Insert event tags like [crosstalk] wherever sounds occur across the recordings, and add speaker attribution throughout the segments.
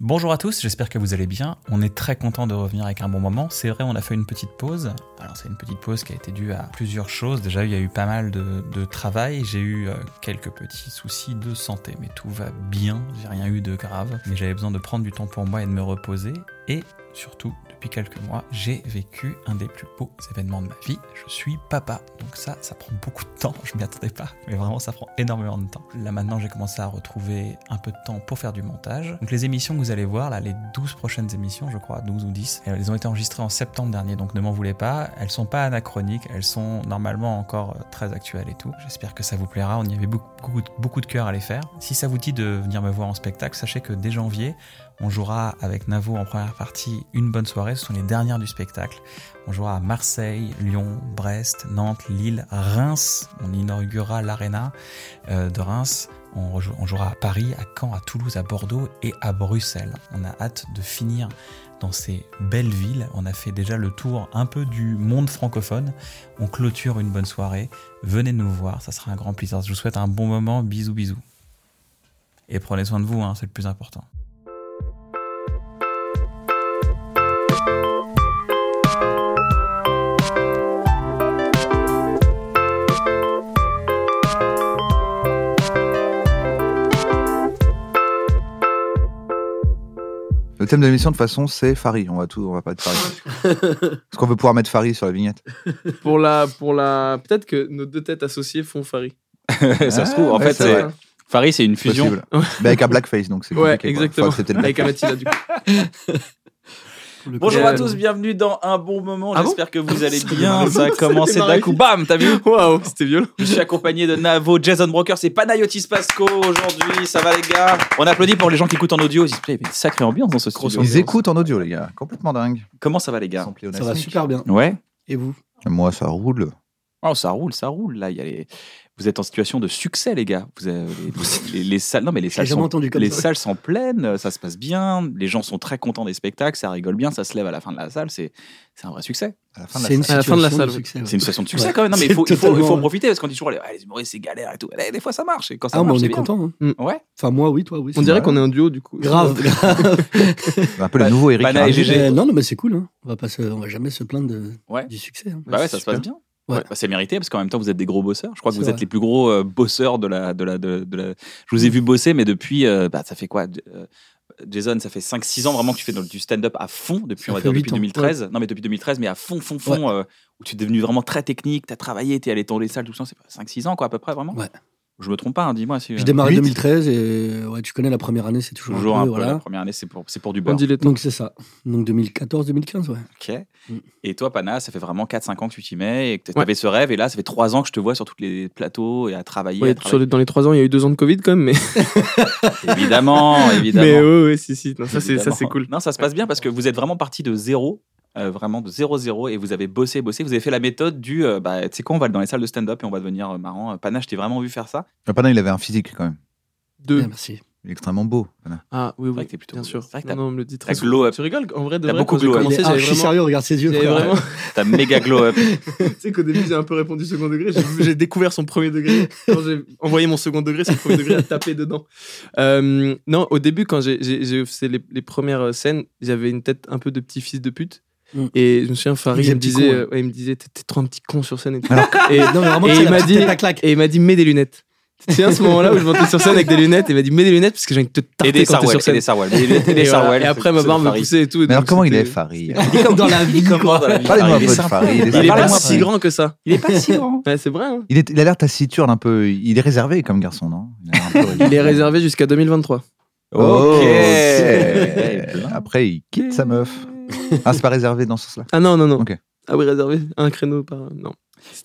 Speaker 1: Bonjour à tous, j'espère que vous allez bien. On est très content de revenir avec un bon moment. C'est vrai, on a fait une petite pause. Alors c'est une petite pause qui a été due à plusieurs choses. Déjà, il y a eu pas mal de, de travail. J'ai eu euh, quelques petits soucis de santé, mais tout va bien. J'ai rien eu de grave. Mais j'avais besoin de prendre du temps pour moi et de me reposer. Et surtout, depuis quelques mois, j'ai vécu un des plus beaux événements de ma vie. Je suis papa. Donc ça, ça prend beaucoup de temps. [laughs] Je m'y attendais pas. Mais vraiment, ça prend énormément de temps. Là maintenant, j'ai commencé à retrouver un peu de temps pour faire du montage. Donc les émissions que vous allez voir, là, les 12 prochaines émissions, je crois, 12 ou 10, elles ont été enregistrées en septembre dernier. Donc ne m'en voulez pas. Elles sont pas anachroniques. Elles sont normalement encore euh, très actuelles et tout. J'espère que ça vous plaira. On y avait beaucoup, beaucoup, beaucoup de cœur à les faire. Si ça vous dit de venir me voir en spectacle, sachez que dès janvier, on jouera avec Navo en première partie une bonne soirée, ce sont les dernières du spectacle. On jouera à Marseille, Lyon, Brest, Nantes, Lille, Reims. On inaugurera l'Arena euh, de Reims. On, jouera à Paris, à Caen, à Toulouse, à Bordeaux et à Bruxelles. On a hâte de finir dans ces belles villes. On a fait déjà le tour un peu du monde francophone. On clôture une bonne soirée. Venez nous voir, ça sera un grand plaisir. Je vous souhaite un bon moment. Bisous, bisous. Et prenez soin de vous, hein, c'est le plus important.
Speaker 2: Le thème de l'émission, de toute façon, c'est Farid. On va tout, on va pas de Farid. Est-ce qu'on veut pouvoir mettre Farid sur la vignette
Speaker 3: pour la, pour la... Peut-être que nos deux têtes associées font Farid.
Speaker 4: ça se trouve, en
Speaker 2: Ah, ouais,
Speaker 4: fait,
Speaker 2: c'est
Speaker 4: c'est.
Speaker 2: vrai.
Speaker 4: Farid, c'est une fusion.
Speaker 2: Possible. Mais avec un blackface, donc c'est
Speaker 3: Ouais,
Speaker 2: compliqué, quoi.
Speaker 3: exactement.
Speaker 2: Faut accepter le
Speaker 3: Avec Amatina, du coup.
Speaker 4: Bonjour à
Speaker 3: Euh,
Speaker 4: tous, bienvenue dans un bon moment.
Speaker 3: Ah bon
Speaker 4: J'espère que vous allez
Speaker 3: Ça
Speaker 4: bien.
Speaker 3: démarre-
Speaker 4: Ça a
Speaker 3: ça
Speaker 4: commencé d'un
Speaker 3: démarre
Speaker 4: coup.
Speaker 3: vite.
Speaker 4: Bam, t'as vu
Speaker 3: Waouh, c'était violent.
Speaker 4: Je suis accompagné de Navo, Jason Broker, c'est Panayotis Pasco aujourd'hui. Ça va les gars On applaudit pour les gens qui écoutent en audio. Ils disent, Putain, il y a une sacrée ambiance dans ce studio.
Speaker 2: blackface. Ils écoutent en audio, les gars. Complètement dingue.
Speaker 4: Comment ça va les
Speaker 2: Ils
Speaker 4: gars
Speaker 2: sont
Speaker 5: Ça va
Speaker 2: pléonasmiques.
Speaker 5: super bien.
Speaker 4: Ouais.
Speaker 5: Et vous
Speaker 2: Moi, ça roule.
Speaker 4: Oh, ça roule, ça roule. Là, il y a les... vous êtes en situation de succès les gars. Vous avez les, les- les salles. Non mais les
Speaker 5: J'ai
Speaker 4: salles
Speaker 5: jamais
Speaker 4: sont
Speaker 5: entendu comme
Speaker 4: les
Speaker 5: ça.
Speaker 4: salles sont pleines, ça se passe bien, les gens sont très contents des spectacles, ça rigole bien, ça se lève à la fin de la salle, c'est c'est un vrai succès.
Speaker 2: À la fin de la
Speaker 5: C'est une
Speaker 3: À la fin de la
Speaker 5: situation
Speaker 3: salle,
Speaker 5: de succès.
Speaker 4: C'est une situation de succès
Speaker 5: Ouais.
Speaker 4: quand même. Non, mais il
Speaker 5: C'est
Speaker 4: faut, il faut- il faut en
Speaker 5: totalement-
Speaker 4: profiter parce qu'on dit toujours les, ah, les humoristes c'est galère et tout. Eh, des fois ça marche et quand ça
Speaker 5: Ah, mais
Speaker 4: marche,
Speaker 5: on
Speaker 4: c'est
Speaker 5: est
Speaker 4: bien.
Speaker 5: content. hein.
Speaker 4: Ouais.
Speaker 5: Enfin, moi, oui, toi, oui.
Speaker 3: On
Speaker 5: c'est
Speaker 3: dirait
Speaker 5: vrai.
Speaker 3: qu'on est un duo, du coup.
Speaker 4: [laughs]
Speaker 5: Grave, grave.
Speaker 2: Un peu le nouveau Eric.
Speaker 4: Bana et
Speaker 2: Ramsey.
Speaker 4: Gégé.
Speaker 5: Euh, non, non, mais c'est cool. hein. On va pas se- on va jamais se plaindre de-
Speaker 4: Ouais.
Speaker 5: du succès. hein.
Speaker 4: Bah ouais,
Speaker 5: Ouais,
Speaker 4: ça se
Speaker 5: super.
Speaker 4: passe bien.
Speaker 5: Ouais.
Speaker 4: Ouais, bah, c'est mérité parce qu'en même temps vous êtes des gros bosseurs. Je crois que
Speaker 5: C'est
Speaker 4: vous êtes
Speaker 5: vrai. Mm.
Speaker 4: les plus gros euh, bosseurs de la, de, la, de, de la. Je vous ai vu bosser, mais depuis, euh, bah, ça fait quoi euh, Jason, ça fait 5-6 ans vraiment que tu fais du stand-up à fond depuis,
Speaker 5: Ça
Speaker 4: on va
Speaker 5: fait
Speaker 4: dire,
Speaker 5: huit
Speaker 4: depuis
Speaker 5: ans,
Speaker 4: 2013. Non, mais depuis 2013, mais à fond, fond, fond, euh, où tu es devenu vraiment très technique, tu as travaillé, tu es allé dans les salles, tout ça. C'est pas 5-6 ans, quoi, à peu près, vraiment
Speaker 5: Ouais.
Speaker 4: Je me trompe pas, hein, dis-moi. Si,
Speaker 5: Je démarre en
Speaker 2: Huit.
Speaker 5: 2013 et ouais, tu connais la première année, c'est toujours,
Speaker 4: toujours un peu,
Speaker 5: voilà.
Speaker 4: la première année, c'est pour, c'est pour du
Speaker 3: On
Speaker 4: beurre.
Speaker 3: dit les temps.
Speaker 5: Donc c'est ça. Donc 2014-2015, ouais.
Speaker 4: Ok.
Speaker 5: Mm.
Speaker 4: Et toi, Pana, ça fait vraiment 4-5 ans que tu t'y mets et que tu
Speaker 3: Ouais.
Speaker 4: avais ce rêve. Et là, ça fait 3 ans que je te vois sur tous les plateaux et à travailler. à
Speaker 3: Ouais, sur
Speaker 4: travailler.
Speaker 3: les- dans les trois ans, il y a eu deux ans de Covid quand même, mais,
Speaker 4: [laughs] Évidemment, évidemment.
Speaker 3: [laughs] mais ouais, ouais, si, si. Non, ça, c'est ça,
Speaker 4: Évidemment.
Speaker 3: c'est cool.
Speaker 4: Non, ça se passe bien parce que vous êtes vraiment parti de zéro. euh, vraiment de zéro zéro et vous avez bossé bossé vous avez fait la méthode du euh, bah, tu sais quoi on va dans les salles de stand-up et on va devenir euh, marrant Euh, Pana je t'ai vraiment vu faire ça
Speaker 2: Mais Pana, il avait un physique quand même.
Speaker 3: Deux.
Speaker 5: Ouais, Eh, merci.
Speaker 2: Il est extrêmement beau. Pana.
Speaker 3: Ah, oui,
Speaker 4: vrai
Speaker 3: oui.
Speaker 4: que t'es plutôt-
Speaker 3: Bien sûr.
Speaker 4: c'est vrai que
Speaker 3: Non,
Speaker 4: t'as-
Speaker 3: non, on me le dit
Speaker 4: t'as
Speaker 3: très
Speaker 4: glow up
Speaker 3: Tu rigoles En vrai, de
Speaker 4: T'as
Speaker 3: vrai,
Speaker 4: beaucoup
Speaker 3: quand j'ai
Speaker 4: glow up.
Speaker 5: Il
Speaker 2: Ah,
Speaker 3: commencé,
Speaker 5: est archi
Speaker 3: j'avais vraiment-
Speaker 5: sérieux, regarde ses yeux.
Speaker 3: j'avais
Speaker 5: frère.
Speaker 3: vraiment.
Speaker 4: t'as méga glow
Speaker 3: [laughs]
Speaker 4: up
Speaker 3: Tu sais qu'au début, j'ai un peu répondu second degré. J'ai, j'ai découvert son premier degré. Quand j'ai envoyé mon second degré, son premier degré a tapé dedans. Euh, non, au début, quand j'ai, j'ai, j'ai fait les, les premières scènes, j'avais une tête un peu de petit fils de pute.
Speaker 5: Mm.
Speaker 3: Et je me souviens, Farid,
Speaker 5: Il
Speaker 3: il, me
Speaker 5: disait petit
Speaker 3: disait,
Speaker 5: con, ouais.
Speaker 3: euh, ouais, il me disait, t'es, t'es trop un petit con sur scène. Et, tout.
Speaker 2: Alors
Speaker 3: Et-
Speaker 5: Non, mais vraiment,
Speaker 3: et
Speaker 5: tu sais,
Speaker 3: il
Speaker 5: la
Speaker 3: m'a
Speaker 5: petite
Speaker 3: dit-
Speaker 5: tête à claque.
Speaker 3: et il m'a dit, mets des lunettes. Tu sais, à ce moment-là où je montais sur scène avec des lunettes, il m'a dit, mets des lunettes parce que j'ai envie de te
Speaker 4: et
Speaker 3: tarter
Speaker 4: des
Speaker 3: quand t'es
Speaker 4: sarouels
Speaker 3: sur
Speaker 4: et
Speaker 3: scène.
Speaker 4: des sarouels et, des- et des
Speaker 3: voilà.
Speaker 4: sarouels
Speaker 3: [laughs] Et après, ma
Speaker 4: C'est-
Speaker 3: barbe
Speaker 4: c'est
Speaker 3: me
Speaker 4: Farid.
Speaker 3: poussait et tout.
Speaker 2: Mais alors,
Speaker 3: donc
Speaker 2: comment il est,
Speaker 3: c'était-
Speaker 2: Farid
Speaker 5: Comme dans la vie.
Speaker 4: Comment dans la vie,
Speaker 2: Parlez-moi un
Speaker 4: Farid
Speaker 2: peu de
Speaker 4: est sympa.
Speaker 2: Farid.
Speaker 4: Il
Speaker 3: Il
Speaker 4: est
Speaker 3: est pas
Speaker 4: Parle-moi,
Speaker 2: Parlez-moi,
Speaker 3: si
Speaker 2: Bah, Farid.
Speaker 3: grand que ça.
Speaker 4: il est pas si grand
Speaker 3: Ouais, c'est vrai. hein.
Speaker 2: Il, est- il a l'air taciturne un peu. Il est réservé comme garçon, non Il a l'air un peu-
Speaker 3: Il est réservé jusqu'à 2023.
Speaker 2: Ok.
Speaker 4: Ok.
Speaker 2: [laughs] Après, il quitte sa meuf. Ah, c'est pas réservé dans ce sens-là.
Speaker 3: Ah non, non, non.
Speaker 2: Ok.
Speaker 3: Ah oui, réservé un créneau par. Non.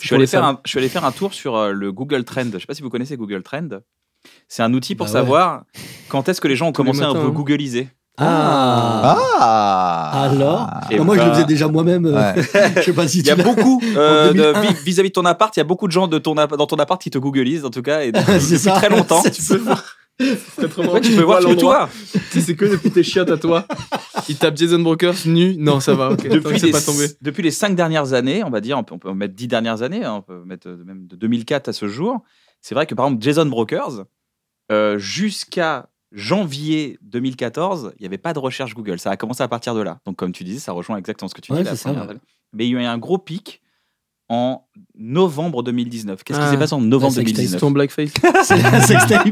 Speaker 4: je suis allé faire un, je suis allé faire un tour sur euh, le Google Trend je sais pas si vous connaissez Google Trend C'est un outil pour
Speaker 5: Bah ouais.
Speaker 4: savoir quand est-ce que les gens ont
Speaker 3: Tous les
Speaker 4: commencé à
Speaker 3: matins,
Speaker 4: vous
Speaker 3: hein.
Speaker 4: googliser.
Speaker 5: Ah,
Speaker 2: Ah
Speaker 5: Alors
Speaker 4: Et
Speaker 5: Moi, je
Speaker 4: bah-
Speaker 5: le faisais déjà moi-même. euh,
Speaker 2: Ouais.
Speaker 5: [laughs] je sais pas [laughs] si
Speaker 4: Il y a
Speaker 5: tu l'as-
Speaker 4: beaucoup euh, de-
Speaker 5: 2001.
Speaker 4: vis- vis-à-vis de ton appart, il y a beaucoup de gens de ton app- dans ton appart qui te googlisent en tout cas et
Speaker 5: [laughs] [laughs] C'est
Speaker 4: depuis
Speaker 5: ça.
Speaker 4: très longtemps.
Speaker 5: [laughs] C'est
Speaker 4: Tu
Speaker 5: ça.
Speaker 3: [laughs]
Speaker 4: peux- tu peux voir, tu peux tout voir.
Speaker 3: Si c'est que depuis tes chiottes à toi. Il tape Jason Brokers nu. Non, ça va. ok. Tant que
Speaker 4: Depuis
Speaker 3: c'est
Speaker 4: les,
Speaker 3: pas tombé.
Speaker 4: depuis les cinq dernières années, on va dire, on peut, on peut mettre dix dernières années, hein, on peut mettre euh, même de 2004 à ce jour. C'est vrai que par exemple, Jason Brokers, euh, jusqu'à janvier 2014, il n'y avait pas de recherche Google. Ça a commencé à partir de là. Donc, comme tu disais, ça rejoint exactement ce que tu
Speaker 5: Ouais,
Speaker 4: dis. la
Speaker 5: c'est ça,
Speaker 4: première
Speaker 5: ouais.
Speaker 4: année. Mais il y a eu un gros pic en novembre 2019. Qu'est-ce qui
Speaker 3: Ah.
Speaker 4: s'est passé en
Speaker 5: Ah,
Speaker 4: novembre
Speaker 5: c'est que t'as
Speaker 4: 2019
Speaker 3: C'était en blackface.
Speaker 5: C'est un sextape.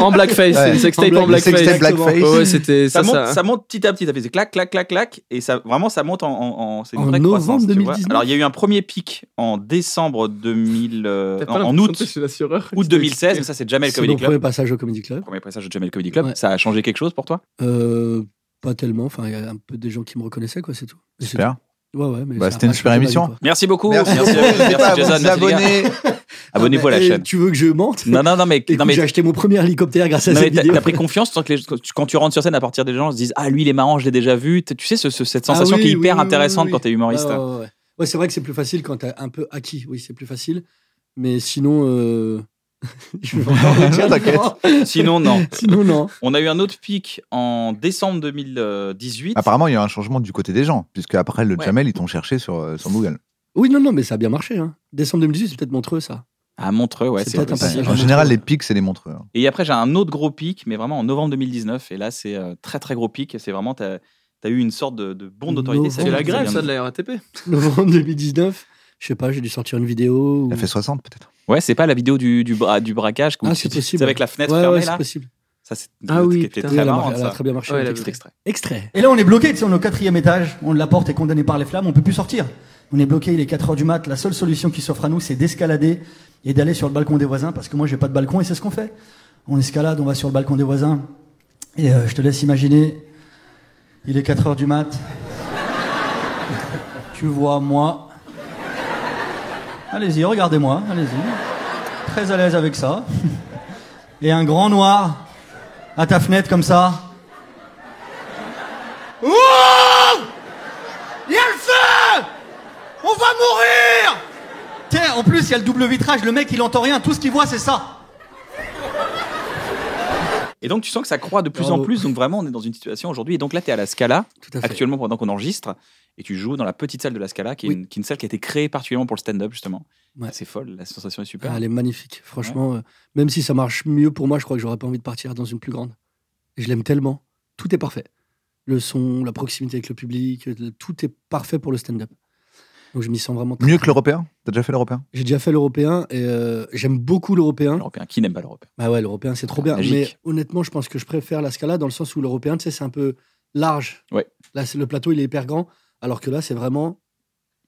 Speaker 3: en blackface.
Speaker 2: Ouais.
Speaker 3: c'est une Sextape
Speaker 5: En
Speaker 3: en
Speaker 5: black-
Speaker 3: blackface.
Speaker 2: sextape blackface.
Speaker 3: Ouais, ouais, c'était
Speaker 4: ça,
Speaker 3: ça.
Speaker 4: monte,
Speaker 3: ça, hein.
Speaker 4: ça monte petit à petit, ça fait des clac, clac, clac, clac, et ça vraiment ça monte en, en, en- c'est une
Speaker 5: En
Speaker 4: vraie
Speaker 5: novembre
Speaker 4: croissance, tu vois.
Speaker 5: 2019.
Speaker 4: Alors il y a eu un premier pic en décembre 2000, euh,
Speaker 3: T'as pas
Speaker 4: non, en
Speaker 3: l'impression
Speaker 4: août,
Speaker 3: que je suis l'assureur.
Speaker 4: août 2016, mais ça c'est jamais le
Speaker 5: C'est mon
Speaker 4: Comedy Club.
Speaker 5: premier passage au Comedy Club.
Speaker 4: Premier passage de Jamel Comedy Club,
Speaker 5: Ouais.
Speaker 4: ça a changé quelque chose pour toi
Speaker 5: Euh, pas tellement. Enfin, il y a un peu des gens qui me reconnaissaient, quoi, c'est tout. Et c'est
Speaker 2: Super.
Speaker 5: tout. Ouais, ouais, mais
Speaker 2: Bah,
Speaker 5: ça a
Speaker 2: c'était
Speaker 5: pas
Speaker 2: une super
Speaker 5: changé ma
Speaker 2: émission.
Speaker 5: vie, quoi.
Speaker 4: Merci beaucoup,
Speaker 2: Merci
Speaker 4: merci,
Speaker 2: beaucoup,
Speaker 4: merci,
Speaker 2: n'hésitez pas à vous
Speaker 4: Jason, merci, les gars.
Speaker 2: abonner.
Speaker 4: abonnez-vous à la
Speaker 5: Eh,
Speaker 4: chaîne.
Speaker 5: Tu veux que je mente
Speaker 4: Non non non mais non
Speaker 5: [laughs] Écoute,
Speaker 4: mais
Speaker 5: J'ai acheté mon premier hélicoptère grâce à
Speaker 4: non, mais
Speaker 5: cette
Speaker 4: t'as
Speaker 5: vidéo.
Speaker 4: t'as pris confiance tant que les- quand tu- quand tu rentres sur scène à partir des gens se disent ah lui il est marrant je l'ai déjà vu tu tu sais ce- ce- cette
Speaker 5: Ah
Speaker 4: sensation
Speaker 5: oui,
Speaker 4: qui est
Speaker 5: oui,
Speaker 4: hyper
Speaker 5: oui,
Speaker 4: intéressante
Speaker 5: oui,
Speaker 4: quand t'es humoriste
Speaker 5: Ouais, Ah, ouais, ouais, ouais. Ouais, c'est vrai que c'est plus facile quand t'as un peu acquis. Oui, c'est plus facile. Mais sinon. euh, [laughs] je vais encore le
Speaker 2: [laughs]
Speaker 5: dire,
Speaker 2: T'inquiète.
Speaker 5: non.
Speaker 4: sinon non
Speaker 5: Sinon, non.
Speaker 4: on a eu un autre pic en décembre euh, 2018
Speaker 2: Apparemment, il y a un changement du côté des gens, puisque après le
Speaker 4: Ouais.
Speaker 2: Jamel, ils t'ont cherché sur, euh, sur Google.
Speaker 5: Oui, non, non, mais ça a bien marché. hein. Décembre 2018, c'est peut-être Montreux, ça. [laughs]
Speaker 4: à Montreux ouais
Speaker 5: C'est
Speaker 4: c'est
Speaker 5: peut-être un
Speaker 4: possible.
Speaker 5: passage.
Speaker 2: En général, les pics, c'est les montreux. hein.
Speaker 4: Et après, j'ai un autre gros pic, mais vraiment en novembre 2019. Et là, c'est euh, très, très gros pic. Et C'est vraiment, tu as, eu une sorte de, de bond d'autorité.
Speaker 5: Novembre.
Speaker 3: C'est la
Speaker 5: Ça
Speaker 3: grève,
Speaker 4: vient
Speaker 3: ça, de la RATP.
Speaker 5: Novembre 2019. Je sais pas, j'ai dû sortir une vidéo. ou-
Speaker 2: Il a fait 60 peut-être.
Speaker 4: Ouais, c'est pas la vidéo du, du, bra- du braquage. où
Speaker 5: Ah,
Speaker 4: tu-
Speaker 5: c'est
Speaker 4: tu-
Speaker 5: possible.
Speaker 4: c'est avec la fenêtre
Speaker 5: Ouais,
Speaker 4: fermée,
Speaker 5: ouais, c'est
Speaker 4: là.
Speaker 5: possible.
Speaker 4: Ça, c'est
Speaker 3: Ah oui,
Speaker 4: qui était
Speaker 3: putain. Ah
Speaker 5: Oui,
Speaker 4: très
Speaker 5: elle, a,
Speaker 4: marrant,
Speaker 5: elle a
Speaker 4: ça.
Speaker 5: très bien marché.
Speaker 3: Ouais,
Speaker 5: le
Speaker 3: elle a
Speaker 5: texte.
Speaker 4: Petit extrait.
Speaker 5: Extrait.
Speaker 6: Et là, on est bloqué, tu sais, on est au quatrième étage, on la porte est condamnée par les flammes, on peut plus sortir. On est bloqué, il est 4 heures du mat, la seule solution qui s'offre à nous, c'est d'escalader et d'aller sur le balcon des voisins, parce que moi, j'ai pas de balcon et c'est ce qu'on fait. On escalade, on va sur le balcon des voisins, et euh, je te laisse imaginer, il est 4 heures du mat. [laughs] tu vois, moi. Allez-y, regardez-moi, allez-y. Très à l'aise avec ça. Et un grand noir à ta fenêtre comme ça. Il y a le feu On va mourir Tiens, en plus, il y a le double vitrage, le mec, il entend rien, tout ce qu'il voit, c'est ça.
Speaker 4: Et donc, tu sens que ça croît de plus en
Speaker 5: Bravo.
Speaker 4: plus. Donc, vraiment, on est dans une situation aujourd'hui. Et donc, là, tu es à la Scala,
Speaker 5: Tout à fait.
Speaker 4: actuellement, pendant qu'on enregistre. Et tu joues dans la petite salle de la Scala, qui est,
Speaker 5: Oui.
Speaker 4: une, qui est une salle qui a été créée particulièrement pour le stand-up, justement.
Speaker 5: Ouais.
Speaker 4: C'est folle, la sensation est super.
Speaker 5: Ah, elle est magnifique. Franchement, euh, même si ça marche mieux pour moi, je crois que j'aurais pas envie de partir dans une plus grande. Et je l'aime tellement. Tout est parfait. Le son, la proximité avec le public, le- tout est parfait pour le stand-up. Donc je m'y sens vraiment. très-
Speaker 2: Mieux que l'européen T'as déjà fait l'européen
Speaker 5: J'ai déjà fait l'européen et euh, j'aime beaucoup l'européen.
Speaker 4: L'Européen, qui n'aime pas l'Europe
Speaker 5: Bah ouais, l'européen c'est trop
Speaker 4: Ah,
Speaker 5: bien.
Speaker 4: magique.
Speaker 5: Mais honnêtement, je pense que je préfère la Scala dans le sens où l'européen, tu sais, c'est un peu large.
Speaker 4: Ouais.
Speaker 5: Là, c'est- le plateau, il est hyper grand, alors que là, c'est vraiment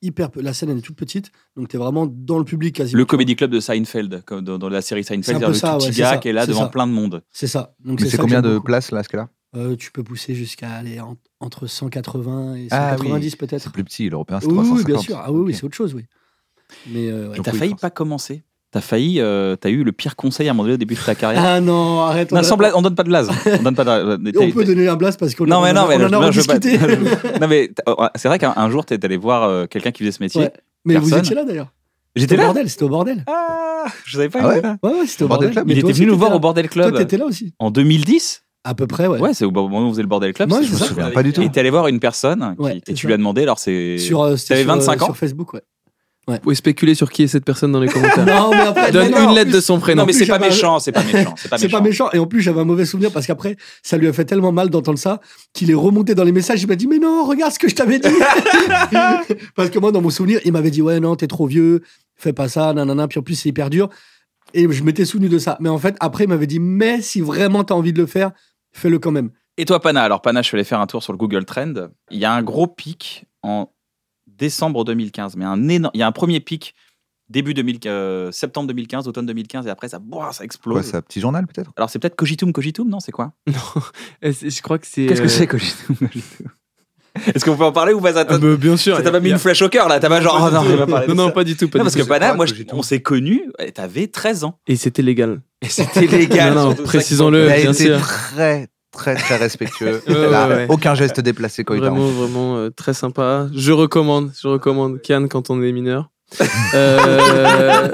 Speaker 5: hyper. peu- La scène, elle est toute petite, donc t'es vraiment dans le public quasiment.
Speaker 4: Le comedy club de Seinfeld, comme dans, dans la série
Speaker 5: C'est un
Speaker 4: Seinfeld,
Speaker 5: peu
Speaker 4: le
Speaker 5: ça,
Speaker 4: tout
Speaker 5: ouais,
Speaker 4: petit
Speaker 5: c'est
Speaker 4: gars
Speaker 5: ça,
Speaker 4: qui est là
Speaker 5: c'est
Speaker 4: devant
Speaker 5: ça.
Speaker 4: plein de monde.
Speaker 5: C'est ça. Donc
Speaker 2: Mais c'est
Speaker 5: ça que
Speaker 2: combien
Speaker 5: j'aime
Speaker 2: de
Speaker 5: beaucoup.
Speaker 2: places là, ce cas-là
Speaker 5: Euh, tu peux pousser jusqu'à aller en- entre 180 et
Speaker 2: Ah
Speaker 5: 190
Speaker 2: oui,
Speaker 5: peut-être.
Speaker 2: C'est plus petit, l'européen, c'est
Speaker 5: Oui,
Speaker 2: 350.
Speaker 5: oui, bien sûr. Ah oui, oui,
Speaker 2: Ok.
Speaker 5: c'est autre chose, oui. Mais euh, ouais.
Speaker 4: Et t'as
Speaker 2: oui,
Speaker 4: failli
Speaker 2: France.
Speaker 4: pas commencer. T'as failli, euh, t'as eu le pire conseil à un moment donné au début de ta carrière.
Speaker 5: Ah non, arrête.
Speaker 4: non,
Speaker 5: a-
Speaker 4: sans blague, on donne pas de
Speaker 5: [laughs]
Speaker 4: blase. On donne pas de-
Speaker 5: Et on peut donner un blast parce qu'on
Speaker 4: Non
Speaker 5: on
Speaker 4: mais
Speaker 5: en
Speaker 4: non
Speaker 5: a-
Speaker 4: mais
Speaker 5: on en a
Speaker 4: non, je veux pas- [laughs]
Speaker 5: rediscuté.
Speaker 4: non, mais t'as- oh, c'est vrai qu'un un jour t'es allé voir euh, quelqu'un qui faisait ce métier.
Speaker 5: Ouais. Mais vous
Speaker 4: Personne.
Speaker 5: étiez là d'ailleurs.
Speaker 4: J'étais
Speaker 5: C'était au
Speaker 4: là.
Speaker 5: bordel, c'était au bordel.
Speaker 4: Ah, je savais pas.
Speaker 2: Ah ouais
Speaker 4: qu'il était là.
Speaker 5: Ouais, ouais, c'était au
Speaker 2: Bordel
Speaker 5: bordel.
Speaker 2: Club.
Speaker 5: Mais
Speaker 4: Il
Speaker 5: toi
Speaker 4: était
Speaker 5: aussi,
Speaker 4: venu nous
Speaker 5: t'étais
Speaker 4: voir
Speaker 5: là.
Speaker 4: au bordel club
Speaker 5: Toi, t'étais là aussi.
Speaker 4: en 2010.
Speaker 5: À peu près, ouais.
Speaker 4: Ouais, c'est au moment où on faisait le bordel club.
Speaker 5: Moi,
Speaker 4: c'est-
Speaker 5: c'est
Speaker 2: Je me
Speaker 5: ça.
Speaker 2: souviens pas du tout.
Speaker 4: Et t'es allé voir une personne qui-
Speaker 5: Ouais,
Speaker 4: et
Speaker 5: c'est
Speaker 4: tu
Speaker 5: ça.
Speaker 4: lui as demandé. Alors c'est.
Speaker 5: Sur, euh, c'était
Speaker 4: T'avais
Speaker 5: sur, euh,
Speaker 4: 25 ans
Speaker 5: Sur Facebook, ouais.
Speaker 3: Vous pouvez spéculer sur qui est cette personne dans les
Speaker 4: [laughs]
Speaker 3: commentaires.
Speaker 5: Non, mais après,
Speaker 3: Donne
Speaker 5: mais non.
Speaker 3: une lettre de son prénom.
Speaker 4: Non mais [laughs] c'est pas
Speaker 5: J'avais-
Speaker 4: méchant, c'est pas méchant, c'est pas
Speaker 5: C'est
Speaker 4: méchant.
Speaker 5: pas méchant. Et en plus, j'avais un mauvais souvenir parce qu'après, ça lui a fait tellement mal d'entendre ça qu'il est remonté dans les messages. Il m'a dit, mais non, regarde ce que je t'avais dit. parce que moi, dans mon souvenir, il m'avait dit, ouais, non, t'es trop vieux, fais pas ça, nanana. Puis en plus, c'est hyper dur. Et je m'étais souvenu de ça. Mais en fait, après, il m'avait dit, mais si vraiment t'as envie de le faire, fais-le quand même.
Speaker 4: Et toi, Pana Alors, Pana, je suis allé faire un tour sur le Google Trend. Il y a un gros pic en décembre 2015, mais un énorme. Il y a un premier pic début 2000, euh, septembre 2015, automne 2015, et après, ça, boah, ça explose.
Speaker 2: Quoi, c'est un petit journal peut-être
Speaker 4: Alors, c'est
Speaker 3: [laughs]
Speaker 4: peut-être Cogitum Cogitum, non C'est quoi
Speaker 3: Eh, c'est- Je crois que c'est.
Speaker 4: Qu'est-ce que
Speaker 3: euh,
Speaker 4: c'est Cogitum Cogitum [laughs] Est-ce qu'on peut en parler ou pas ça t'a-
Speaker 3: Ah bah, bien sûr.
Speaker 4: ça t'a pas mis
Speaker 3: y a-
Speaker 4: une flèche au cœur là T'as pas genre.
Speaker 3: Pas
Speaker 4: oh,
Speaker 3: du tout.
Speaker 4: non, on va parler de
Speaker 3: non,
Speaker 4: ça.
Speaker 3: non, pas du tout. Pas
Speaker 4: Non,
Speaker 3: du
Speaker 4: parce
Speaker 3: tout.
Speaker 4: que
Speaker 2: c'est
Speaker 4: Pana,
Speaker 2: pas
Speaker 4: moi,
Speaker 2: que
Speaker 4: je-
Speaker 2: j'ai tout.
Speaker 4: on s'est connus, et t'avais 13 ans.
Speaker 3: Et c'était légal.
Speaker 4: [laughs] Et c'était légal.
Speaker 3: Non, non,
Speaker 4: surtout ça qui-
Speaker 3: précisons-le.
Speaker 2: il a
Speaker 3: bien
Speaker 2: été
Speaker 3: sûr.
Speaker 2: très, très, très respectueux.
Speaker 3: Ouais,
Speaker 2: Il a
Speaker 3: ouais, ouais.
Speaker 2: Aucun geste déplacé quand il t'a
Speaker 3: Vraiment, vraiment euh, très sympa. Je recommande, je recommande Cannes quand on est mineur.
Speaker 4: [laughs]
Speaker 3: Euh,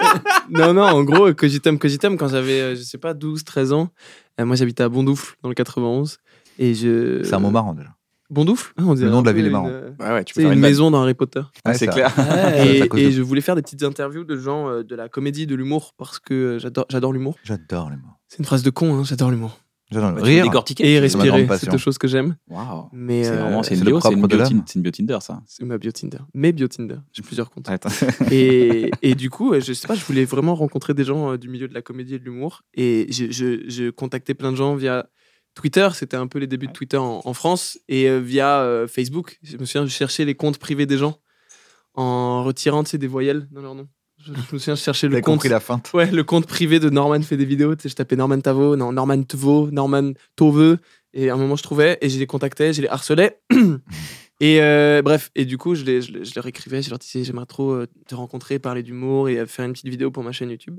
Speaker 3: non, non, en gros, Cogitem, Cogitem, quand j'avais, euh, je sais pas, 12, 13 ans, euh, moi j'habitais à Bondoufle, dans le 91. Et je...
Speaker 2: C'est un mot marrant déjà.
Speaker 3: Bondoufle Ah, on dirait
Speaker 2: nom de la
Speaker 3: un
Speaker 2: ville
Speaker 3: peu
Speaker 2: est marrant.
Speaker 3: une, euh,
Speaker 4: Ouais, ouais, tu peux
Speaker 3: C'est
Speaker 4: faire
Speaker 3: une,
Speaker 4: une maison.
Speaker 3: maison dans Harry Potter.
Speaker 2: Ouais, [laughs]
Speaker 4: C'est
Speaker 2: ça-
Speaker 4: clair.
Speaker 2: Ouais,
Speaker 3: et,
Speaker 2: c'est à cause
Speaker 3: et
Speaker 2: de-
Speaker 3: je voulais faire des petites interviews de gens euh, de la comédie, de l'humour, parce que euh, j'adore, j'adore l'humour.
Speaker 2: J'adore les mots.
Speaker 3: C'est une phrase de con, hein, j'adore l'humour.
Speaker 2: J'adore les
Speaker 4: Bah,
Speaker 2: mots.
Speaker 4: tu peux
Speaker 2: Rire.
Speaker 4: décortiquer.
Speaker 3: Et
Speaker 4: tu-
Speaker 2: ma grande
Speaker 3: respirer, c'est
Speaker 2: passion.
Speaker 3: deux choses que j'aime.
Speaker 4: Waouh.
Speaker 3: Mais
Speaker 4: C'est
Speaker 3: euh,
Speaker 4: vraiment, c'est
Speaker 2: c'est
Speaker 4: une
Speaker 2: le
Speaker 4: bio, c'est une
Speaker 2: propre de
Speaker 4: bio Tin-
Speaker 2: l'âme.
Speaker 4: c'est une bio Tinder, ça.
Speaker 3: c'est ma bio Tinder. Mes bio Tinder, j'ai plusieurs comptes.
Speaker 4: Attends.
Speaker 3: et, et du coup, euh, je sais pas, je voulais vraiment rencontrer des gens euh, du milieu de la comédie et de l'humour. Et je, je, je contactais plein de gens via Twitter. C'était un peu les débuts de Twitter en, en France. Et euh, via euh, Facebook. Je me souviens, je cherchais les comptes privés des gens en retirant tu sais, des voyelles dans leur nom. Je, je me souviens, je cherchais le
Speaker 2: T'as
Speaker 3: compte.
Speaker 2: compris la feinte.
Speaker 3: Ouais, le compte privé de Norman fait des vidéos. Tu sais, je tapais Norman Tavo, non, Norman Tvo, Norman Toveux. Et à un moment, je trouvais et je les contactais, je les harcelais. [clears throat] et euh, bref, et du coup, je, les, je, les- je leur écrivais, je leur disais, j'aimerais trop euh, te rencontrer, parler d'humour et euh, faire une petite vidéo pour ma chaîne YouTube.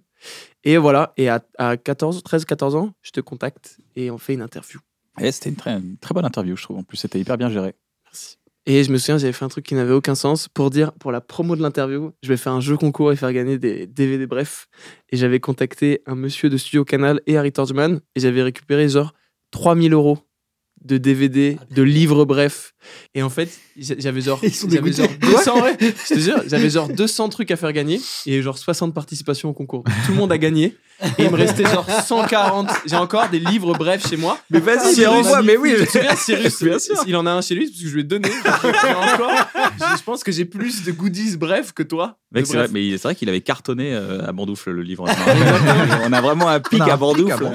Speaker 3: Et voilà, et à, à 14, 13, 14 ans, je te contacte et on fait une interview.
Speaker 4: Eh, C'était une très, une très bonne interview, je trouve. En plus, c'était hyper bien géré.
Speaker 3: Merci. Et je me souviens, j'avais fait un truc qui n'avait aucun sens pour dire, pour la promo de l'interview, je vais faire un jeu concours et faire gagner des DVD bref. Et j'avais contacté un monsieur de Studio Canal et Harry Torgman et j'avais récupéré genre 3000 euros de DVD, de livres bref. Et en fait, j'a- j'avais genre,
Speaker 5: Ah, Ils sont
Speaker 3: j'avais
Speaker 5: dégoûtés.
Speaker 3: genre 200,
Speaker 5: [laughs]
Speaker 3: ouais, je te jure, j'avais genre 200 trucs à faire gagner et genre 60 participations au concours. Tout le monde a gagné et il me restait genre 140. J'ai encore des livres brefs chez moi.
Speaker 4: Mais
Speaker 3: vas-y, mais renvoie,
Speaker 4: mais oui.
Speaker 3: Tu te souviens, Cyrus,
Speaker 4: [laughs] Bien sûr.
Speaker 3: il en a un chez lui parce que je lui ai donné. J'ai encore- je je pense que j'ai plus de goodies bref que toi.
Speaker 4: Mec,
Speaker 3: De
Speaker 4: c'est vrai,
Speaker 3: bref.
Speaker 4: mais il- c'est vrai qu'il avait cartonné euh, à Bandoufle
Speaker 3: [laughs]
Speaker 4: le livre.
Speaker 3: Exactement.
Speaker 4: on a vraiment un pic
Speaker 2: On a un
Speaker 4: à
Speaker 2: pic à
Speaker 4: Bandoufle.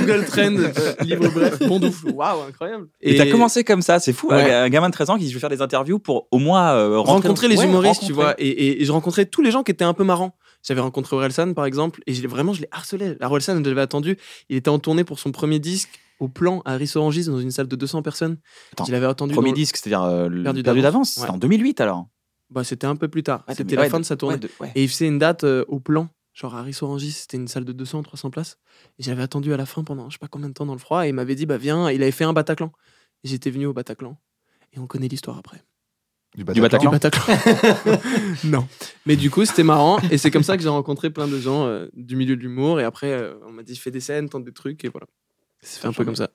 Speaker 3: Google Trend, euh, livre bref, bon douf. Waouh, incroyable.
Speaker 4: Et t'as commencé comme ça, c'est fou.
Speaker 3: Ouais.
Speaker 4: Un un gamin de 13 ans qui dit je vais faire des interviews pour au moins euh, rentrer-
Speaker 3: rencontrer les
Speaker 4: Ouais,
Speaker 3: humoristes, tu vois.
Speaker 4: rencontrer.
Speaker 3: Et, et- et je rencontrais tous les gens qui étaient un peu marrants. J'avais rencontré Orelsan, par exemple, et je l'ai- vraiment, je l'ai harcelé. Orelsan, je l'avais attendu. Il était en tournée pour son premier disque au plan à Rissorangis dans une salle de 200 personnes.
Speaker 4: Attends,
Speaker 3: je l'avais attendu.
Speaker 4: Premier
Speaker 3: dans-
Speaker 4: disque, c'est-à-dire euh, le
Speaker 3: Perdu
Speaker 4: Perdu,
Speaker 3: d'avance.
Speaker 4: d'avance. C'était
Speaker 3: Ouais.
Speaker 4: en 2008 alors.
Speaker 3: Bah, c'était un peu plus tard.
Speaker 4: Ouais,
Speaker 3: c'était
Speaker 4: mais-
Speaker 3: la
Speaker 4: ouais,
Speaker 3: fin de sa tournée.
Speaker 4: ouais, de- ouais.
Speaker 3: Et il faisait une date euh, au plan, genre à Rissorangis, c'était une salle de 200, 300 places. Et j'avais attendu à la fin pendant je sais pas combien de temps dans le froid, et il m'avait dit, bah viens, il avait fait un Bataclan. Et J'étais venu au Bataclan. Et on connaît l'histoire après.
Speaker 4: Du Bataclan.
Speaker 3: Du Bataclan. [laughs] non. Mais du coup, c'était marrant. Et c'est comme ça que j'ai rencontré plein de gens euh, du milieu de l'humour. Et après, euh, on m'a dit, fais des scènes, tente des trucs. Et voilà. C'est un peu comme ça.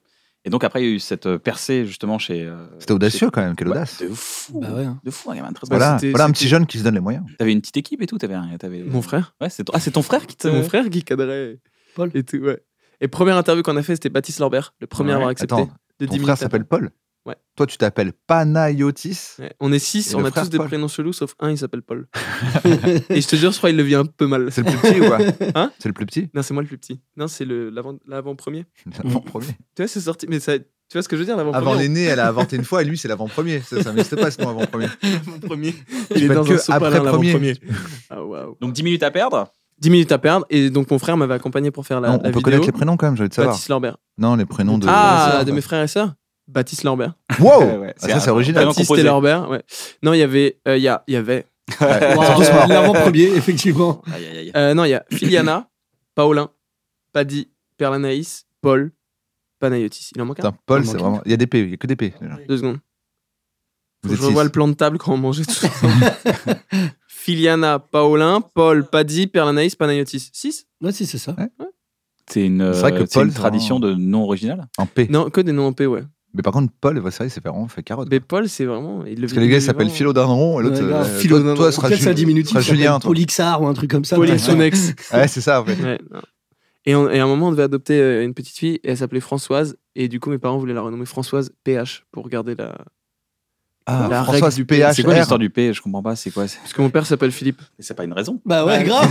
Speaker 4: Et donc après, il y a eu cette euh, percée justement chez. euh,
Speaker 2: C'était audacieux
Speaker 4: chez-
Speaker 2: quand même, quelle
Speaker 4: Ouais,
Speaker 2: audace.
Speaker 4: de fou.
Speaker 5: Bah ouais.
Speaker 4: De fou, un gamin de 13 ans.
Speaker 2: Voilà,
Speaker 3: c'était-
Speaker 2: voilà un
Speaker 3: c'était-
Speaker 2: petit jeune qui se donne les moyens.
Speaker 4: T'avais une petite équipe et tout. T'avais, un- t'avais...
Speaker 3: Mon frère
Speaker 4: Ouais, c'est ton... Ah, c'est ton frère qui te.
Speaker 3: C'est mon frère qui cadrait.
Speaker 5: Paul.
Speaker 3: Et tout, ouais. Et première interview qu'on a fait, c'était Baptiste Lambert, le premier à
Speaker 4: Ouais,
Speaker 3: avoir accepté.
Speaker 2: Attends,
Speaker 3: de
Speaker 2: ton
Speaker 3: 10
Speaker 2: frère
Speaker 3: minutes
Speaker 2: s'appelle
Speaker 3: après.
Speaker 2: Paul
Speaker 3: Ouais.
Speaker 2: Toi, tu t'appelles Panayotis
Speaker 3: Ouais. On est 6,
Speaker 2: Et
Speaker 3: on
Speaker 2: le
Speaker 3: a
Speaker 2: frère
Speaker 3: tous des
Speaker 2: Paul.
Speaker 3: prénoms chelous, sauf un, il
Speaker 2: [laughs]
Speaker 3: s'appelle Paul. et je te jure, je crois qu'il le vit un peu mal.
Speaker 2: C'est le plus petit ou quoi
Speaker 3: Hein
Speaker 2: C'est le plus petit [laughs]
Speaker 3: Non, c'est moi le plus petit. Non, c'est le- l'avant- l'avant-premier.
Speaker 2: L'avant-premier.
Speaker 3: Tu vois, c'est sorti. Mais ça, tu vois ce que je veux dire,
Speaker 2: Avant
Speaker 3: l'avant-premier
Speaker 2: l'aîné, elle a inventé une fois et lui, c'est l'avant-premier. Ça, ça n'existe pas, sinon avant-premier.
Speaker 3: L'avant-premier.
Speaker 2: [laughs] Tu
Speaker 3: Il est
Speaker 2: peux
Speaker 3: dans
Speaker 2: être
Speaker 3: un
Speaker 2: que
Speaker 3: sopalin,
Speaker 2: après premier.
Speaker 3: l'avant-premier.
Speaker 2: [laughs]
Speaker 3: Ah, waouh.
Speaker 4: Donc 10 minutes à perdre.
Speaker 3: 10 minutes à perdre. Et donc, mon frère m'avait accompagné pour faire la,
Speaker 2: Non, on
Speaker 3: la
Speaker 2: peut
Speaker 3: vidéo.
Speaker 2: connaître les prénoms quand même, j'ai envie de savoir.
Speaker 3: Baptiste Lambert.
Speaker 2: Non, les prénoms de.
Speaker 3: ah, de mes frères et sœurs Baptiste Lambert.
Speaker 2: Wow
Speaker 4: Ouais, ouais,
Speaker 2: Ah, Ça, c'est original.
Speaker 4: Prénom
Speaker 3: Baptiste
Speaker 4: composé.
Speaker 3: et Lambert, ouais. Non, il y avait. euh, Il y, a- il y avait.
Speaker 2: Surtout ce [laughs]
Speaker 5: Wow, L'avant-premier, effectivement.
Speaker 4: [laughs] Aïe, aïe, aïe.
Speaker 3: Euh, non, il
Speaker 2: [coughs]
Speaker 3: y a Filiana, Paolin, Paddy, Perlanaïs, Paul, Panayotis. Il en manque un.
Speaker 2: Putain, Paul,
Speaker 3: Il en
Speaker 2: c'est
Speaker 3: manque
Speaker 2: vraiment. Il y a des P, il y a que des P. déjà.
Speaker 3: Deux secondes.
Speaker 2: Vous
Speaker 3: Faut que
Speaker 2: êtes
Speaker 3: je revois
Speaker 2: six.
Speaker 3: le plan de table quand on
Speaker 2: [laughs]
Speaker 3: mangeait tout ensemble. Filiana, Paolin, Paul, Paddy, Perlanaïs, Panayotis. 6
Speaker 5: Ouais, si, c'est ça.
Speaker 4: C'est une,
Speaker 2: C'est vrai que
Speaker 4: euh, c'est une
Speaker 2: Paul, c'est
Speaker 4: tradition de non original.
Speaker 2: En P.
Speaker 3: Non, que des noms en P, ouais.
Speaker 2: Mais par contre, Paul, ouais, c'est vrai, c'est vraiment fait carotte.
Speaker 3: Mais Paul, c'est vraiment. Il le
Speaker 2: Parce que les gars, ils s'appellent
Speaker 3: Philo.
Speaker 2: Philodendron et l'autre.
Speaker 5: Ouais, grave.
Speaker 2: euh,
Speaker 3: Philodendron.
Speaker 2: toi- Toi, ce sera
Speaker 5: Peut-être ça
Speaker 2: Ju-
Speaker 5: diminutif.
Speaker 2: sera
Speaker 5: ça
Speaker 2: Julien.
Speaker 5: s'appelle
Speaker 2: toi.
Speaker 5: Polixar ou un truc comme ça.
Speaker 3: Polyxonex.
Speaker 2: [laughs] Ouais, c'est ça, en fait.
Speaker 3: Ouais, non. Et, on- et à un moment, on devait adopter euh, une petite fille et elle s'appelait Françoise. Et du coup, mes parents voulaient la renommer Françoise PH pour garder la. La
Speaker 2: Ah,
Speaker 3: règle
Speaker 2: Françoise
Speaker 3: du
Speaker 2: PHR.
Speaker 4: C'est quoi l'histoire du P Je comprends pas. C'est quoi c'est-
Speaker 3: Parce que mon père s'appelle Philippe.
Speaker 4: Mais C'est pas une raison.
Speaker 5: Bah ouais,
Speaker 3: Ouais. [laughs]
Speaker 5: grave.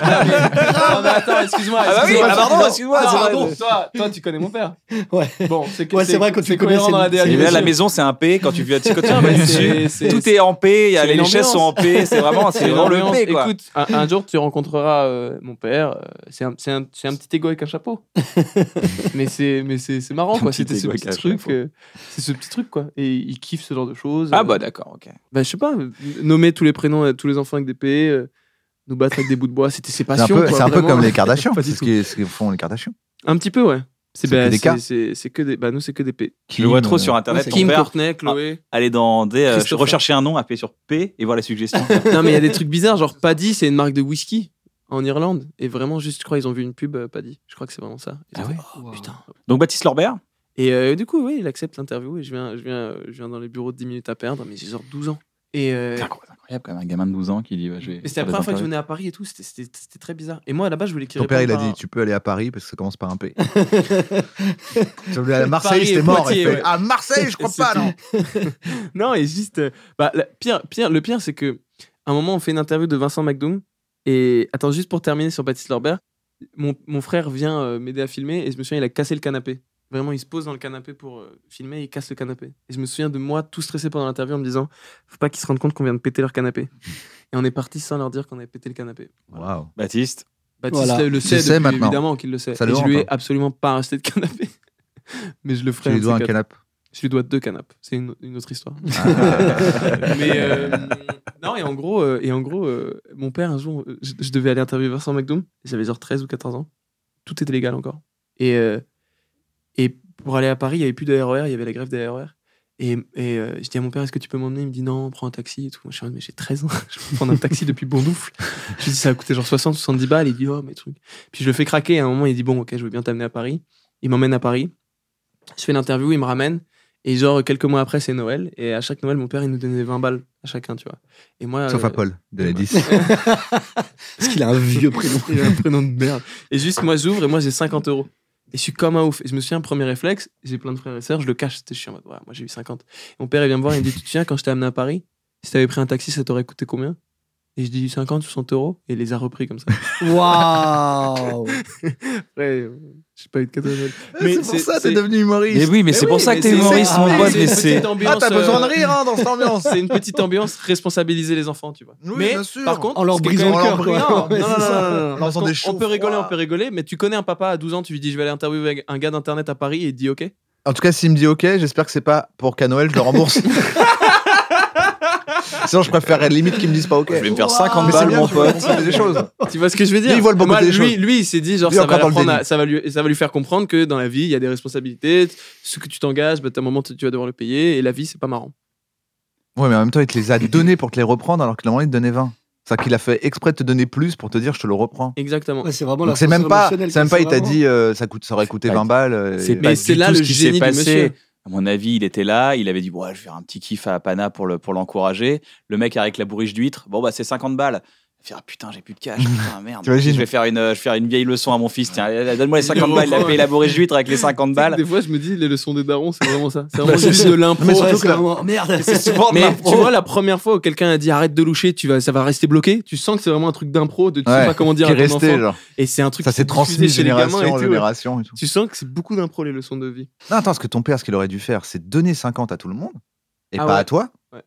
Speaker 3: non, mais attends, excuse-moi.
Speaker 4: Ah bah oui,
Speaker 3: excuse-moi,
Speaker 4: ah pardon,
Speaker 3: non,
Speaker 4: excuse-moi,
Speaker 3: non,
Speaker 4: c'est vrai.
Speaker 3: pardon, toi, toi, tu connais mon père.
Speaker 5: Ouais.
Speaker 3: Bon, c'est que-
Speaker 5: Ouais, c'est vrai, quand tu
Speaker 3: c'est
Speaker 5: le connais,
Speaker 3: cohérent
Speaker 5: c'est-
Speaker 3: dans la
Speaker 5: c'est-
Speaker 3: DRG.
Speaker 4: Et là, la maison, c'est un P. Quand tu viens quand tu
Speaker 3: [laughs] Non,
Speaker 4: vas
Speaker 3: mais
Speaker 4: dessus,
Speaker 3: c'est- c'est-
Speaker 4: tout est en P. y a-
Speaker 3: c'est
Speaker 4: Les
Speaker 3: une
Speaker 4: richesses
Speaker 3: ambiance.
Speaker 4: sont en P. C'est vraiment, c'est
Speaker 3: une
Speaker 4: dans le
Speaker 3: ambiance.
Speaker 4: P. Quoi.
Speaker 3: Écoute, un, un jour tu rencontreras euh, mon père. euh, c'est un, c'est un, c'est un petit égo avec un
Speaker 4: [laughs]
Speaker 3: chapeau. mais c'est mais c'est c'est marrant
Speaker 4: Un
Speaker 3: quoi.
Speaker 4: petit
Speaker 3: C'était ce
Speaker 4: égo
Speaker 3: petit
Speaker 4: avec un
Speaker 3: truc.
Speaker 4: chapeau.
Speaker 3: euh, c'est ce petit truc quoi. Et il kiffe ce genre de chose.
Speaker 4: Ah bah d'accord, ok.
Speaker 3: Bah, je sais pas, euh, nommer tous les prénoms à tous les enfants avec des P, euh, nous battre avec des bouts de bois, c'était ses
Speaker 2: C'est un
Speaker 3: passions.
Speaker 2: peu,
Speaker 3: quoi,
Speaker 2: c'est un peu
Speaker 3: vraiment.
Speaker 2: comme les Kardashians.
Speaker 3: Pas du
Speaker 2: c'est ce
Speaker 3: tout.
Speaker 2: qu'ils ce qu'ils font les Kardashians.
Speaker 3: Un petit peu, ouais. C'est
Speaker 2: C'est que
Speaker 3: bah,
Speaker 2: des
Speaker 3: c'est-
Speaker 2: cas.
Speaker 3: c'est- c'est que des. Bah, nous, c'est que des P.
Speaker 4: Je le vois
Speaker 2: Kim,
Speaker 4: trop
Speaker 2: euh,
Speaker 4: sur internet.
Speaker 3: Kim,
Speaker 4: Ton père,
Speaker 3: Courtenay, Chloé.
Speaker 4: aller dans des. euh,
Speaker 3: Christopher.
Speaker 4: rechercher un nom, appuyer sur P et voir
Speaker 3: [laughs]
Speaker 4: la suggestion.
Speaker 3: non, mais il y a des trucs bizarres, genre Paddy, c'est une marque de whisky en Irlande. Et vraiment, juste, je crois, ils ont vu une pub euh, Paddy. Je crois que c'est vraiment ça. Ils
Speaker 4: Ah
Speaker 3: ont
Speaker 4: ouais
Speaker 3: fait, oh, putain.
Speaker 4: Donc Baptiste Lorbert,
Speaker 3: Et euh, du coup, oui, il accepte l'interview et je viens, je, viens, je viens dans les bureaux de 10 minutes à perdre, mais j'ai genre 12 ans. Et euh,
Speaker 4: c'est incroyable incroyable quand même, un gamin de 12 ans qui dit bah, je vais.
Speaker 3: mais c'était la
Speaker 4: faire des
Speaker 3: première fois que je
Speaker 4: interviews.
Speaker 3: venais à Paris et tout, c'était- c'était c'était très bizarre. Et moi, là-bas, je voulais qu'il
Speaker 2: Ton père, il a
Speaker 3: réponde
Speaker 2: dit
Speaker 3: par-
Speaker 2: Tu peux aller à Paris parce que ça commence par un P. Tu veux aller à Marseille,
Speaker 3: Paris et
Speaker 2: c'était mort.
Speaker 3: Poitiers,
Speaker 2: il fait,
Speaker 3: ouais.
Speaker 2: Ah,
Speaker 3: [laughs]
Speaker 2: Marseille, je crois pas, non.
Speaker 3: non, et juste. euh, bah, la- pire, pire, le pire, c'est que à un moment, on fait une interview de Vincent McDoom. Et attends, juste pour terminer sur Baptiste Lorbert, mon, mon frère vient euh, m'aider à filmer et je me souviens, il a cassé le canapé. Vraiment, il se pose dans le canapé pour euh, filmer et il casse le canapé. Et je me souviens de moi tout stressé pendant l'interview en me disant Faut pas qu'ils se rendent compte qu'on vient de péter leur canapé. Et on est parti sans leur dire qu'on avait pété le canapé.
Speaker 2: Waouh.
Speaker 4: Baptiste,
Speaker 3: Baptiste
Speaker 5: Voilà.
Speaker 3: le- le
Speaker 2: Tu
Speaker 3: sait,
Speaker 2: sais
Speaker 3: depuis,
Speaker 2: maintenant.
Speaker 3: évidemment qu'il le sait.
Speaker 2: Ça
Speaker 3: et
Speaker 2: le
Speaker 3: je
Speaker 2: rend
Speaker 3: lui ai
Speaker 2: pas.
Speaker 3: absolument pas acheté de canapé. [laughs] Mais je le
Speaker 2: Tu
Speaker 3: ferai.
Speaker 2: lui
Speaker 3: un de
Speaker 2: dois
Speaker 3: ces
Speaker 2: un
Speaker 3: quatre.
Speaker 2: canap.
Speaker 3: Je lui dois deux canapes. C'est une, une autre histoire. [laughs] Mais euh, non, et en gros, euh, et en gros euh, mon père, un jour, euh, je, je devais aller interviewer Vincent McDoom. J'avais genre 13 ou 14 ans. Tout était légal encore. Et, euh, et pour aller à Paris, il n'y avait plus de RER, il y avait la grève des RER. Et, et euh, je dis à mon père, est-ce que tu peux m'emmener Il me dit non, prends un taxi et tout. Moi, je suis en mode, mais j'ai 13 ans, [laughs] je peux prendre un taxi depuis Bondoufle. Je lui dis, ça a coûté genre 60, 70 balles. Il dit, oh, mais truc. Puis je le fais craquer. À un moment, il dit, bon, ok, je veux bien t'amener à Paris. Il m'emmène à Paris. Je fais l'interview, il me ramène. Et genre, quelques mois après, c'est Noël. Et à chaque Noël, mon père, il nous donnait 20 balles à chacun, tu vois. Et moi,
Speaker 2: Sauf
Speaker 3: euh,
Speaker 2: à Paul, de la [laughs] 10.
Speaker 5: [laughs] Parce qu'il a un vieux prénom.
Speaker 3: [laughs] il a un prénom de merde. Et juste, moi, j'ouvre et moi, j'ai 50 euros. Et je suis comme un ouf. Et je me souviens, premier réflexe, j'ai plein de frères et sœurs, je le cache. Je suis en mode, ouais, moi, j'ai eu 50. Et mon père, il vient me voir, il me dit, tu te souviens, quand je t'ai amené à Paris, si t'avais pris un taxi, ça t'aurait coûté combien Et je dis 50, 60 euros. Et il les a repris comme ça.
Speaker 5: Waouh
Speaker 3: Ouais, euh, j'ai pas eu de cadeau de Noël. Mais c'est-
Speaker 2: devenu humoriste. Ah,
Speaker 4: Mais oui, mais c'est
Speaker 3: oui,
Speaker 4: pour ça que
Speaker 3: mais
Speaker 4: t'es
Speaker 3: c'est-
Speaker 4: humoriste,
Speaker 3: c'est-
Speaker 4: mon
Speaker 3: c'est-
Speaker 4: pote.
Speaker 3: c'est
Speaker 4: Mais
Speaker 3: une
Speaker 4: c'est.
Speaker 3: petite ambiance, euh,
Speaker 2: rire hein, dans cette ambiance.
Speaker 3: C'est une petite ambiance responsabiliser les enfants, tu vois.
Speaker 2: Oui,
Speaker 3: mais
Speaker 2: bien sûr.
Speaker 3: par contre,
Speaker 5: En leur
Speaker 3: ce qui est
Speaker 5: brisant
Speaker 3: quand
Speaker 5: le
Speaker 3: même-
Speaker 5: cœur, quoi.
Speaker 3: Non,
Speaker 5: Ouais,
Speaker 3: non,
Speaker 5: c'est
Speaker 3: non,
Speaker 5: ça.
Speaker 3: non, non,
Speaker 2: En
Speaker 3: non, non.
Speaker 2: lançant
Speaker 3: Parce
Speaker 2: des
Speaker 3: qu'on-
Speaker 2: chauds
Speaker 3: On peut rigoler,
Speaker 2: froids.
Speaker 3: on peut rigoler, mais tu connais un papa à 12 ans, tu lui dis je vais aller interviewer avec un gars d'internet à Paris et il dit ok.
Speaker 2: En tout cas, s'il me dit OK, j'espère que c'est pas pour qu'à Noël, je le rembourse. [laughs] Sinon, je préférerais limite qu'ils me disent pas OK.
Speaker 4: Je vais me faire
Speaker 5: Wow.
Speaker 4: 50
Speaker 2: Mais c'est
Speaker 4: balles,
Speaker 2: bien,
Speaker 4: mon
Speaker 2: tu vois,
Speaker 4: pote.
Speaker 2: on fait des choses.
Speaker 3: Tu vois ce que je veux dire
Speaker 2: Lui, il voit le bon
Speaker 3: Moi,
Speaker 2: côté des
Speaker 3: lui,
Speaker 2: choses.
Speaker 3: lui, il s'est dit genre
Speaker 2: Lui,
Speaker 3: ça
Speaker 2: encore
Speaker 3: va,
Speaker 2: dans le
Speaker 3: l'apprendre à-
Speaker 2: déni.
Speaker 3: ça, va lui, ça va lui faire comprendre que dans la vie il y a des responsabilités, ce que tu t'engages, bah, à un moment tu tu vas devoir le payer et la vie c'est pas marrant.
Speaker 2: Ouais, mais en même temps, il te les a donnés pour te les reprendre alors que normalement, il te donnait 20. C'est-à-dire qu'il a fait exprès de te donner plus pour te dire je te le reprends.
Speaker 3: Exactement.
Speaker 5: Ouais, C'est vraiment la
Speaker 2: Donc c'est même
Speaker 5: censure
Speaker 2: pas,
Speaker 5: émotionnelle,
Speaker 2: c'est même
Speaker 5: quoi,
Speaker 2: pas, il t'a
Speaker 5: vraiment.
Speaker 2: dit euh, ça, coûte, ça aurait coûté
Speaker 4: Ouais,
Speaker 2: 20 balles. euh,
Speaker 4: c'est
Speaker 2: et-
Speaker 4: pas
Speaker 3: Mais
Speaker 4: du
Speaker 3: [laughs] c'est
Speaker 4: tout
Speaker 3: là
Speaker 4: ce
Speaker 3: le
Speaker 4: qui s'est
Speaker 3: génie du
Speaker 4: passé.
Speaker 3: monsieur.
Speaker 4: À mon avis, il était là, il avait dit bon, je vais faire un petit kiff à Pana pour le pour l'encourager. Le mec avec la bourriche d'huître, bon bah c'est 50 balles. Il fait ah, putain, j'ai plus de
Speaker 2: [laughs]
Speaker 4: cash, putain merde.
Speaker 2: T'imagines
Speaker 4: je vais faire une euh, je vais faire une vieille leçon à mon fils. Tiens, euh, donne-moi les
Speaker 3: Il
Speaker 4: 50
Speaker 3: le
Speaker 4: balles, il a
Speaker 3: reprend,
Speaker 4: payé la bourriche d'huître avec les 50 balles.
Speaker 3: Des fois je me dis les leçons des darons c'est vraiment ça. Bah, C'est vraiment
Speaker 2: c'est
Speaker 3: juste de l'impro.
Speaker 5: Mais
Speaker 2: surtout
Speaker 5: ouais,
Speaker 2: que
Speaker 5: c'est
Speaker 2: la-
Speaker 5: vraiment... Merde
Speaker 3: [laughs] Mais tu vois, la première fois où quelqu'un a dit arrête de loucher, tu vas, ça va rester bloqué. Tu sens que c'est vraiment un truc d'impro, de tu sais
Speaker 2: Ouais,
Speaker 3: pas comment dire
Speaker 2: qui
Speaker 3: à
Speaker 2: est
Speaker 3: ton [laughs]
Speaker 2: resté,
Speaker 3: enfant.
Speaker 2: genre.
Speaker 3: Et c'est un truc
Speaker 2: Ça
Speaker 3: qui
Speaker 2: s'est
Speaker 3: est
Speaker 2: transmis
Speaker 3: diffusé chez les
Speaker 2: génération
Speaker 3: gamins et
Speaker 2: en
Speaker 3: tout. euh.
Speaker 2: génération. Et tout.
Speaker 3: Tu sens que c'est beaucoup d'impro les leçons de vie.
Speaker 2: Non, attends, parce que ton père, ce qu'il aurait dû faire, c'est donner 50 à tout le monde et
Speaker 3: Ah
Speaker 2: pas
Speaker 3: ouais.
Speaker 2: à toi.
Speaker 3: Ouais.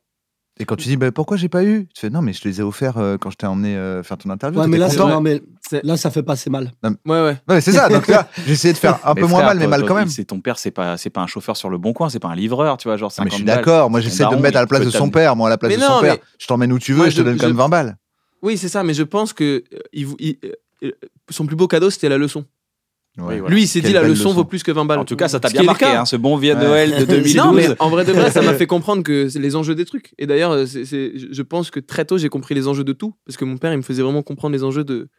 Speaker 2: Et quand tu dis, bah, pourquoi j'ai pas eu Tu fais, non, mais je te les ai offerts euh, quand je t'ai emmené euh, faire ton interview.
Speaker 5: Ouais, mais
Speaker 2: t'étais content.
Speaker 5: là, c'est-
Speaker 3: content.
Speaker 5: non, mais
Speaker 3: C'est-
Speaker 5: là, ça fait passer mal.
Speaker 3: Ouais, ouais.
Speaker 2: Ouais, mais c'est ça. Donc là, j'essayais de faire un
Speaker 4: Mais
Speaker 2: peu moins
Speaker 4: frère,
Speaker 2: mal, mais
Speaker 4: toi,
Speaker 2: mal
Speaker 4: toi,
Speaker 2: quand même.
Speaker 4: C'est ton père, c'est pas c'est pas un chauffeur sur le bon coin, c'est pas un livreur, tu vois, genre
Speaker 2: Ah,
Speaker 4: 50
Speaker 2: mais je suis
Speaker 4: balles.
Speaker 2: d'accord. Moi,
Speaker 4: c'est
Speaker 2: j'essaie de
Speaker 4: ton
Speaker 2: me
Speaker 4: daron,
Speaker 2: mettre à la
Speaker 4: il
Speaker 2: place
Speaker 4: peut
Speaker 2: de
Speaker 4: te
Speaker 2: son père. Moi, à la place
Speaker 3: Mais
Speaker 2: de
Speaker 3: non,
Speaker 2: son père,
Speaker 3: mais-
Speaker 2: je t'emmène où tu
Speaker 3: Moi,
Speaker 2: veux et je te
Speaker 3: je-
Speaker 2: donne quand même
Speaker 3: je-
Speaker 2: 20 balles.
Speaker 3: Oui, c'est ça, mais je pense que euh, il vou- il- euh, son plus beau cadeau, c'était la leçon.
Speaker 2: Ouais.
Speaker 4: Voilà.
Speaker 3: Lui, il s'est
Speaker 2: Quelle
Speaker 3: dit la
Speaker 2: belle
Speaker 3: leçon
Speaker 2: leçon.
Speaker 3: vaut plus que 20 balles.
Speaker 4: En tout cas, ça t'a
Speaker 3: Ce
Speaker 4: bien
Speaker 3: qui est le
Speaker 4: marqué,
Speaker 3: cas.
Speaker 4: hein, ce bon vieux
Speaker 2: Ouais. [laughs]
Speaker 4: Noël de 2012.
Speaker 3: Non, mais en vrai de vrai, ça m'a fait comprendre que c'est les enjeux des trucs. Et d'ailleurs, euh, c'est- c'est- je je pense que très tôt, j'ai compris les enjeux de tout. Parce que mon père, il me faisait vraiment comprendre les enjeux de.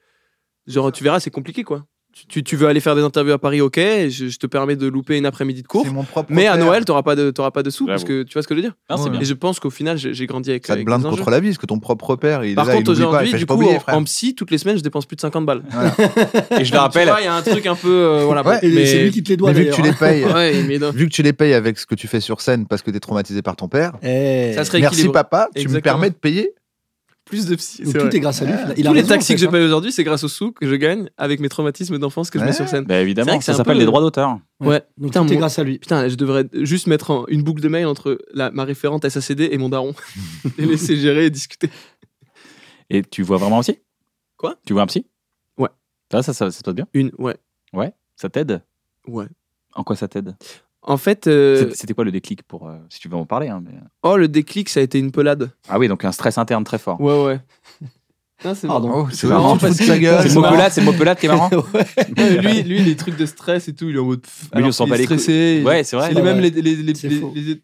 Speaker 3: Genre, tu verras, c'est compliqué, quoi. Tu, tu- tu veux aller faire des interviews à Paris, ok, je, je te permets de louper une après-midi de cours.
Speaker 2: C'est mon propre.
Speaker 3: Mais à
Speaker 2: père.
Speaker 3: Noël, t'auras pas de, t'auras pas de sous,
Speaker 4: J'avoue.
Speaker 3: parce que tu vois ce que je veux dire.
Speaker 4: Non, c'est bien.
Speaker 3: Et je pense qu'au final, j'ai j'ai grandi avec.
Speaker 2: ça te
Speaker 3: avec
Speaker 2: blinde
Speaker 3: les enjeux.
Speaker 2: contre la vie, parce que ton propre père, il est
Speaker 3: Par
Speaker 2: là, il
Speaker 3: contre,
Speaker 2: n'oublie pas. Il
Speaker 3: aujourd'hui,
Speaker 2: fait,
Speaker 3: du
Speaker 2: j'ai pas
Speaker 3: coup,
Speaker 2: oublié,
Speaker 3: en,
Speaker 2: frère.
Speaker 3: en psy, toutes les semaines, je dépense plus de 50 balles.
Speaker 2: Voilà.
Speaker 4: Et je le rappelle,
Speaker 3: Tu vois, il y a un truc un peu. euh, voilà,
Speaker 2: Ouais,
Speaker 5: Et
Speaker 3: mais-
Speaker 5: c'est lui qui te les doit,
Speaker 2: Mais vu que tu les
Speaker 5: d'ailleurs. hein.
Speaker 2: payes,
Speaker 3: Ouais,
Speaker 2: [laughs]
Speaker 3: mais non.
Speaker 2: vu que tu les payes avec ce que tu fais sur scène, parce que t'es traumatisé par ton père.
Speaker 5: Eh.
Speaker 3: Ça se
Speaker 2: Merci
Speaker 3: rééquilibre.
Speaker 2: papa, tu me
Speaker 3: Exactement.
Speaker 2: permets de payer
Speaker 3: Plus de psy.
Speaker 5: Donc,
Speaker 3: c'est
Speaker 5: tout
Speaker 3: vrai.
Speaker 5: est grâce à lui. Il a
Speaker 3: Tous les
Speaker 5: raison, en
Speaker 3: taxis
Speaker 5: fait,
Speaker 3: que je
Speaker 5: hein.
Speaker 3: paye aujourd'hui, c'est grâce aux sous que je gagne avec mes traumatismes d'enfance que je mets
Speaker 2: Ouais.
Speaker 3: sur scène.
Speaker 4: Bah
Speaker 3: C'est vrai
Speaker 4: évidemment,
Speaker 3: que
Speaker 4: ça
Speaker 3: c'est un
Speaker 4: s'appelle
Speaker 3: peu-
Speaker 4: les droits d'auteur.
Speaker 3: Ouais.
Speaker 5: Donc
Speaker 3: Putain,
Speaker 5: tout est
Speaker 3: mon-
Speaker 5: grâce à lui.
Speaker 3: Putain, je devrais juste mettre en- une boucle de mail entre la, ma référente SACD et mon daron. et laisser gérer et discuter.
Speaker 4: Et tu vois vraiment un psy
Speaker 3: Quoi
Speaker 4: Tu vois un psy
Speaker 3: Ouais.
Speaker 4: Ça, ça, ça, ça se passe bien
Speaker 3: Une, ouais.
Speaker 4: Ça t'aide
Speaker 3: Ouais.
Speaker 4: En quoi ça t'aide
Speaker 3: En fait, euh,
Speaker 4: C'était- C'était quoi le déclic pour. euh, si tu veux en parler. hein, mais-
Speaker 3: oh, le déclic, ça a été une pelade.
Speaker 4: Ah oui, donc un stress interne très fort.
Speaker 3: Ouais, ouais. Non, c'est marrant.
Speaker 2: Oh,
Speaker 4: C'est marrant
Speaker 2: tu te fous de
Speaker 3: parce
Speaker 2: sa
Speaker 3: que-
Speaker 2: gueule.
Speaker 4: C'est
Speaker 3: c'est
Speaker 4: Mopelade, c'est Mopelade qui est
Speaker 3: [laughs]
Speaker 4: marrant.
Speaker 3: lui, lui, les trucs de stress et tout, il est en mode. pff,
Speaker 4: Lui, on
Speaker 3: alors
Speaker 4: s'en
Speaker 3: qu'il
Speaker 4: bat
Speaker 3: est
Speaker 4: les couilles.
Speaker 3: stressé, il-
Speaker 4: Ouais, c'est vrai.
Speaker 3: Il est même les. les, les,
Speaker 5: C'est
Speaker 3: les-
Speaker 5: faux.
Speaker 3: les-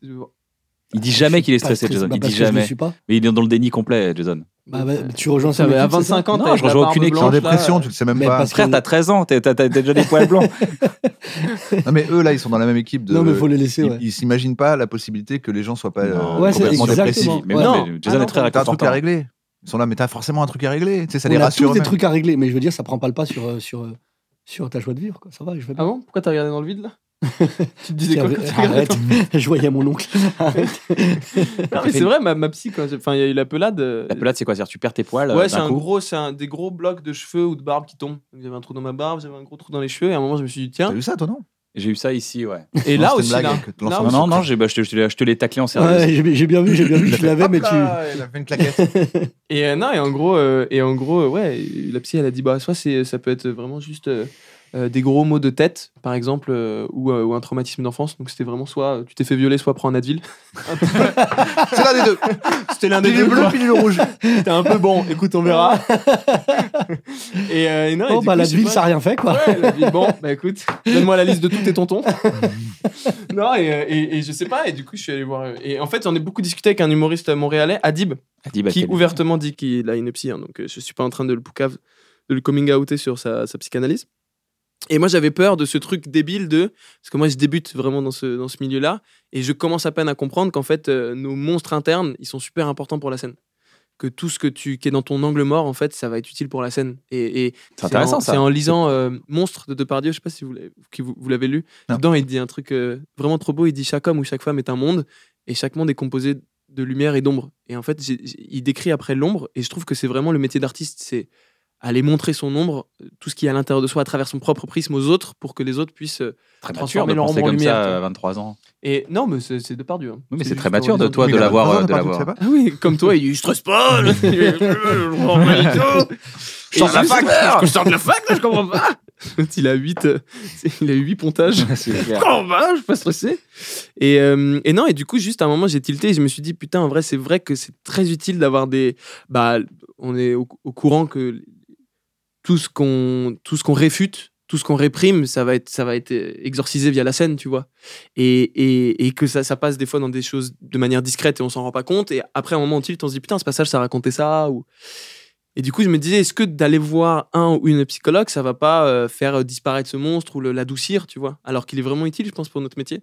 Speaker 4: Il dit
Speaker 5: Je
Speaker 4: jamais
Speaker 5: suis
Speaker 4: qu'il est
Speaker 5: pas
Speaker 4: stressé,
Speaker 5: stressé,
Speaker 4: Jason.
Speaker 5: bah,
Speaker 4: Il
Speaker 5: parce
Speaker 4: dit
Speaker 5: que Je ne
Speaker 4: jamais.
Speaker 5: suis pas.
Speaker 4: Mais il est dans le déni complet, Jason.
Speaker 5: Bah, bah, tu rejoins
Speaker 3: Ça
Speaker 5: son
Speaker 3: va à
Speaker 5: équipe, c'est ça
Speaker 3: 25 ans,
Speaker 4: Non,
Speaker 3: t'as
Speaker 4: je
Speaker 3: la
Speaker 4: rejoins
Speaker 3: barbe
Speaker 4: aucune équipe.
Speaker 2: T'es en
Speaker 3: blanche, là.
Speaker 2: dépression, tu le sais même
Speaker 5: Mais
Speaker 2: pas.
Speaker 5: parce que-
Speaker 4: Frère, t'as 13 ans, t'es- t'as t'as- t'as déjà des poils blancs.
Speaker 2: Non, mais eux, là, ils sont dans la même équipe. De...
Speaker 5: Non, mais faut les laisser,
Speaker 2: Ils-
Speaker 5: ouais.
Speaker 2: Ils s'imaginent pas la possibilité que les gens soient pas euh,
Speaker 4: Non,
Speaker 5: ouais, c'est
Speaker 2: complètement
Speaker 5: exactement.
Speaker 2: dépressifs.
Speaker 4: Mais
Speaker 5: Ouais.
Speaker 4: non,
Speaker 3: Non.
Speaker 4: mais
Speaker 3: Ah
Speaker 4: Jason
Speaker 3: non,
Speaker 4: est très
Speaker 3: t'as un
Speaker 2: T'as un truc à
Speaker 4: réconfortant.
Speaker 2: régler. Ils sont là, mais t'as forcément un truc à régler. Tu sais, ça les
Speaker 5: On a
Speaker 2: rassure.
Speaker 5: tous des
Speaker 2: eux-mêmes.
Speaker 5: trucs à régler, mais je veux dire, ça prend pas le pas sur, euh, sur, euh, sur ta joie de vivre. Quoi. Ça va, je vais
Speaker 3: Ah
Speaker 5: bien.
Speaker 3: bon Pourquoi t'as regardé dans le vide là Tu te disais
Speaker 5: Tiens,
Speaker 3: quoi quand
Speaker 5: euh,
Speaker 3: t'as regardé
Speaker 5: arrête, [laughs] je voyais
Speaker 3: [laughs]
Speaker 5: mon oncle. Arrête.
Speaker 3: Non, mais c'est vrai, ma, ma psy, quand j'ai- enfin, il y a eu la pelade. euh,
Speaker 4: La pelade, c'est quoi C'est-à-dire, tu perds tes poils. euh,
Speaker 3: Ouais, c'est
Speaker 4: d'un
Speaker 3: un
Speaker 4: coup.
Speaker 3: gros, c'est un des gros blocs de cheveux ou de barbe qui tombent. Donc, J'avais un trou dans ma barbe, j'avais un gros trou dans les cheveux, et à un moment, je me suis dit,
Speaker 2: T'as
Speaker 3: tiens.
Speaker 2: vu ça, toi, non
Speaker 4: J'ai eu ça ici, ouais.
Speaker 3: Et là
Speaker 2: c'était une
Speaker 3: aussi,
Speaker 2: blague
Speaker 3: là.
Speaker 2: avec ton
Speaker 3: là
Speaker 2: Ah,
Speaker 4: Non,
Speaker 2: oui,
Speaker 3: aussi.
Speaker 4: non,
Speaker 2: c'est
Speaker 4: non,
Speaker 2: vrai.
Speaker 4: j'ai- bah, je te- je te l'ai- je te l'ai taclé en sérieux.
Speaker 5: Ouais, j'ai j'ai bien vu, j'ai bien vu,
Speaker 2: Il a
Speaker 3: [laughs]
Speaker 5: je
Speaker 2: fait,
Speaker 5: l'avais,
Speaker 2: hop
Speaker 5: mais tu.
Speaker 2: là, Il a fait une claquette.
Speaker 3: Et euh, non, et en gros, euh, et en gros, euh, ouais, la psy, elle a dit, bah, soit c'est, ça peut être vraiment juste euh, euh, des gros maux de tête, par exemple, euh, ou, euh, ou un traumatisme d'enfance. Donc c'était vraiment soit euh, tu t'es fait violer, soit prends un Advil.
Speaker 2: C'est l'un des deux.
Speaker 3: C'était l'un
Speaker 2: Pilule bleue, pilule
Speaker 3: [laughs]
Speaker 2: rouge.
Speaker 3: C'était un peu bon. Écoute, on
Speaker 5: [laughs]
Speaker 3: verra. et, euh, et non, et
Speaker 5: Oh,
Speaker 3: du
Speaker 5: bah,
Speaker 3: coup,
Speaker 5: la
Speaker 3: je sais
Speaker 5: ville,
Speaker 3: pas,
Speaker 5: ça a rien fait, quoi.
Speaker 3: Ouais, elle a dit, bon, bah écoute, donne-moi la liste de tous tes tontons. non, et, euh, et, et je sais pas, et du coup, je suis allé voir. euh, Et en fait, j'en ai beaucoup discuté avec un humoriste montréalais, Adib,
Speaker 4: Adib
Speaker 3: qui
Speaker 4: Akeli.
Speaker 3: ouvertement dit qu'il a une psy, hein, donc euh, je suis pas en train de le poucave, de le coming outer sur sa, sa psychanalyse. Et moi, j'avais peur de ce truc débile de. Parce que moi, je débute vraiment dans ce, dans ce milieu-là, et je commence à peine à comprendre qu'en fait, euh, nos monstres internes, ils sont super importants pour la scène. Que tout ce que tu, qui est dans ton angle mort, en fait, ça va être utile pour la scène. Et, et
Speaker 4: C'est intéressant,
Speaker 3: en-
Speaker 4: ça.
Speaker 3: C'est en lisant euh, Monstre de Depardieu, je sais pas si vous l'avez, qui vous, vous l'avez lu.
Speaker 2: Non.
Speaker 3: Dedans, il dit un truc euh, vraiment trop beau. Il dit chaque homme ou chaque femme est un monde, et chaque monde est composé de lumière et d'ombre. Et en fait, j'ai- j'ai- il décrit après l'ombre, et je trouve que c'est vraiment le métier d'artiste, c'est aller montrer son ombre, euh, tout ce qui est à l'intérieur de soi, à travers son propre prisme aux autres, pour que les autres puissent. euh,
Speaker 4: Très mature
Speaker 3: transformer
Speaker 4: de
Speaker 3: leur
Speaker 4: penser
Speaker 3: ombre en
Speaker 4: comme
Speaker 3: lumière,
Speaker 4: ça
Speaker 3: toi.
Speaker 4: à 23 ans.
Speaker 3: Et non, mais c'est, c'est Depardieu. hein.
Speaker 4: Oui, mais c'est très
Speaker 3: juste
Speaker 4: mature de
Speaker 3: horizontal.
Speaker 4: toi
Speaker 2: Mais
Speaker 4: de
Speaker 2: il a
Speaker 4: l'avoir.
Speaker 2: 23 ans,
Speaker 4: euh, de
Speaker 2: t'as pas, tu le
Speaker 4: l'avoir.
Speaker 2: sais pas
Speaker 3: Ah oui, comme toi, il dit, je stresse
Speaker 4: [laughs]
Speaker 3: pas. là. Je m'en remets et tout.
Speaker 4: Je sors de la
Speaker 3: Et
Speaker 4: fac,
Speaker 3: juste-
Speaker 4: frère.
Speaker 3: Je sors de la fac, là, je comprends pas. il a 8 il a eu huit pontages. [laughs]
Speaker 4: C'est clair.
Speaker 3: Comment va Je suis pas stressé. Et, euh, et non, et du coup, juste à un moment, j'ai tilté et je me suis dit, putain, en vrai, c'est vrai que c'est très utile d'avoir des. Bah, on est au, au courant que tout ce qu'on tout ce qu'on réfute, tout ce qu'on réprime, ça va être ça va être exorcisé via la scène, tu vois. Et, et, et que ça, ça passe des fois dans des choses de manière discrète et on s'en rend pas compte. Et après, à un moment, on tilte, on se dit, putain, ce passage, ça racontait ça. Ou... Et du coup, je me disais, est-ce que d'aller voir un ou une psychologue, ça va pas euh, faire euh, disparaître ce monstre ou le- l'adoucir, tu vois Alors qu'il est vraiment utile, je pense, pour notre métier.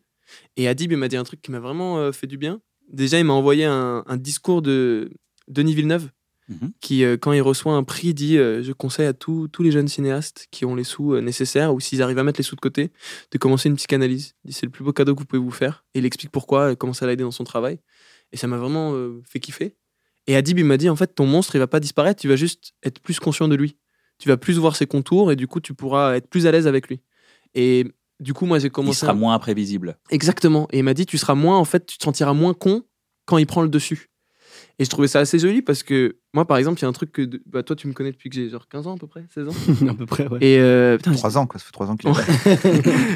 Speaker 3: Et Adib, il m'a dit un truc qui m'a vraiment euh, fait du bien. Déjà, il m'a envoyé un, un discours de Denis Villeneuve,
Speaker 4: Mhm.
Speaker 3: qui, euh, quand il reçoit un prix, dit euh, Je conseille à tous tous les jeunes cinéastes qui ont les sous euh, nécessaires ou s'ils arrivent à mettre les sous de côté, de commencer une psychanalyse. Il dit, C'est le plus beau cadeau que vous pouvez vous faire. Et il explique pourquoi et comment ça l'a aidé dans son travail. Et ça m'a vraiment euh, fait kiffer. Et Adib, il m'a dit En fait, ton monstre, il va pas disparaître, tu vas juste être plus conscient de lui. Tu vas plus voir ses contours et du coup, tu pourras être plus à l'aise avec lui. Et du coup, moi, j'ai
Speaker 4: Il
Speaker 3: commencé.
Speaker 4: sera
Speaker 3: à-
Speaker 4: moins imprévisible.
Speaker 3: Exactement. Et il m'a dit, tu seras moins, en fait, tu te sentiras moins con quand il prend le dessus. Et je trouvais ça assez joli parce que moi, par exemple, il y a un truc que. de- Bah, toi, tu me connais depuis que j'ai genre 15 ans à peu près, 16 ans.
Speaker 5: [laughs] à peu près, ouais.
Speaker 3: Et, euh,
Speaker 5: [laughs]
Speaker 3: putain,
Speaker 2: 3 ans, quoi. Ça fait 3 ans qu'il est.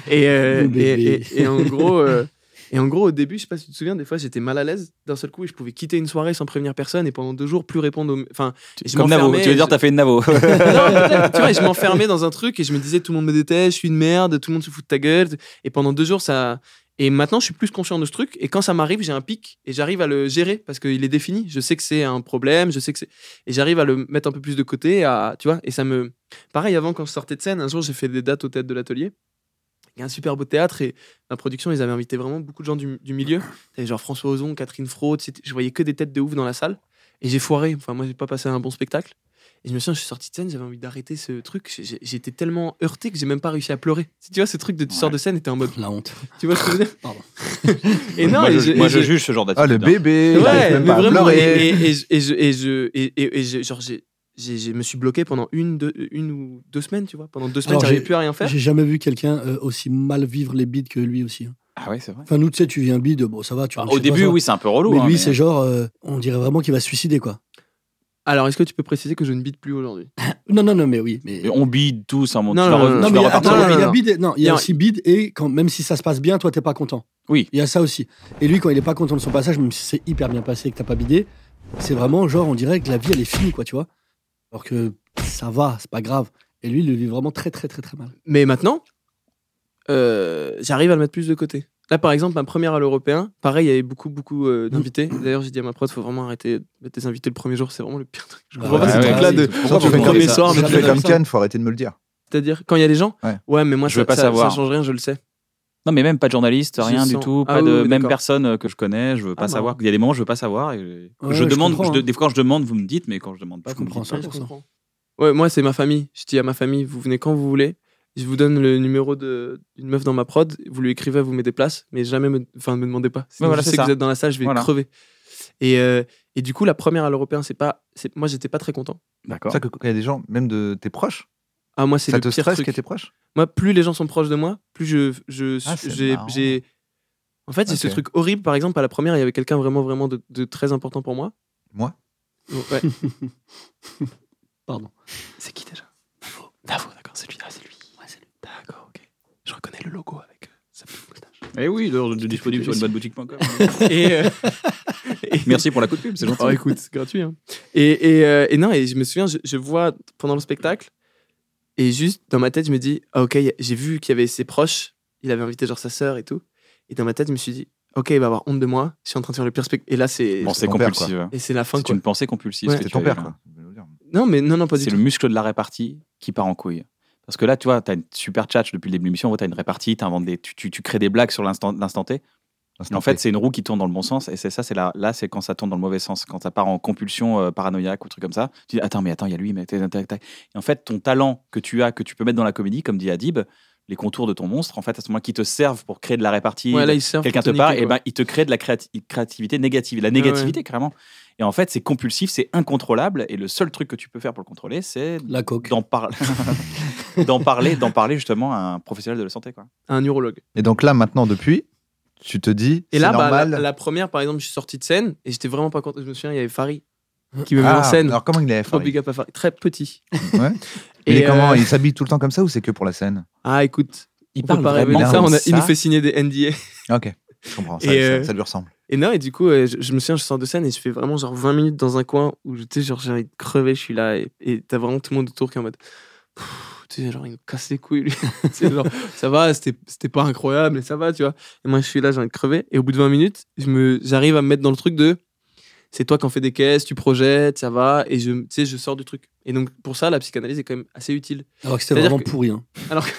Speaker 3: et, euh,
Speaker 5: Le bébé.
Speaker 3: et- et- et en gros,
Speaker 5: [laughs]
Speaker 3: euh, et en gros, au début, je sais pas si tu te souviens, des fois, j'étais mal à l'aise d'un seul coup et je pouvais quitter une soirée sans prévenir personne et pendant deux jours, plus répondre aux.
Speaker 5: [laughs]
Speaker 3: Enfin, je
Speaker 4: Comme Navo.
Speaker 3: m'enfermais,
Speaker 4: Tu veux dire,
Speaker 3: je-
Speaker 4: t'as fait
Speaker 3: [laughs]
Speaker 4: une Navo.
Speaker 3: Non, peut-être, tu vois, et je m'enfermais dans un truc et je me disais tout le monde me déteste, je suis une merde, tout le monde se fout de ta gueule. Et pendant deux jours, ça. Et maintenant, je suis plus conscient de ce truc. Et quand ça m'arrive, j'ai un pic et j'arrive à le gérer parce qu'il est défini. Je sais que c'est un problème, je sais que c'est. Et j'arrive à le mettre un peu plus de côté, à, tu vois. Et ça me. Pareil, avant, quand je sortais de scène, un jour, j'ai fait des dates au théâtre de l'atelier. Il y a un super beau théâtre et la production, ils avaient invité vraiment beaucoup de gens du, du milieu. T'avais genre François Ozon, Catherine Fraude, c'était- je voyais que des têtes de ouf dans la salle. Et j'ai foiré. Enfin, moi, j'ai pas passé un bon spectacle. Et je me souviens, je suis sorti de scène, j'avais envie d'arrêter ce truc. J'ai- j'ai- J'étais tellement heurté que j'ai même pas réussi à pleurer. Tu vois, ce truc de tu sors de scène et t'es en mode.
Speaker 5: La honte.
Speaker 3: Tu vois ce que je veux dire
Speaker 5: Pardon.
Speaker 3: [laughs] et non,
Speaker 4: Moi,
Speaker 3: et
Speaker 4: je-
Speaker 3: je-
Speaker 4: moi,
Speaker 3: et
Speaker 4: je
Speaker 3: je-
Speaker 4: juge ce genre d'attitude.
Speaker 2: Ah, le
Speaker 4: hein.
Speaker 2: bébé. il
Speaker 3: Ouais,
Speaker 2: arrive même
Speaker 3: mais
Speaker 2: pas à
Speaker 3: vraiment. Et,
Speaker 2: pleurer.
Speaker 3: et, et je- et je, et je, et, et- et je- genre, j'ai, j'ai- je me suis bloqué pendant une, deux, une ou deux semaines, tu vois. Pendant deux semaines,
Speaker 5: Alors,
Speaker 3: j'arrivais
Speaker 5: j'ai-
Speaker 3: plus à rien faire.
Speaker 5: J'ai jamais vu quelqu'un euh, aussi mal vivre les bides que lui aussi. hein.
Speaker 4: Ah ouais, c'est vrai.
Speaker 5: Enfin, nous, tu sais, tu vis un bide, bon, ça va. Tu
Speaker 3: Bah,
Speaker 4: Enfin,
Speaker 5: rentres
Speaker 4: Au
Speaker 5: chez toi,
Speaker 4: début,
Speaker 5: ça va.
Speaker 4: oui, c'est un peu relou.
Speaker 5: Mais
Speaker 4: hein,
Speaker 5: lui, c'est genre, euh, on dirait vraiment qu'il va se suicider, quoi.
Speaker 3: Alors, est-ce que tu peux préciser que je ne bite plus aujourd'hui
Speaker 5: Non, non, non, mais oui. Mais...
Speaker 4: Et on bide tous un moment.
Speaker 3: Non,
Speaker 4: tu vas
Speaker 3: non,
Speaker 4: revenir-
Speaker 3: non,
Speaker 5: Non,
Speaker 4: tu
Speaker 5: mais
Speaker 4: vas
Speaker 5: il y a-
Speaker 4: repartir
Speaker 5: attends,
Speaker 4: au
Speaker 3: non,
Speaker 5: il y
Speaker 4: bide.
Speaker 5: a bide et- non, il y
Speaker 3: Non,
Speaker 5: a aussi bide et quand, même si ça se passe bien, toi, t'es pas content.
Speaker 4: Oui.
Speaker 5: Il y a ça aussi. Et lui, quand il est pas content de son passage, même si c'est hyper bien passé et que t'as pas bidé, c'est vraiment genre, on dirait que la vie, elle est finie, quoi, tu vois. Alors que ça va, c'est pas grave. Et lui, il le vit vraiment très, très, très, très mal.
Speaker 3: Mais maintenant, euh, j'arrive à le mettre plus de côté. Là, par exemple, ma première à l'européen, pareil, il y avait beaucoup, beaucoup euh, d'invités. D'ailleurs, j'ai dit à ma prod, faut vraiment arrêter de mettre des invités le premier jour, c'est vraiment le pire truc. Je comprends
Speaker 5: Ah
Speaker 3: pas
Speaker 5: ouais,
Speaker 3: ce truc-là
Speaker 5: ouais,
Speaker 3: de.
Speaker 4: Pourquoi
Speaker 3: tu
Speaker 4: tu
Speaker 3: fais
Speaker 4: fais
Speaker 3: comme
Speaker 4: comme
Speaker 3: les
Speaker 4: ça
Speaker 3: soirs,
Speaker 2: Tu
Speaker 3: mais
Speaker 5: Jamais.
Speaker 2: fais comme
Speaker 3: tu-
Speaker 2: Ken, faut arrêter de me le dire.
Speaker 3: C'est-à-dire, quand il y a des gens,
Speaker 2: Ouais.
Speaker 3: mais moi,
Speaker 4: Je
Speaker 3: ça,
Speaker 4: veux pas
Speaker 3: ça-
Speaker 4: savoir.
Speaker 3: ça change rien, je le sais.
Speaker 4: Non, mais même pas de journaliste,
Speaker 3: Je
Speaker 4: rien du
Speaker 3: sens.
Speaker 4: tout,
Speaker 3: Ah
Speaker 4: pas
Speaker 3: oui,
Speaker 4: de
Speaker 3: oui,
Speaker 4: même
Speaker 3: d'accord.
Speaker 4: personne euh, que je connais. Je veux
Speaker 3: Ah,
Speaker 4: pas
Speaker 3: marrant.
Speaker 4: savoir. Il y a des moments, je veux pas savoir. et- je
Speaker 5: Ouais, je
Speaker 4: demande.
Speaker 5: comprends,
Speaker 4: je-
Speaker 5: hein.
Speaker 4: des fois, quand je demande, vous me dites, mais quand je demande pas,
Speaker 5: Je
Speaker 4: vous me dites
Speaker 5: comprends
Speaker 4: pas.
Speaker 5: ça. 100%.
Speaker 3: Ouais, moi, c'est ma famille. Je dis à ma famille, vous venez quand vous voulez. Je vous donne le numéro de- d'une meuf dans ma prod. Vous lui écrivez, elle vous met des places, mais jamais me, enfin, me demandez pas. Sinon,
Speaker 4: voilà,
Speaker 3: je
Speaker 4: c'est
Speaker 3: sais que
Speaker 4: ça.
Speaker 3: vous êtes dans la salle, je vais
Speaker 4: Voilà.
Speaker 3: crever. Et, euh, et du coup, la première à l'européen, c'est pas. c'est- Moi, j'étais pas très content.
Speaker 2: C'est
Speaker 4: D'accord.
Speaker 2: ça que quand il y a des gens, même de tes proches,
Speaker 3: Ah, moi, c'est
Speaker 2: ça
Speaker 3: le
Speaker 2: te
Speaker 3: pire
Speaker 2: stresse
Speaker 3: truc.
Speaker 2: que tes proches
Speaker 3: Moi, plus les gens sont proches de moi, plus je. je
Speaker 1: Ah, c'est
Speaker 3: j'ai-
Speaker 1: marrant.
Speaker 3: j'ai- En fait, j'ai ce
Speaker 2: Ok.
Speaker 3: truc horrible. Par exemple, à la première, il y avait quelqu'un vraiment, vraiment de, de très important pour moi.
Speaker 2: Moi
Speaker 3: Ouais.
Speaker 5: Pardon.
Speaker 3: C'est qui déjà Davo. Davo, d'accord, c'est lui. Ah, c'est lui. Ouais, c'est lui. D'accord, ok. Je reconnais le logo avec euh, sa petite moustache.
Speaker 4: Et eh oui, d'ailleurs, disponible sur boutique.com.
Speaker 3: Et, euh, et-
Speaker 4: Merci pour la coup de pub, c'est gentil.
Speaker 3: Oh, écoute, c'est gratuit. hein. Et, et, euh, et non, et je me souviens, je, je vois pendant le spectacle, et juste dans ma tête, je me dis, ah, ok, j'ai vu qu'il y avait ses proches, il avait invité genre sa sœur et tout. Et dans ma tête, je me suis dit, ok, il va avoir honte de moi, je suis en train de faire le pire spectacle. Et là, c'est.
Speaker 4: Bon, c'est
Speaker 2: ton père,
Speaker 4: compulsif. hein.
Speaker 3: Et c'est la fin,
Speaker 4: C'est
Speaker 3: quoi.
Speaker 4: une pensée compulsive.
Speaker 3: Ouais.
Speaker 4: ce que
Speaker 2: C'est
Speaker 4: tu
Speaker 2: ton
Speaker 4: as eu, hein.
Speaker 2: père,
Speaker 4: là.
Speaker 2: quoi. Je veux dire.
Speaker 3: Non, mais non, non, pas du
Speaker 4: C'est
Speaker 3: tout.
Speaker 4: le muscle de la répartie qui part en couille. Parce que là, tu vois, tu as une super tchatch depuis le début de l'émission, tu as une répartie, t'inventes des, tu, tu- tu crées des blagues sur l'instant l'instant T. Et en fait, c'est une roue qui tourne dans le bon sens. Et c'est ça, c'est là, là c'est quand ça tourne dans le mauvais sens, quand ça part en compulsion euh, paranoïaque ou truc comme ça. Tu dis, attends, mais attends, il y a lui, mais tac, tac, tac. Et en fait, ton talent que tu as, que tu peux mettre dans la comédie, comme dit Adib, les contours de ton monstre, en fait, à ce moment-là, qui te servent pour créer de la répartie,
Speaker 3: Ouais, là, ils servent
Speaker 4: quelqu'un
Speaker 3: pour
Speaker 4: te parle,
Speaker 3: niquer,
Speaker 4: et
Speaker 3: quoi.
Speaker 4: ben, il te crée de la créati- créativité négative, la
Speaker 3: ouais.
Speaker 4: négativité carrément. Et en fait, c'est compulsif, c'est incontrôlable, et le seul truc que tu peux faire pour le contrôler, c'est
Speaker 5: La coque.
Speaker 4: d'en parler, [laughs] d'en parler, d'en parler justement à un professionnel de la santé, quoi.
Speaker 3: Un neurologue.
Speaker 2: Et donc là, maintenant, depuis, tu te dis,
Speaker 3: Et
Speaker 2: c'est
Speaker 3: là, bah, la,
Speaker 2: normal.
Speaker 3: la première, par exemple, je suis sorti de scène, et j'étais vraiment pas content. Je me souviens, il y avait Farid qui me met
Speaker 2: Ah,
Speaker 3: en scène.
Speaker 2: Alors comment il est
Speaker 3: Trop
Speaker 2: Farid
Speaker 3: big up à Farid. Très petit.
Speaker 2: Ouais. Il
Speaker 3: Et
Speaker 2: est comment
Speaker 3: euh,
Speaker 2: Il s'habille tout le temps comme ça ou c'est que pour la scène
Speaker 3: Ah, écoute,
Speaker 4: Il
Speaker 3: on peut pas révéler
Speaker 2: vraiment
Speaker 3: ça, on a-
Speaker 4: comme
Speaker 3: Il nous fait signer des NDA.
Speaker 2: Ah, Ok, je comprends. Ça,
Speaker 3: Et,
Speaker 2: ça-
Speaker 3: euh,
Speaker 2: ça lui ressemble.
Speaker 3: Et non, et du coup, euh, je, je me souviens, je sors de scène et je fais vraiment genre 20 minutes dans un coin où je- tu sais, genre j'ai envie de crever, je suis là et et t'as vraiment tout le monde autour qui est en mode. Pfff, Tu sais, genre, il me casse les couilles, lui. [laughs] Tu sais, genre, ça va, c'était c'était pas incroyable, mais ça va, tu vois. Et moi, je suis là, j'ai envie de crever. Et au bout de 20 minutes, je me- j'arrive à me mettre dans le truc de. C'est toi qui en fais des caisses, tu projettes, ça va, et je, tu sais, je sors du truc. Et donc, pour ça, la psychanalyse est quand même assez utile.
Speaker 5: Alors que c'était
Speaker 3: C'est-à-dire
Speaker 5: vraiment
Speaker 3: que-
Speaker 5: pourri. Hein. [laughs]
Speaker 3: Alors que-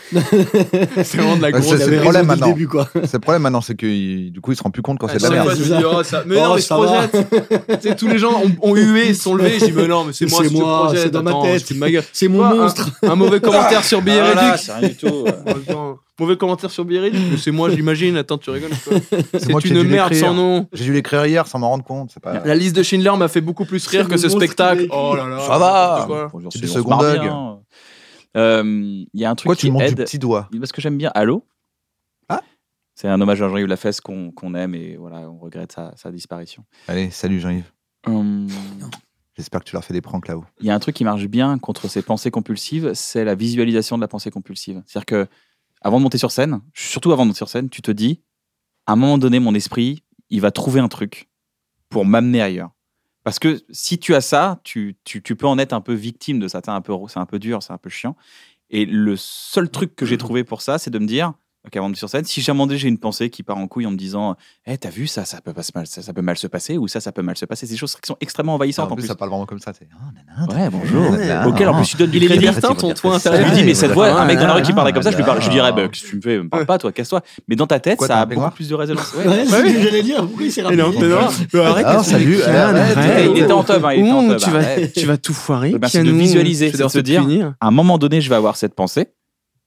Speaker 5: c'est
Speaker 3: vraiment de la
Speaker 2: Ah, grosse-
Speaker 5: grosse.
Speaker 2: ça, c'est le problème
Speaker 5: dès
Speaker 2: maintenant.
Speaker 5: le début, quoi.
Speaker 2: C'est le problème maintenant, c'est que il- du coup, il se rend plus compte
Speaker 3: Ah,
Speaker 2: quand c'est de la
Speaker 5: c'est
Speaker 2: merde.
Speaker 5: vrai.
Speaker 3: je me dis, oh, ça- mais
Speaker 5: Oh,
Speaker 3: non, mais je
Speaker 5: ça va.
Speaker 3: projette.
Speaker 5: [laughs]
Speaker 3: Tu sais, tous les gens ont, ont hué, ils se sont levés. J'ai dit, mais non, mais c'est moi,
Speaker 5: C'est
Speaker 3: si je
Speaker 5: moi,
Speaker 3: projette,
Speaker 5: c'est dans ma
Speaker 3: attends,
Speaker 5: tête.
Speaker 3: je fais de ma gueule. Bah, hein.
Speaker 5: C'est mon
Speaker 3: Quoi, un-
Speaker 5: monstre.
Speaker 3: Un, mauvais commentaire sur Billet
Speaker 4: Ah, Voilà,
Speaker 3: Réduc.
Speaker 4: c'est rien du tout. euh.
Speaker 3: Attends, Mauvais commentaire sur Billet Réduc, mais c'est moi, je l'imagine. Attends, tu rigoles. quoi.
Speaker 2: C'est moi
Speaker 3: C'est
Speaker 2: qui ai
Speaker 3: une
Speaker 2: dû
Speaker 3: merde
Speaker 2: l'écrire.
Speaker 3: sans nom.
Speaker 2: J'ai dû l'écrire hier sans m'en rendre compte. C'est pas.
Speaker 3: La liste de Schindler m'a fait beaucoup plus rire
Speaker 5: C'est
Speaker 3: que
Speaker 5: le
Speaker 3: ce
Speaker 5: monstre
Speaker 3: spectacle.
Speaker 5: qu'il a écrit.
Speaker 3: Oh là là.
Speaker 2: [laughs] Ça va.
Speaker 3: n'importe quoi.
Speaker 4: Bon,
Speaker 2: C'est
Speaker 4: on
Speaker 2: du
Speaker 4: se marre
Speaker 2: second
Speaker 4: bien. hein. Euh, Il y a un truc
Speaker 2: Pourquoi
Speaker 4: qui
Speaker 2: tu montes du
Speaker 4: aide.
Speaker 2: petit doigt
Speaker 4: Parce que j'aime bien Allô.
Speaker 2: Ah.
Speaker 4: C'est un hommage à Jean-Yves Lafesse qu'on qu'on aime et voilà, on regrette sa, sa disparition.
Speaker 2: Allez, salut Jean-Yves.
Speaker 4: Hum,
Speaker 2: J'espère que tu leur fais des pranks là-haut.
Speaker 4: Il y a un truc qui marche bien contre ces pensées compulsives, c'est la visualisation de la pensée compulsive. C'est-à-dire que avant de monter sur scène, surtout avant de monter sur scène, tu te dis, à un moment donné, mon esprit, il va trouver un truc pour m'amener ailleurs. Parce que si tu as ça, tu, tu, tu peux en être un peu victime de ça. T'es un peu- C'est un peu dur, c'est un peu chiant. Et le seul truc que j'ai trouvé pour ça, c'est de me dire, ok, avant de sur scène, si j'ai demandé, j'ai une pensée qui part en couille en me disant, eh, t'as vu ça, ça peut, pas se mal, ça, ça peut mal se passer, ou ça, ça peut mal se passer. C'est des choses qui sont extrêmement envahissantes Ah, en, plus.
Speaker 2: ça parle vraiment comme ça. c'est, Oh, nanana,
Speaker 4: Ouais, bonjour.
Speaker 2: nanana,
Speaker 4: Auquel en plus tu donnes du
Speaker 3: Il est
Speaker 4: crédit.
Speaker 3: libertin, ton toit
Speaker 4: Je lui
Speaker 3: intérieur.
Speaker 4: dis, mais cette voix, un mec dans la rue qui
Speaker 2: Ah,
Speaker 4: parlait comme ça, je lui parle, je lui dirais,
Speaker 2: ah.
Speaker 4: bah, qu'est-ce que tu me fais, me parle pas, toi, casse-toi. Mais dans ta tête,
Speaker 2: Quoi,
Speaker 4: ça
Speaker 2: t'as
Speaker 4: a
Speaker 2: un peignoir
Speaker 4: beaucoup plus de résonance. Ouais.
Speaker 5: Ouais, c'est ce
Speaker 3: Ouais.
Speaker 5: que [laughs] j'allais dire. Pourquoi il s'est
Speaker 3: Il est en
Speaker 5: rappelé
Speaker 3: peignoir. Ah Arrête,
Speaker 2: Ah,
Speaker 3: laisse-le
Speaker 2: salut,
Speaker 3: écrire.
Speaker 2: arrête,
Speaker 3: Arrête.
Speaker 4: Il était en teub, hein, il était en
Speaker 3: Ouh,
Speaker 4: teub,
Speaker 3: tu vas-
Speaker 4: arrête.
Speaker 3: Tu vas tout foirer.
Speaker 4: Eh ben, c'est de
Speaker 3: Kianou.
Speaker 4: visualiser,
Speaker 3: Tu vas
Speaker 4: c'est de
Speaker 3: devoir
Speaker 4: se
Speaker 3: te punir.
Speaker 4: à un moment donné, je vais avoir cette pensée.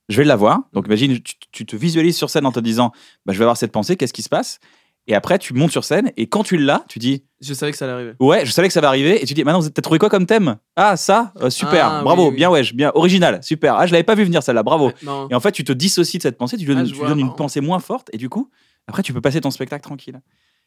Speaker 4: Je vais l'avoir. Donc, imagine, tu, tu te visualises sur scène en te disant, bah, je vais avoir cette pensée, qu'est-ce qui se passe Et après, tu montes sur scène et quand tu l'as, tu dis,
Speaker 3: Je savais que ça allait arriver.
Speaker 4: ouais, je savais que ça va arriver. Et tu dis, maintenant, vous- t'as trouvé quoi comme thème Ah, ça, euh, super,
Speaker 3: Ah, oui,
Speaker 4: bravo,
Speaker 3: oui.
Speaker 4: bien, ouais, bien, original, super. Ah, je l'avais pas vu venir celle-là, bravo.
Speaker 3: Non.
Speaker 4: Et en fait, tu te dissocies de cette pensée, tu lui donnes,
Speaker 3: Ah, je
Speaker 4: tu lui
Speaker 3: vois,
Speaker 4: donnes une
Speaker 3: marrant.
Speaker 4: pensée moins forte, et du coup, après, tu peux passer ton spectacle tranquille.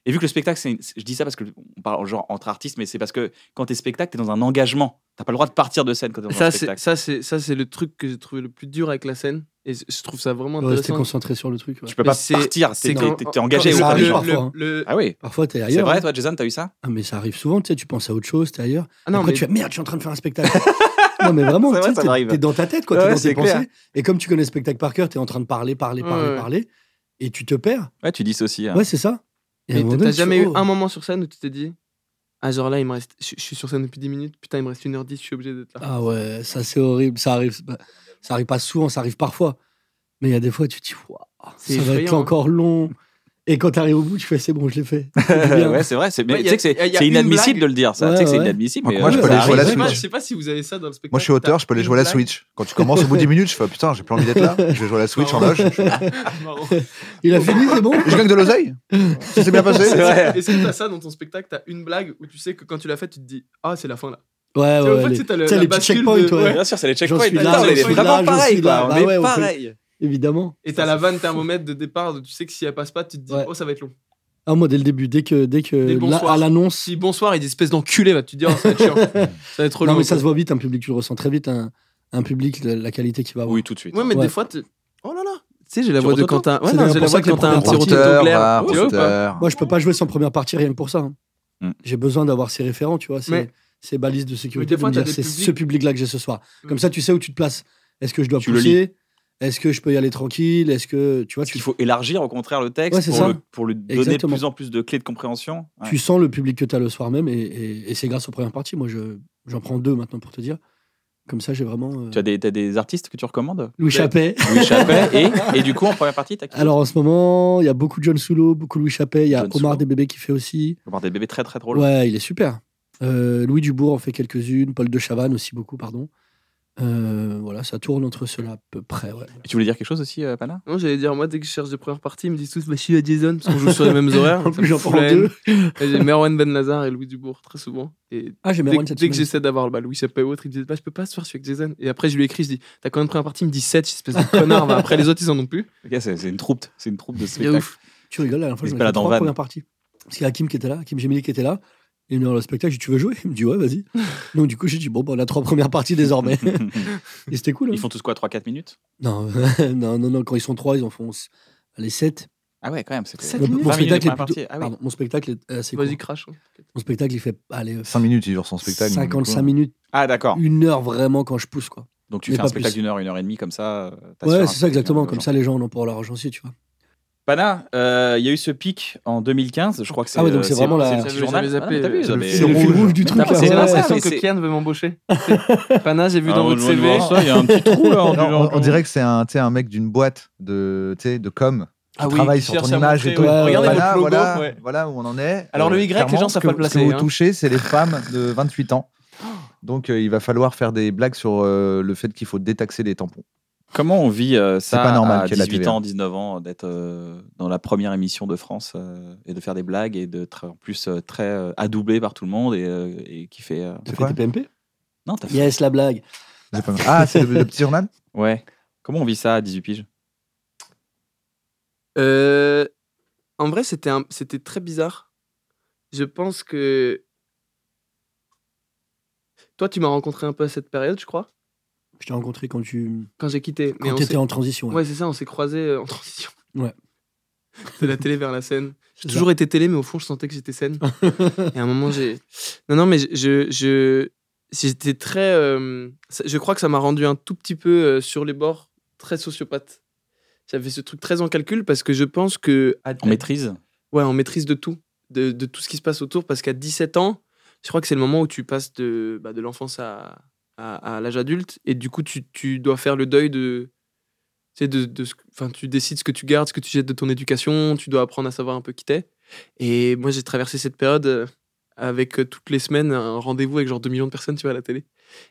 Speaker 4: Et vu que le spectacle, c'est une- c'est- je dis ça parce que on parle genre entre artistes, mais c'est parce que quand t'es spectacle, t'es dans un engagement. T'as pas le droit de partir de scène quand t'es dans un
Speaker 3: Ça, c'est
Speaker 4: spectacle.
Speaker 3: ça, c'est ça, c'est le truc que j'ai trouvé le plus dur avec la scène. Et je- je trouve ça vraiment
Speaker 5: Rester
Speaker 3: intéressant.
Speaker 5: concentré sur le truc. ouais.
Speaker 4: Tu peux
Speaker 3: Mais
Speaker 4: pas
Speaker 3: c'est-
Speaker 4: partir,
Speaker 3: c'est
Speaker 4: t'es
Speaker 3: quand-
Speaker 4: t'es- t'es engagé.
Speaker 5: quand
Speaker 4: au
Speaker 5: ça
Speaker 4: début.
Speaker 5: arrive parfois, hein.
Speaker 3: le-
Speaker 4: Ah oui,
Speaker 5: Parfois, t'es ailleurs.
Speaker 4: c'est vrai,
Speaker 5: hein.
Speaker 4: toi, Jason, t'as eu ça
Speaker 5: Ah, mais ça arrive souvent, tu sais, tu penses à autre chose, t'es ailleurs.
Speaker 3: Ah non,
Speaker 5: Après,
Speaker 3: mais-
Speaker 5: tu fais merde, je suis en train de faire un
Speaker 3: [laughs]
Speaker 5: spectacle. non, mais vraiment,
Speaker 4: C'est vrai,
Speaker 5: tu sais,
Speaker 4: ça
Speaker 5: t'es
Speaker 4: m'arrive.
Speaker 5: t'es dans ta tête, quoi,
Speaker 4: Ouais,
Speaker 5: t'es dans
Speaker 4: c'est
Speaker 5: tes pensées.
Speaker 4: clair.
Speaker 5: Et comme tu connais le spectacle par cœur, t'es en train de parler, parler, parler,
Speaker 3: Ouais. Ah.
Speaker 5: parler, et tu te perds.
Speaker 4: Ouais, tu dis ça aussi. hein.
Speaker 5: Ouais, c'est ça. Et à un
Speaker 3: mais
Speaker 5: moment
Speaker 3: t'as
Speaker 5: donné, tu
Speaker 3: jamais
Speaker 5: fais,
Speaker 3: eu
Speaker 5: oh.
Speaker 3: un moment sur scène où tu t'es dit Ah, genre là, il me reste. Je je suis sur scène depuis 10 minutes, putain, il me reste 1h10, je suis obligé d'être là.
Speaker 5: Ah ouais, ça c'est horrible. Ça arrive, bah, ça arrive pas souvent, ça arrive parfois. Mais il y a des fois, tu te dis, Waouh,
Speaker 3: C'est
Speaker 5: ça va être
Speaker 3: effrayant, hein.
Speaker 5: encore long. Et quand t'arrives au bout, tu fais, c'est bon, je
Speaker 3: [laughs]
Speaker 5: l'ai fait. C'est
Speaker 4: [laughs]
Speaker 5: bien.
Speaker 4: ouais, c'est vrai. C'est, mais
Speaker 3: Ouais,
Speaker 4: tu
Speaker 3: y a-
Speaker 4: sais que c'est,
Speaker 3: y a- y a
Speaker 4: c'est
Speaker 3: une
Speaker 4: inadmissible
Speaker 3: blague.
Speaker 4: de le dire, ça.
Speaker 5: Ouais,
Speaker 4: tu sais que c'est
Speaker 5: ouais.
Speaker 4: inadmissible. Mais,
Speaker 2: Moi, je
Speaker 4: euh,
Speaker 2: peux
Speaker 4: ça
Speaker 2: aller jouer
Speaker 4: arrive.
Speaker 2: à la Switch.
Speaker 3: je, sais pas, je sais pas si vous avez ça dans le spectacle.
Speaker 2: Moi, je suis auteur, je peux aller jouer à la Switch. Quand tu commences au bout de 10 minutes, je fais oh, putain, j'ai plus envie d'être là. Je vais jouer à la Switch en loge. Je
Speaker 3: [laughs] Marrant.
Speaker 5: Il a fini,
Speaker 3: [laughs]
Speaker 5: c'est bon
Speaker 2: je gagne de l'oseille. Ça s'est bien passé.
Speaker 3: Est-ce
Speaker 4: C'est vrai.
Speaker 3: que- est-ce que t'as ça dans ton spectacle T'as une blague où tu sais que quand tu l'as faite, tu te dis Ah, c'est la fin là.
Speaker 5: Ouais,
Speaker 3: Tu
Speaker 5: ouais.
Speaker 3: sais, en fait,
Speaker 5: allez.
Speaker 3: tu sais, t'as le-
Speaker 5: Tu sais,
Speaker 3: la
Speaker 5: les petits
Speaker 3: bascule
Speaker 5: checkpoints,
Speaker 3: de-
Speaker 5: ouais.
Speaker 3: ouais.
Speaker 4: Bien sûr, c'est les
Speaker 5: J'en
Speaker 4: checkpoints.
Speaker 5: suis
Speaker 3: là,
Speaker 4: Putain, on
Speaker 3: j'en
Speaker 4: est
Speaker 3: suis
Speaker 4: vraiment
Speaker 5: là, j'en suis
Speaker 4: pareil,
Speaker 5: là.
Speaker 4: quoi. On
Speaker 5: Bah
Speaker 4: est
Speaker 5: ouais, on fait-
Speaker 4: pareil.
Speaker 5: Évidemment.
Speaker 3: Et t'as la vanne thermomètre de départ, où tu sais que si elle passe pas, tu te dis
Speaker 5: Ouais.
Speaker 3: Oh, ça va être long.
Speaker 5: Ah, moi, dès le début, dès que, dès que
Speaker 3: Dès le
Speaker 5: là,
Speaker 3: bonsoir.
Speaker 5: à l'annonce.
Speaker 3: Si bonsoir, il est espèce d'enculé, bah, tu te dis Oh, ça va [laughs] être chiant. ça va être trop long.
Speaker 5: Non, mais ça se voit vite, un public, tu le ressens très vite, un, un public, la, la qualité qu'il va
Speaker 4: Ah
Speaker 5: avoir.
Speaker 4: Oui, tout de suite.
Speaker 3: Ouais, mais
Speaker 5: Ouais.
Speaker 3: des fois, tu- oh là là, tu sais, j'ai la
Speaker 4: Tu
Speaker 3: voix de
Speaker 4: retournes
Speaker 3: Quentin. Ouais,
Speaker 5: C'est
Speaker 3: non,
Speaker 5: d'ailleurs
Speaker 3: j'ai la voix
Speaker 5: pour ça
Speaker 3: de
Speaker 5: que les
Speaker 3: Quentin, un petit
Speaker 5: premières
Speaker 3: retour
Speaker 5: parties-
Speaker 3: au
Speaker 2: Producteur,
Speaker 3: clair.
Speaker 2: ah,
Speaker 3: Tu vois ou pas
Speaker 2: producteur.
Speaker 5: Moi, je peux pas jouer sans première partie rien que pour ça. hein.
Speaker 4: Mm.
Speaker 5: J'ai besoin d'avoir ces référents, tu vois, ces,
Speaker 3: Mais-
Speaker 5: ces balises de
Speaker 3: Mais
Speaker 5: sécurité.
Speaker 3: des
Speaker 5: pour
Speaker 3: fois,
Speaker 5: me
Speaker 3: t'as
Speaker 5: dire,
Speaker 3: des
Speaker 5: c'est
Speaker 3: publics-
Speaker 5: ce public-là que j'ai ce soir.
Speaker 3: Mm.
Speaker 5: Comme ça, tu sais où tu te places. Est-ce que je dois
Speaker 4: Tu le
Speaker 5: pousser Est-ce que je peux y aller tranquille Est-ce que tu vois,
Speaker 4: Parce
Speaker 5: tu,
Speaker 4: qu'il faut élargir au contraire le texte
Speaker 5: Ouais, c'est
Speaker 4: pour,
Speaker 5: ça.
Speaker 4: le- pour lui donner de
Speaker 5: Exactement.
Speaker 4: plus en plus de clés de compréhension. Ouais.
Speaker 5: tu sens le public que tu as le soir même et, et- et c'est grâce aux premières parties. Moi, je, j'en prends deux maintenant pour te dire. Comme ça, j'ai vraiment. euh,
Speaker 4: Tu as des, t'as des artistes que tu
Speaker 5: [laughs]
Speaker 4: recommandes
Speaker 5: Louis Chappet.
Speaker 4: Louis Chappet et, et du coup en première partie, t'as qui
Speaker 5: Alors en ce moment, il y a beaucoup de John Soulo, beaucoup Louis Chappet. Il y a
Speaker 4: John
Speaker 5: Omar
Speaker 4: Soulo.
Speaker 5: des bébés qui fait aussi.
Speaker 4: Faut voir des bébés très très drôles.
Speaker 5: Ouais, il est super. Euh, Louis Dubourg en fait quelques-unes, Paul de Chavannes aussi beaucoup, pardon. Euh, voilà, ça tourne entre ceux-là à peu près. ouais.
Speaker 4: Et tu voulais dire quelque chose aussi, euh, Pana
Speaker 3: Non, j'allais dire, moi, dès que je cherche des premières parties, ils me disent tous, bah, je suis à Jason, parce qu'on joue sur les mêmes horaires.
Speaker 5: [laughs]
Speaker 3: Ça
Speaker 5: En plus,
Speaker 3: me
Speaker 5: j'en
Speaker 3: fout
Speaker 5: prends
Speaker 3: la haine.
Speaker 5: deux.
Speaker 3: Et J'ai Merwan Ben Lazar et Louis Dubourg, très souvent. Et
Speaker 5: Ah, j'ai
Speaker 3: dès,
Speaker 5: Merwan
Speaker 3: que-
Speaker 5: cette
Speaker 3: dès que
Speaker 5: semaine.
Speaker 3: j'essaie d'avoir bah, Louis Chappé ou autre, ils me disent, bah, je peux pas ce soir, je suis avec Jason. Et après, je lui écris, je dis, t'as quand même première partie, il me dit 7, espèce de connard. Bah, après, les autres, ils en ont plus.
Speaker 4: Ok, c'est, c'est une troupe, c'est une troupe de
Speaker 3: C'est
Speaker 4: spectacle.
Speaker 3: ouf.
Speaker 5: Tu rigoles, la dernière
Speaker 4: Il
Speaker 5: fois, je
Speaker 4: se
Speaker 5: me
Speaker 4: balade
Speaker 5: fait
Speaker 4: en
Speaker 5: trois
Speaker 4: van.
Speaker 5: premières parties. Parce qu'il y a Hakim qui était là, Hakim Gemili qui était là. Il est venu dans le spectacle, j'ai dit, tu veux jouer Il me dit, ouais, vas-y. Donc du coup, j'ai dit, bon, bah, on a trois premières parties désormais. Et c'était cool. hein.
Speaker 4: Ils font tous quoi 3-4 minutes
Speaker 5: Non, [laughs] non, non, non, quand ils sont trois, ils en font s- les sept.
Speaker 4: Ah ouais, quand même, c'est
Speaker 3: Sept
Speaker 5: Mon,
Speaker 3: minutes.
Speaker 5: mon
Speaker 4: 20 minutes de
Speaker 5: spectacle est
Speaker 4: première
Speaker 5: plutôt-
Speaker 4: partie. Ah oui.
Speaker 5: pardon, mon spectacle est assez court.
Speaker 3: Vas-y, crache. hein.
Speaker 5: Mon spectacle, il fait allez, euh,
Speaker 2: 5 minutes, il dure son spectacle.
Speaker 5: 55 minutes,
Speaker 4: Ah d'accord.
Speaker 5: une heure vraiment quand je pousse, quoi.
Speaker 4: Donc tu
Speaker 5: Mais
Speaker 4: fais un
Speaker 5: pas
Speaker 4: spectacle
Speaker 5: plus.
Speaker 4: d'une heure, une heure et demie comme ça. euh, t'assures
Speaker 2: hein.
Speaker 4: un
Speaker 5: Ouais, c'est ça
Speaker 4: spectacle
Speaker 5: exactement.
Speaker 4: aux
Speaker 5: Comme
Speaker 4: gens.
Speaker 5: ça, les gens en ont pour leur argent aussi, tu vois.
Speaker 4: Pana, euh, il y a eu ce pic en 2015, je crois que c'est. euh,
Speaker 5: Ah ouais, donc c'est vraiment la-
Speaker 4: c'est le petit
Speaker 3: J'avais-
Speaker 4: journal.
Speaker 3: j'avais zappé.
Speaker 4: Ah non, t'as vu,
Speaker 3: C'est le
Speaker 4: mais-
Speaker 5: C'est le fil rouge du
Speaker 4: Mais
Speaker 5: truc.
Speaker 4: t'as-
Speaker 5: là.
Speaker 4: c'est
Speaker 3: J'ai
Speaker 5: Ouais, ouais.
Speaker 3: l'impression
Speaker 4: ouais,
Speaker 3: que
Speaker 4: c'est-
Speaker 3: Kian veut
Speaker 5: [laughs]
Speaker 3: m'embaucher. Pana, j'ai vu dans
Speaker 4: Ah,
Speaker 3: votre
Speaker 4: on- on-
Speaker 3: CV.
Speaker 4: on- ça, Il y a un petit trou [laughs] là. en
Speaker 2: Non,
Speaker 4: disant-
Speaker 2: on, on dirait que c'est un, tu sais, un mec d'une boîte de, tu sais, de com qui
Speaker 3: Ah oui,
Speaker 2: travaille
Speaker 3: qui
Speaker 2: sur ton
Speaker 3: cherche à
Speaker 2: image et
Speaker 3: montrer,
Speaker 2: tout.
Speaker 5: ouais. Regardez
Speaker 2: voilà,
Speaker 3: votre logo,
Speaker 2: voilà,
Speaker 3: ouais.
Speaker 2: voilà où on en est.
Speaker 3: Alors, le Y, les gens
Speaker 2: clairement,
Speaker 3: savent
Speaker 2: ce que-
Speaker 3: pas le placer,
Speaker 2: Ce que
Speaker 3: hein.
Speaker 2: vous touchez, c'est les femmes
Speaker 3: [laughs]
Speaker 2: de 28 ans. Donc euh, il va falloir faire des blagues sur euh, le fait qu'il faut détaxer les tampons.
Speaker 4: Comment on vit euh, ça
Speaker 2: pas normal
Speaker 4: à
Speaker 2: qu'il y ait la
Speaker 4: 18
Speaker 2: TVA.
Speaker 5: hein.
Speaker 4: ans, 19 ans, d'être euh, dans la première émission de France euh, et de faire des blagues et d'être en plus euh, très euh, adoubé par tout le monde et, euh, et qui fait. euh,
Speaker 2: C'est
Speaker 5: T'as
Speaker 2: quoi
Speaker 5: fait des PMP
Speaker 4: Non, t'as fait.
Speaker 5: Yes, la blague.
Speaker 2: C'est pas mal. Ah, c'est le, le petit journal
Speaker 4: Ouais. Comment on vit ça à 18 piges
Speaker 3: Euh, en vrai, c'était un- c'était très bizarre. Je pense que toi, tu m'as rencontré un peu à cette période, je crois,
Speaker 5: Je t'ai rencontré quand tu
Speaker 3: quand j'ai quitté. Mais on
Speaker 5: quand t'étais
Speaker 3: s'est-
Speaker 5: en transition.
Speaker 3: ouais,
Speaker 5: ouais.
Speaker 3: c'est ça, on s'est croisés euh, en transition.
Speaker 5: Ouais.
Speaker 3: [laughs] De la télé vers la scène. J'ai
Speaker 5: [laughs] C'est
Speaker 3: toujours été télé, mais au fond, je sentais que j'étais
Speaker 5: [laughs]
Speaker 3: scène. Et à un moment, j'ai. Non, non, mais je- je. je- J'étais très. euh, ça- Je crois que ça m'a rendu un tout petit peu euh, sur les bords, très sociopathe. J'avais ce truc très en calcul parce que je pense que. à-
Speaker 4: On maîtrise
Speaker 3: Ouais, on maîtrise de tout, de, de tout ce qui se passe autour, parce qu'à 17 ans, je crois que c'est le moment où tu passes de, bah, de l'enfance à, à, à l'âge adulte, et du coup, tu, tu dois faire le deuil de... Tu, sais, de, de ce que- enfin, tu décides ce que tu gardes, ce que tu jettes de ton éducation, tu dois apprendre à savoir un peu qui t'es. Et moi, j'ai traversé cette période euh, avec euh, toutes les semaines un rendez-vous avec genre 2 millions de personnes, tu vois, à la télé.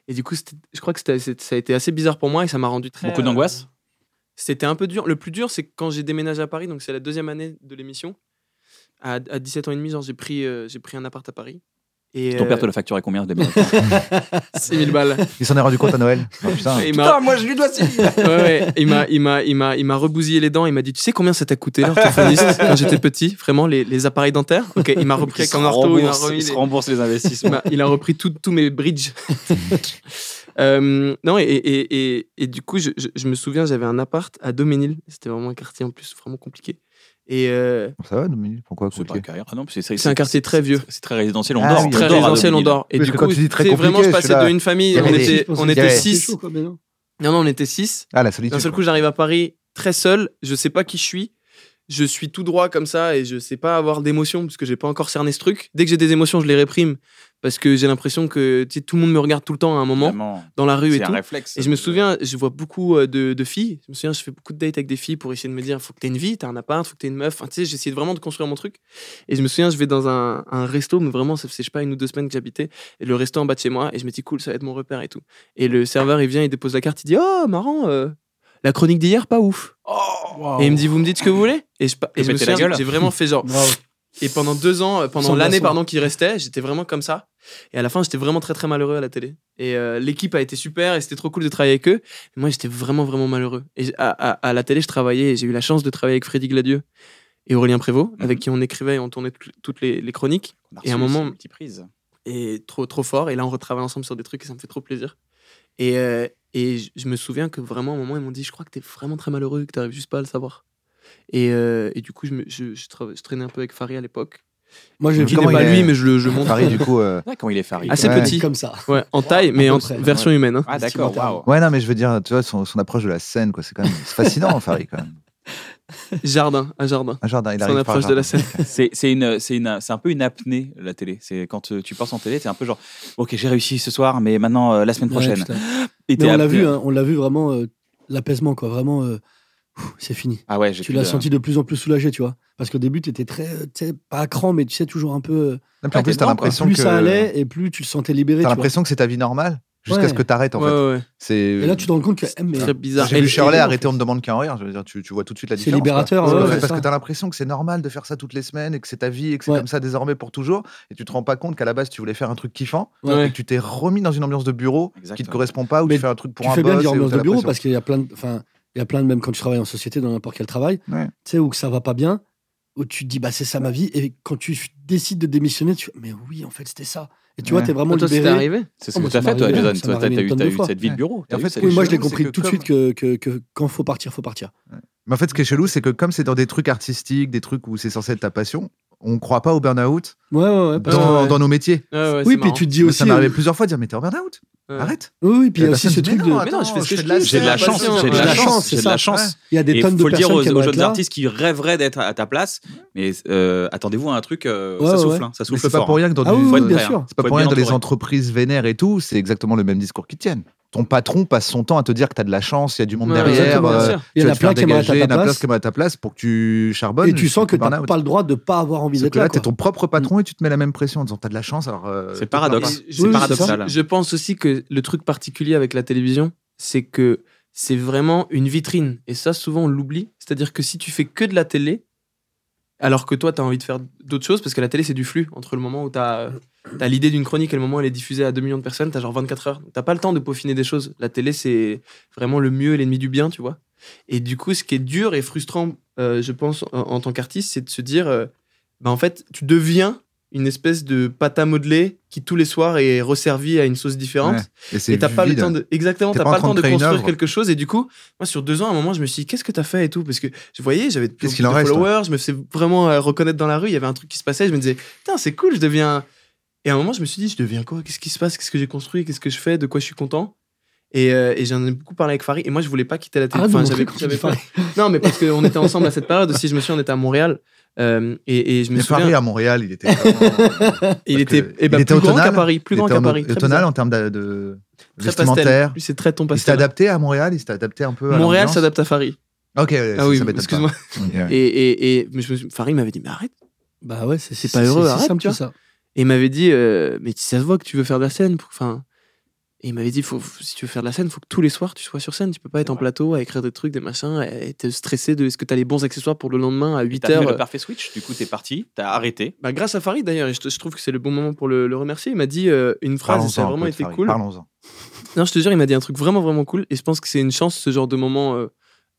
Speaker 3: Et du coup, c'était- je crois que c'était- c'est- ça a été assez bizarre pour moi et ça m'a rendu très...
Speaker 4: Beaucoup d'angoisse
Speaker 3: C'était un peu dur. Le plus dur, c'est que quand j'ai déménagé à Paris, donc c'est la deuxième année de l'émission, à, à 17 ans et demi, genre, j'ai pris, euh, j'ai pris un appart à Paris. Et,
Speaker 4: Ton père te
Speaker 3: euh,
Speaker 4: l'a facturé combien [laughs] de
Speaker 3: 6 000 balles.
Speaker 2: Il s'en est rendu compte à Noël. Oh, putain.
Speaker 3: Et il m'a-
Speaker 4: Putain, moi je lui dois 6 000
Speaker 3: ouais, ouais. Il m'a, il m'a, il m'a, il m'a rebousillé les dents. Il m'a dit, tu sais combien ça t'a
Speaker 4: [laughs]
Speaker 3: coûté l'orthophoniste quand j'étais petit Vraiment les, les appareils dentaires. Ok, il m'a repris avec un ortho. Il m'a
Speaker 4: rembourse,
Speaker 3: remis
Speaker 4: il se
Speaker 3: les-
Speaker 4: rembourse les
Speaker 3: il
Speaker 4: investissements.
Speaker 3: m'a- il a repris tout- tous mes bridges. [laughs] Euh, non, et, et, et, et du coup, je, je- je me souviens, j'avais un appart à Doménil. C'était vraiment un quartier en plus vraiment compliqué. Et euh,
Speaker 2: Ça va, Dominique Pourquoi
Speaker 4: C'est pas
Speaker 2: compliqué
Speaker 4: un carrière. Ah non, c'est
Speaker 3: c'est un quartier très vieux.
Speaker 4: C'est très résidentiel, on
Speaker 2: Ah
Speaker 4: dort.
Speaker 2: oui,
Speaker 4: on
Speaker 3: Très
Speaker 4: dort à
Speaker 3: résidentiel, on
Speaker 4: Deauville.
Speaker 3: dort. Et
Speaker 2: Parce
Speaker 3: du
Speaker 2: que quand
Speaker 3: coup,
Speaker 2: tu dis très
Speaker 3: tu sais, vraiment, je
Speaker 2: compliqué, je suis
Speaker 3: passais
Speaker 2: là.
Speaker 3: de une famille,
Speaker 2: Il y
Speaker 3: on
Speaker 2: avait des-
Speaker 3: était, on était
Speaker 2: avait-
Speaker 3: six. Non, non, on était six.
Speaker 2: Ah, la solitude.
Speaker 3: D'un seul coup, j'arrive à Paris très seul, je sais pas qui je suis, je suis tout droit comme ça et je sais pas avoir d'émotion parce que j'ai pas encore cerné ce truc. Dès que j'ai des émotions, je les réprime parce que j'ai l'impression que tu sais, tout le monde me regarde tout le temps à un moment
Speaker 4: Vraiment,
Speaker 3: dans la rue et
Speaker 4: C'est
Speaker 3: tout.
Speaker 4: un réflexe.
Speaker 3: Et je me souviens, je vois beaucoup euh, de, de filles. Je me souviens, je fais beaucoup de dates avec des filles pour essayer de me dire faut que t'aies une vie, t'as un appart, faut que t'aies une meuf. Enfin, tu sais, j'essayais vraiment de construire mon truc. Et je me souviens, je vais dans un, un resto, mais vraiment, ça faisait, je sais pas, une ou deux semaines que j'habitais. Et le resto en bas de chez moi, et je me dis cool, ça va être mon repère et tout. Et le serveur, il vient, il dépose la carte, il dit oh, marrant, euh, la chronique d'hier, pas ouf. Et il me dit vous me dites ce que vous voulez Et je, pa- et
Speaker 4: Te
Speaker 3: je me
Speaker 4: péter la
Speaker 3: souviens,
Speaker 4: gueule.
Speaker 3: j'ai vraiment fait genre.
Speaker 5: Bravo.
Speaker 3: Et pendant deux ans, euh,
Speaker 5: Sans
Speaker 3: pendant l'année
Speaker 5: glaçon.
Speaker 3: pardon qui restait, j'étais vraiment comme ça. Et à la fin, j'étais vraiment très très malheureux à la télé. Et euh, l'équipe a été super et c'était trop cool de travailler avec eux. Mais moi, j'étais vraiment vraiment malheureux. Et j- à, à- à la télé, je travaillais. et J'ai eu la chance de travailler avec Freddy Gladieux et Aurélien Prévost,
Speaker 4: Mhm.
Speaker 3: avec qui on écrivait et on tournait tout- toutes les, les chroniques. et à un moment-
Speaker 4: Petite prise.
Speaker 3: Et trop trop fort. Et là, on retravaille ensemble sur des trucs et ça me fait trop plaisir. Et, euh, et j- je me souviens que vraiment, à un moment, ils m'ont dit, je crois que t'es vraiment très malheureux et que t'arrives juste pas à le savoir. Et, euh, et du coup, je, me- je- je tra- je traînais un peu avec Farid à l'époque.
Speaker 5: Moi,
Speaker 3: Je
Speaker 5: j'ai
Speaker 3: ne
Speaker 2: Qui
Speaker 3: dis
Speaker 5: vu
Speaker 2: Comment
Speaker 3: pas
Speaker 5: des
Speaker 2: il est-
Speaker 3: lui, mais je le, je le montre.
Speaker 2: Paris,
Speaker 3: [laughs]
Speaker 2: du coup. euh,
Speaker 4: Ouais, comment il est faré.
Speaker 3: Assez
Speaker 2: Ouais.
Speaker 3: petit.
Speaker 5: comme ça.
Speaker 3: Ouais, en taille, mais
Speaker 5: à peu
Speaker 3: en
Speaker 5: près,
Speaker 3: version humaine. hein.
Speaker 4: Ah, d'accord, waouh.
Speaker 2: Ouais, non, mais je veux dire, tu vois, son, son approche de la scène, quoi. C'est quand même c'est fascinant, Farid, quand même.
Speaker 3: Jardin, à jardin.
Speaker 2: Un jardin, il
Speaker 3: Son
Speaker 2: arrive par
Speaker 3: approche
Speaker 2: jardin.
Speaker 3: de la scène.
Speaker 4: C'est c'est une, Euh, c'est une, c'est un peu une apnée la télé. C'est quand euh, tu passes en télé, t'es un peu genre, ok, j'ai réussi ce soir, mais maintenant euh, la semaine
Speaker 5: Ouais,
Speaker 4: prochaine.
Speaker 5: putain.
Speaker 4: Et
Speaker 5: Mais
Speaker 4: t'es
Speaker 5: on l'a
Speaker 4: apné-
Speaker 5: vu, hein, on l'a vu vraiment euh, l'apaisement, quoi. Vraiment, euh, pff, c'est fini.
Speaker 4: Ah ouais, j'ai
Speaker 5: Tu
Speaker 4: plus
Speaker 5: l'as
Speaker 4: de-
Speaker 5: senti de plus en plus soulagé, tu vois. Parce qu'au début, tu étais très, euh, tu sais, pas à cran, mais tu sais, toujours un peu.
Speaker 2: Non,
Speaker 3: Ah,
Speaker 2: puis en plus,
Speaker 4: Ouais, t'es
Speaker 2: t'as
Speaker 4: dedans,
Speaker 5: euh,
Speaker 2: l'impression
Speaker 5: plus
Speaker 2: que.
Speaker 5: ça allait et plus tu le sentais libéré.
Speaker 2: T'as
Speaker 5: tu vois.
Speaker 2: l'impression que c'est ta vie normale jusqu'à
Speaker 5: Ouais.
Speaker 2: ce que t'arrêtes, en
Speaker 3: ouais,
Speaker 2: fait.
Speaker 3: ouais, ouais.
Speaker 2: C'est.
Speaker 5: Et là, tu te rends compte que. eh, mais-
Speaker 3: C'est Très bizarre.
Speaker 2: J'ai
Speaker 3: Et- euh,
Speaker 2: vu Shirley
Speaker 3: et-
Speaker 2: arrêter, on me demande qu'un rire. Je veux dire, tu, tu vois tout de suite la
Speaker 5: C'est
Speaker 2: différence.
Speaker 5: libérateur,
Speaker 2: quoi.
Speaker 3: ouais,
Speaker 2: Parce
Speaker 3: ouais,
Speaker 2: que- parce
Speaker 5: ça.
Speaker 2: que t'as l'impression que c'est normal de faire ça toutes les semaines et que c'est ta vie et que c'est
Speaker 5: Ouais.
Speaker 2: comme ça désormais pour toujours. Et tu te rends pas compte qu'à la base, tu voulais faire un truc kiffant
Speaker 3: Ouais.
Speaker 2: et que tu t'es remis dans une ambiance de bureau qui te
Speaker 4: Exactement.
Speaker 2: correspond pas ou
Speaker 5: Mais
Speaker 2: tu fais un truc pour
Speaker 5: tu
Speaker 2: un
Speaker 5: fais bien de
Speaker 2: boss.
Speaker 5: dire
Speaker 2: et où
Speaker 5: ambiance
Speaker 2: t'as
Speaker 5: de bureau
Speaker 2: l'impression-
Speaker 5: parce qu'il y a plein de, enfin, il y a plein de, même quand tu travailles en société, dans n'importe quel travail,
Speaker 2: Ouais.
Speaker 5: tu sais, où que ça va pas bien, où tu te dis, bah, c'est ça ma vie. Et quand tu décides de démissionner, tu fais, mais oui, en fait, c'était ça. Et tu vois,
Speaker 2: Ouais.
Speaker 5: t'es vraiment
Speaker 3: Toi, toi, c'était
Speaker 5: libéré.
Speaker 3: arrivé
Speaker 4: C'est ce
Speaker 5: Oh,
Speaker 4: que
Speaker 5: moi,
Speaker 4: t'as
Speaker 5: ça
Speaker 4: fait, toi,
Speaker 5: m'arrivait,
Speaker 4: Jason.
Speaker 5: ça
Speaker 4: Toi, t'as-
Speaker 5: m'arrivait
Speaker 4: t'as
Speaker 5: une
Speaker 4: eu,
Speaker 5: tonne
Speaker 4: t'as
Speaker 5: de
Speaker 4: eu
Speaker 5: fois.
Speaker 4: cette vie de bureau.
Speaker 2: Et en
Speaker 4: T'as eu
Speaker 2: fait,
Speaker 4: cette
Speaker 2: c'est
Speaker 5: Oui,
Speaker 2: chelou,
Speaker 5: moi, je l'ai
Speaker 2: c'est
Speaker 5: compris
Speaker 2: que
Speaker 5: tout de
Speaker 2: comme-
Speaker 5: suite que, que, que quand faut partir, faut partir.
Speaker 2: Mais en fait, ce qui est chelou, c'est que comme c'est dans des trucs artistiques, des trucs où c'est censé être ta passion, on croit pas au burn-out
Speaker 5: Ouais, ouais, ouais.
Speaker 2: dans,
Speaker 3: ouais.
Speaker 2: dans nos métiers.
Speaker 3: Ouais, ouais,
Speaker 5: oui,
Speaker 3: c'est
Speaker 5: puis
Speaker 3: marrant.
Speaker 5: tu te dis
Speaker 2: Moi,
Speaker 5: aussi.
Speaker 2: ça m'est arrivé
Speaker 5: euh,
Speaker 2: plusieurs fois de dire Mais t'es en burn-out
Speaker 3: Ouais.
Speaker 2: Arrête
Speaker 5: Oui, oui, puis il y
Speaker 2: Et
Speaker 5: a
Speaker 2: la
Speaker 5: aussi
Speaker 2: personne
Speaker 5: ce
Speaker 2: dit,
Speaker 5: truc
Speaker 2: Mais
Speaker 5: de.
Speaker 2: non,
Speaker 3: Mais non, je
Speaker 2: attends,
Speaker 3: fais ce que
Speaker 2: fais
Speaker 3: je
Speaker 2: de la
Speaker 3: kiffe,
Speaker 4: J'ai de la
Speaker 3: c'est
Speaker 2: scène,
Speaker 4: chance,
Speaker 3: passion.
Speaker 4: j'ai de
Speaker 5: Ouais,
Speaker 4: la
Speaker 5: la
Speaker 4: chance,
Speaker 5: chance,
Speaker 4: j'ai de
Speaker 5: c'est
Speaker 4: la
Speaker 5: ça.
Speaker 4: chance.
Speaker 5: Il y a des
Speaker 4: Et
Speaker 5: tonnes de
Speaker 4: faut le dire
Speaker 5: personnes
Speaker 4: aux,
Speaker 5: qui
Speaker 4: aux
Speaker 5: aimeraient
Speaker 4: jeunes
Speaker 5: être là.
Speaker 4: artistes qui rêveraient d'être à ta place, mais euh, attendez-vous à un truc, euh,
Speaker 5: Ouais,
Speaker 4: ça
Speaker 5: ouais,
Speaker 4: souffle,
Speaker 5: ouais.
Speaker 4: hein, ça
Speaker 2: Mais
Speaker 4: souffle
Speaker 2: c'est pas
Speaker 4: fort.
Speaker 2: pour rien que dans
Speaker 5: Ah
Speaker 2: du-
Speaker 5: oui,
Speaker 4: Faut
Speaker 5: oui,
Speaker 4: être
Speaker 5: bien
Speaker 4: prêt, hein.
Speaker 5: sûr.
Speaker 2: C'est pas
Speaker 4: Faut
Speaker 2: pour rien
Speaker 4: être
Speaker 2: que
Speaker 4: bien
Speaker 2: dans les
Speaker 4: entouré.
Speaker 2: entreprises vénères et tout, c'est exactement le même discours qu'ils tiennent. Ton patron passe son temps à te dire que t'as de la chance, il y a du monde
Speaker 3: Ouais,
Speaker 2: derrière,
Speaker 5: exactement,
Speaker 2: euh,
Speaker 3: bien sûr.
Speaker 5: Il y
Speaker 2: tu
Speaker 5: en
Speaker 2: vas
Speaker 5: a
Speaker 2: te faire
Speaker 5: plein qui aimeraient
Speaker 2: dégager,
Speaker 5: être
Speaker 2: il y en
Speaker 5: à
Speaker 2: a
Speaker 5: ta
Speaker 2: plein
Speaker 5: place.
Speaker 2: qui aimeraient à ta place pour que tu charbonnes.
Speaker 5: Et tu sens que
Speaker 2: t'as
Speaker 5: t'as pas le droit de pas avoir envie
Speaker 2: Sauf
Speaker 5: d'être
Speaker 2: que
Speaker 5: là.
Speaker 2: là, t'es
Speaker 5: quoi.
Speaker 2: ton propre patron et tu te mets la même pression en disant t'as de la chance. alors, euh,
Speaker 4: C'est
Speaker 2: t'es
Speaker 4: paradoxe.
Speaker 2: plein.
Speaker 3: Et
Speaker 4: C'est
Speaker 3: je-
Speaker 4: paradoxal.
Speaker 3: Je pense aussi que le truc particulier avec la télévision, c'est que c'est vraiment une vitrine. Et ça, souvent, on l'oublie. C'est-à-dire que si tu fais que de la télé, alors que toi, tu as envie de faire d'autres choses, parce que la télé, c'est du flux. Entre le moment où euh, tu as, l'idée d'une chronique et le moment où elle est diffusée à 2 millions de personnes, tu as genre 24 heures. Tu pas le temps de peaufiner des choses. La télé, c'est vraiment le mieux et l'ennemi du bien, tu vois. Et du coup, ce qui est dur et frustrant, euh, je pense, en, en tant qu'artiste, c'est de se dire, euh, bah, en fait, tu deviens une espèce de pâte à modeler qui tous les soirs est resservie à une sauce différente.
Speaker 2: Ouais, Et c'est
Speaker 3: Et t'as pas le
Speaker 2: vide.
Speaker 3: temps de exactement,
Speaker 2: T'es
Speaker 3: t'as
Speaker 2: pas en
Speaker 3: pas le
Speaker 2: train
Speaker 3: temps
Speaker 2: de
Speaker 3: de
Speaker 2: créer une
Speaker 3: construire
Speaker 2: œuvre.
Speaker 3: quelque chose. Et du coup, moi sur deux ans, à un moment, je me suis dit qu'est-ce que t'as fait et tout parce que je voyais, j'avais
Speaker 2: Qu'est-ce
Speaker 3: plus
Speaker 2: qu'il
Speaker 3: de
Speaker 2: en reste,
Speaker 3: followers, je me faisais vraiment euh, reconnaître dans la rue. Il y avait un truc qui se passait. Je me disais putain c'est cool, je deviens. Et à un moment, je me suis dit je deviens quoi Qu'est-ce qui se passe Qu'est-ce que j'ai construit Qu'est-ce que je fais De quoi je suis content et, euh, et j'en ai beaucoup parlé avec Farid. Et moi, je voulais pas quitter la télé.
Speaker 5: Arrête de
Speaker 3: Enfin,
Speaker 5: montrer
Speaker 3: j'avais-
Speaker 5: Ah, quand
Speaker 3: Ah, [laughs]
Speaker 5: tu
Speaker 3: j'avais
Speaker 5: dis Farid.
Speaker 3: pas- Non, mais parce qu'on était ensemble à cette période. Si je me souviens, on était à Montréal. euh, et, et je me
Speaker 2: Mais
Speaker 3: souviens.
Speaker 2: Paris à Montréal, il était. vraiment-
Speaker 3: Il
Speaker 2: Parce
Speaker 3: était,
Speaker 2: que
Speaker 3: eh ben,
Speaker 2: il était
Speaker 3: plus grand
Speaker 2: automnal,
Speaker 3: qu'à Paris, plus
Speaker 2: il
Speaker 3: grand
Speaker 2: était
Speaker 3: qu'à
Speaker 2: en-
Speaker 3: Paris. très
Speaker 2: Automnal
Speaker 3: bizarre.
Speaker 2: en termes de- de
Speaker 3: très pastel.
Speaker 2: vestimentaire.
Speaker 3: Lui, C'est très ton
Speaker 2: Il s'est
Speaker 3: pastel.
Speaker 2: adapté à Montréal, il s'est adapté un peu. à
Speaker 3: Montréal
Speaker 2: l'ambiance.
Speaker 3: s'adapte à Farid.
Speaker 2: Ok, ouais,
Speaker 3: Ah
Speaker 2: ça-
Speaker 3: oui,
Speaker 2: ça m'étonne pas.
Speaker 3: excuse-moi.
Speaker 2: Ok, ouais.
Speaker 3: [laughs] Et, et, et mais je me suis- Farid m'avait dit mais arrête.
Speaker 5: Bah ouais, c'est
Speaker 3: C'est pas heureux,
Speaker 5: c'est
Speaker 3: arrête,
Speaker 5: simple,
Speaker 3: tu vois.
Speaker 5: tout ça.
Speaker 3: Et il m'avait dit euh, mais ça se voit que tu veux faire de la scène. pour- Enfin, Et il m'avait dit, faut, faut- si tu veux faire de la scène, faut que tous les soirs tu sois sur scène. Tu peux pas être en plateau à écrire des trucs, des machins, et te stresser de est-ce que t'as les bons accessoires pour le lendemain à 8
Speaker 4: T'as fait
Speaker 3: heures.
Speaker 4: le parfait switch, du coup t'es parti, t'as arrêté.
Speaker 3: Bah, grâce à Farid d'ailleurs, et je, je trouve que c'est le bon moment pour le, le remercier. Il m'a dit euh, une phrase, et ça a
Speaker 2: Parlons-en un
Speaker 3: vraiment
Speaker 2: peu de
Speaker 3: été
Speaker 2: Farid,
Speaker 3: cool.
Speaker 2: Parlons-en.
Speaker 3: Non, je te jure, il m'a dit un truc vraiment, vraiment cool. Et je pense que c'est une chance, ce genre de moment, euh,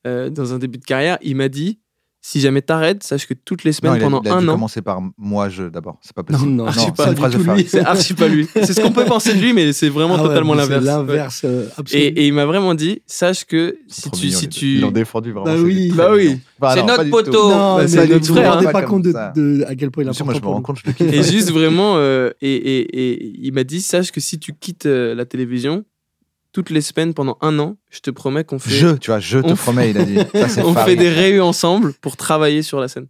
Speaker 3: euh, dans un début de carrière. Il m'a dit si jamais t'arrêtes, sache que toutes les
Speaker 2: Non,
Speaker 3: semaines
Speaker 2: il a,
Speaker 3: pendant
Speaker 2: il a dû
Speaker 3: un an.
Speaker 2: commencer par moi, je d'abord. C'est pas
Speaker 5: Non,
Speaker 2: possible.
Speaker 5: non,
Speaker 3: Ah, je sais
Speaker 2: c'est
Speaker 3: pas
Speaker 2: une
Speaker 3: du
Speaker 2: phrase de
Speaker 5: tout, lui.
Speaker 2: Farid.
Speaker 3: C'est archi
Speaker 2: [laughs]
Speaker 3: pas lui. C'est ce qu'on peut penser de lui, mais c'est vraiment
Speaker 5: Ah ouais,
Speaker 3: totalement
Speaker 5: mais
Speaker 3: l'inverse.
Speaker 5: C'est
Speaker 3: Ouais.
Speaker 5: l'inverse, euh, absolu.
Speaker 3: Et, et il m'a vraiment dit sache que si
Speaker 2: Trop
Speaker 3: tu.
Speaker 2: mignon,
Speaker 3: Si
Speaker 2: les deux. Ils
Speaker 3: tu...
Speaker 2: l'ont défendu vraiment.
Speaker 5: Bah
Speaker 2: c'était
Speaker 5: oui.
Speaker 2: très
Speaker 3: Bah oui.
Speaker 2: mignon. Bah
Speaker 4: C'est
Speaker 2: non,
Speaker 4: notre
Speaker 2: pas du
Speaker 4: poteau.
Speaker 2: tout.
Speaker 5: non,
Speaker 3: bah,
Speaker 5: mais
Speaker 3: c'est notre
Speaker 5: vous vous
Speaker 3: frère,
Speaker 5: rendez
Speaker 2: hein,
Speaker 5: pas
Speaker 2: comme
Speaker 5: compte de,
Speaker 2: ça.
Speaker 5: de- à quel point il est
Speaker 2: Monsieur, moi, je me
Speaker 5: important
Speaker 2: rends
Speaker 5: pour
Speaker 2: compte, je le kiffe.
Speaker 3: Et juste vraiment, euh, et, et- et il m'a dit sache que si tu quittes euh, la télévision, toutes les semaines pendant un an, je te promets qu'on fait,
Speaker 2: Je, tu vois, je te
Speaker 3: On-
Speaker 2: promets, il a dit. Ça, c'est
Speaker 3: on fait
Speaker 2: Farid.
Speaker 3: des réus ensemble pour travailler sur la scène.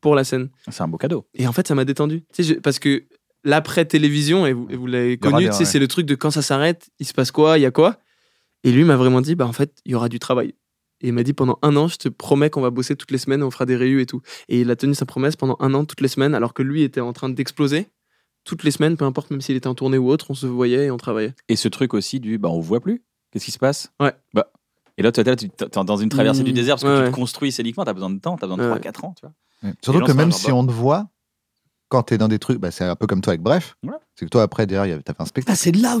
Speaker 3: Pour la scène.
Speaker 4: C'est un beau cadeau.
Speaker 3: Et en fait, ça m'a détendu. Tu sais, je- parce que l'après-télévision, et vous, et vous l'avez
Speaker 2: aura
Speaker 3: connu,
Speaker 2: des-
Speaker 3: tu sais,
Speaker 2: ouais.
Speaker 3: c'est le truc de quand ça s'arrête, il se passe quoi, il y a quoi. Et lui m'a vraiment dit, bah en fait, il y aura du travail. Et il m'a dit, pendant un an, je te promets qu'on va bosser toutes les semaines, on fera des réus et tout. Et il a tenu sa promesse pendant un an, toutes les semaines, alors que lui était en train d'exploser. Toutes les semaines, peu importe, même s'il était en tournée ou autre, on se voyait et on travaillait.
Speaker 4: Et ce truc aussi du bah on voit plus. Qu'est-ce qui se passe
Speaker 3: Ouais.
Speaker 4: Bah, et là, tu es dans une traversée
Speaker 5: Mmh.
Speaker 4: du désert parce que
Speaker 3: Ouais,
Speaker 4: tu
Speaker 3: ouais.
Speaker 4: te construis scéniquement, tu as besoin de temps, tu as besoin de
Speaker 3: Ouais.
Speaker 4: 3-4 ans. Tu vois.
Speaker 2: Ouais. Surtout
Speaker 4: Et
Speaker 2: que
Speaker 4: lance un
Speaker 2: même
Speaker 4: genre
Speaker 2: si
Speaker 4: de-
Speaker 2: on te voit, quand t'es dans des trucs, bah, c'est un peu comme toi avec Bref.
Speaker 4: Ouais.
Speaker 2: C'est que toi, après, derrière, il y avait- t'as fait un spectacle.
Speaker 5: Ah, c'est là où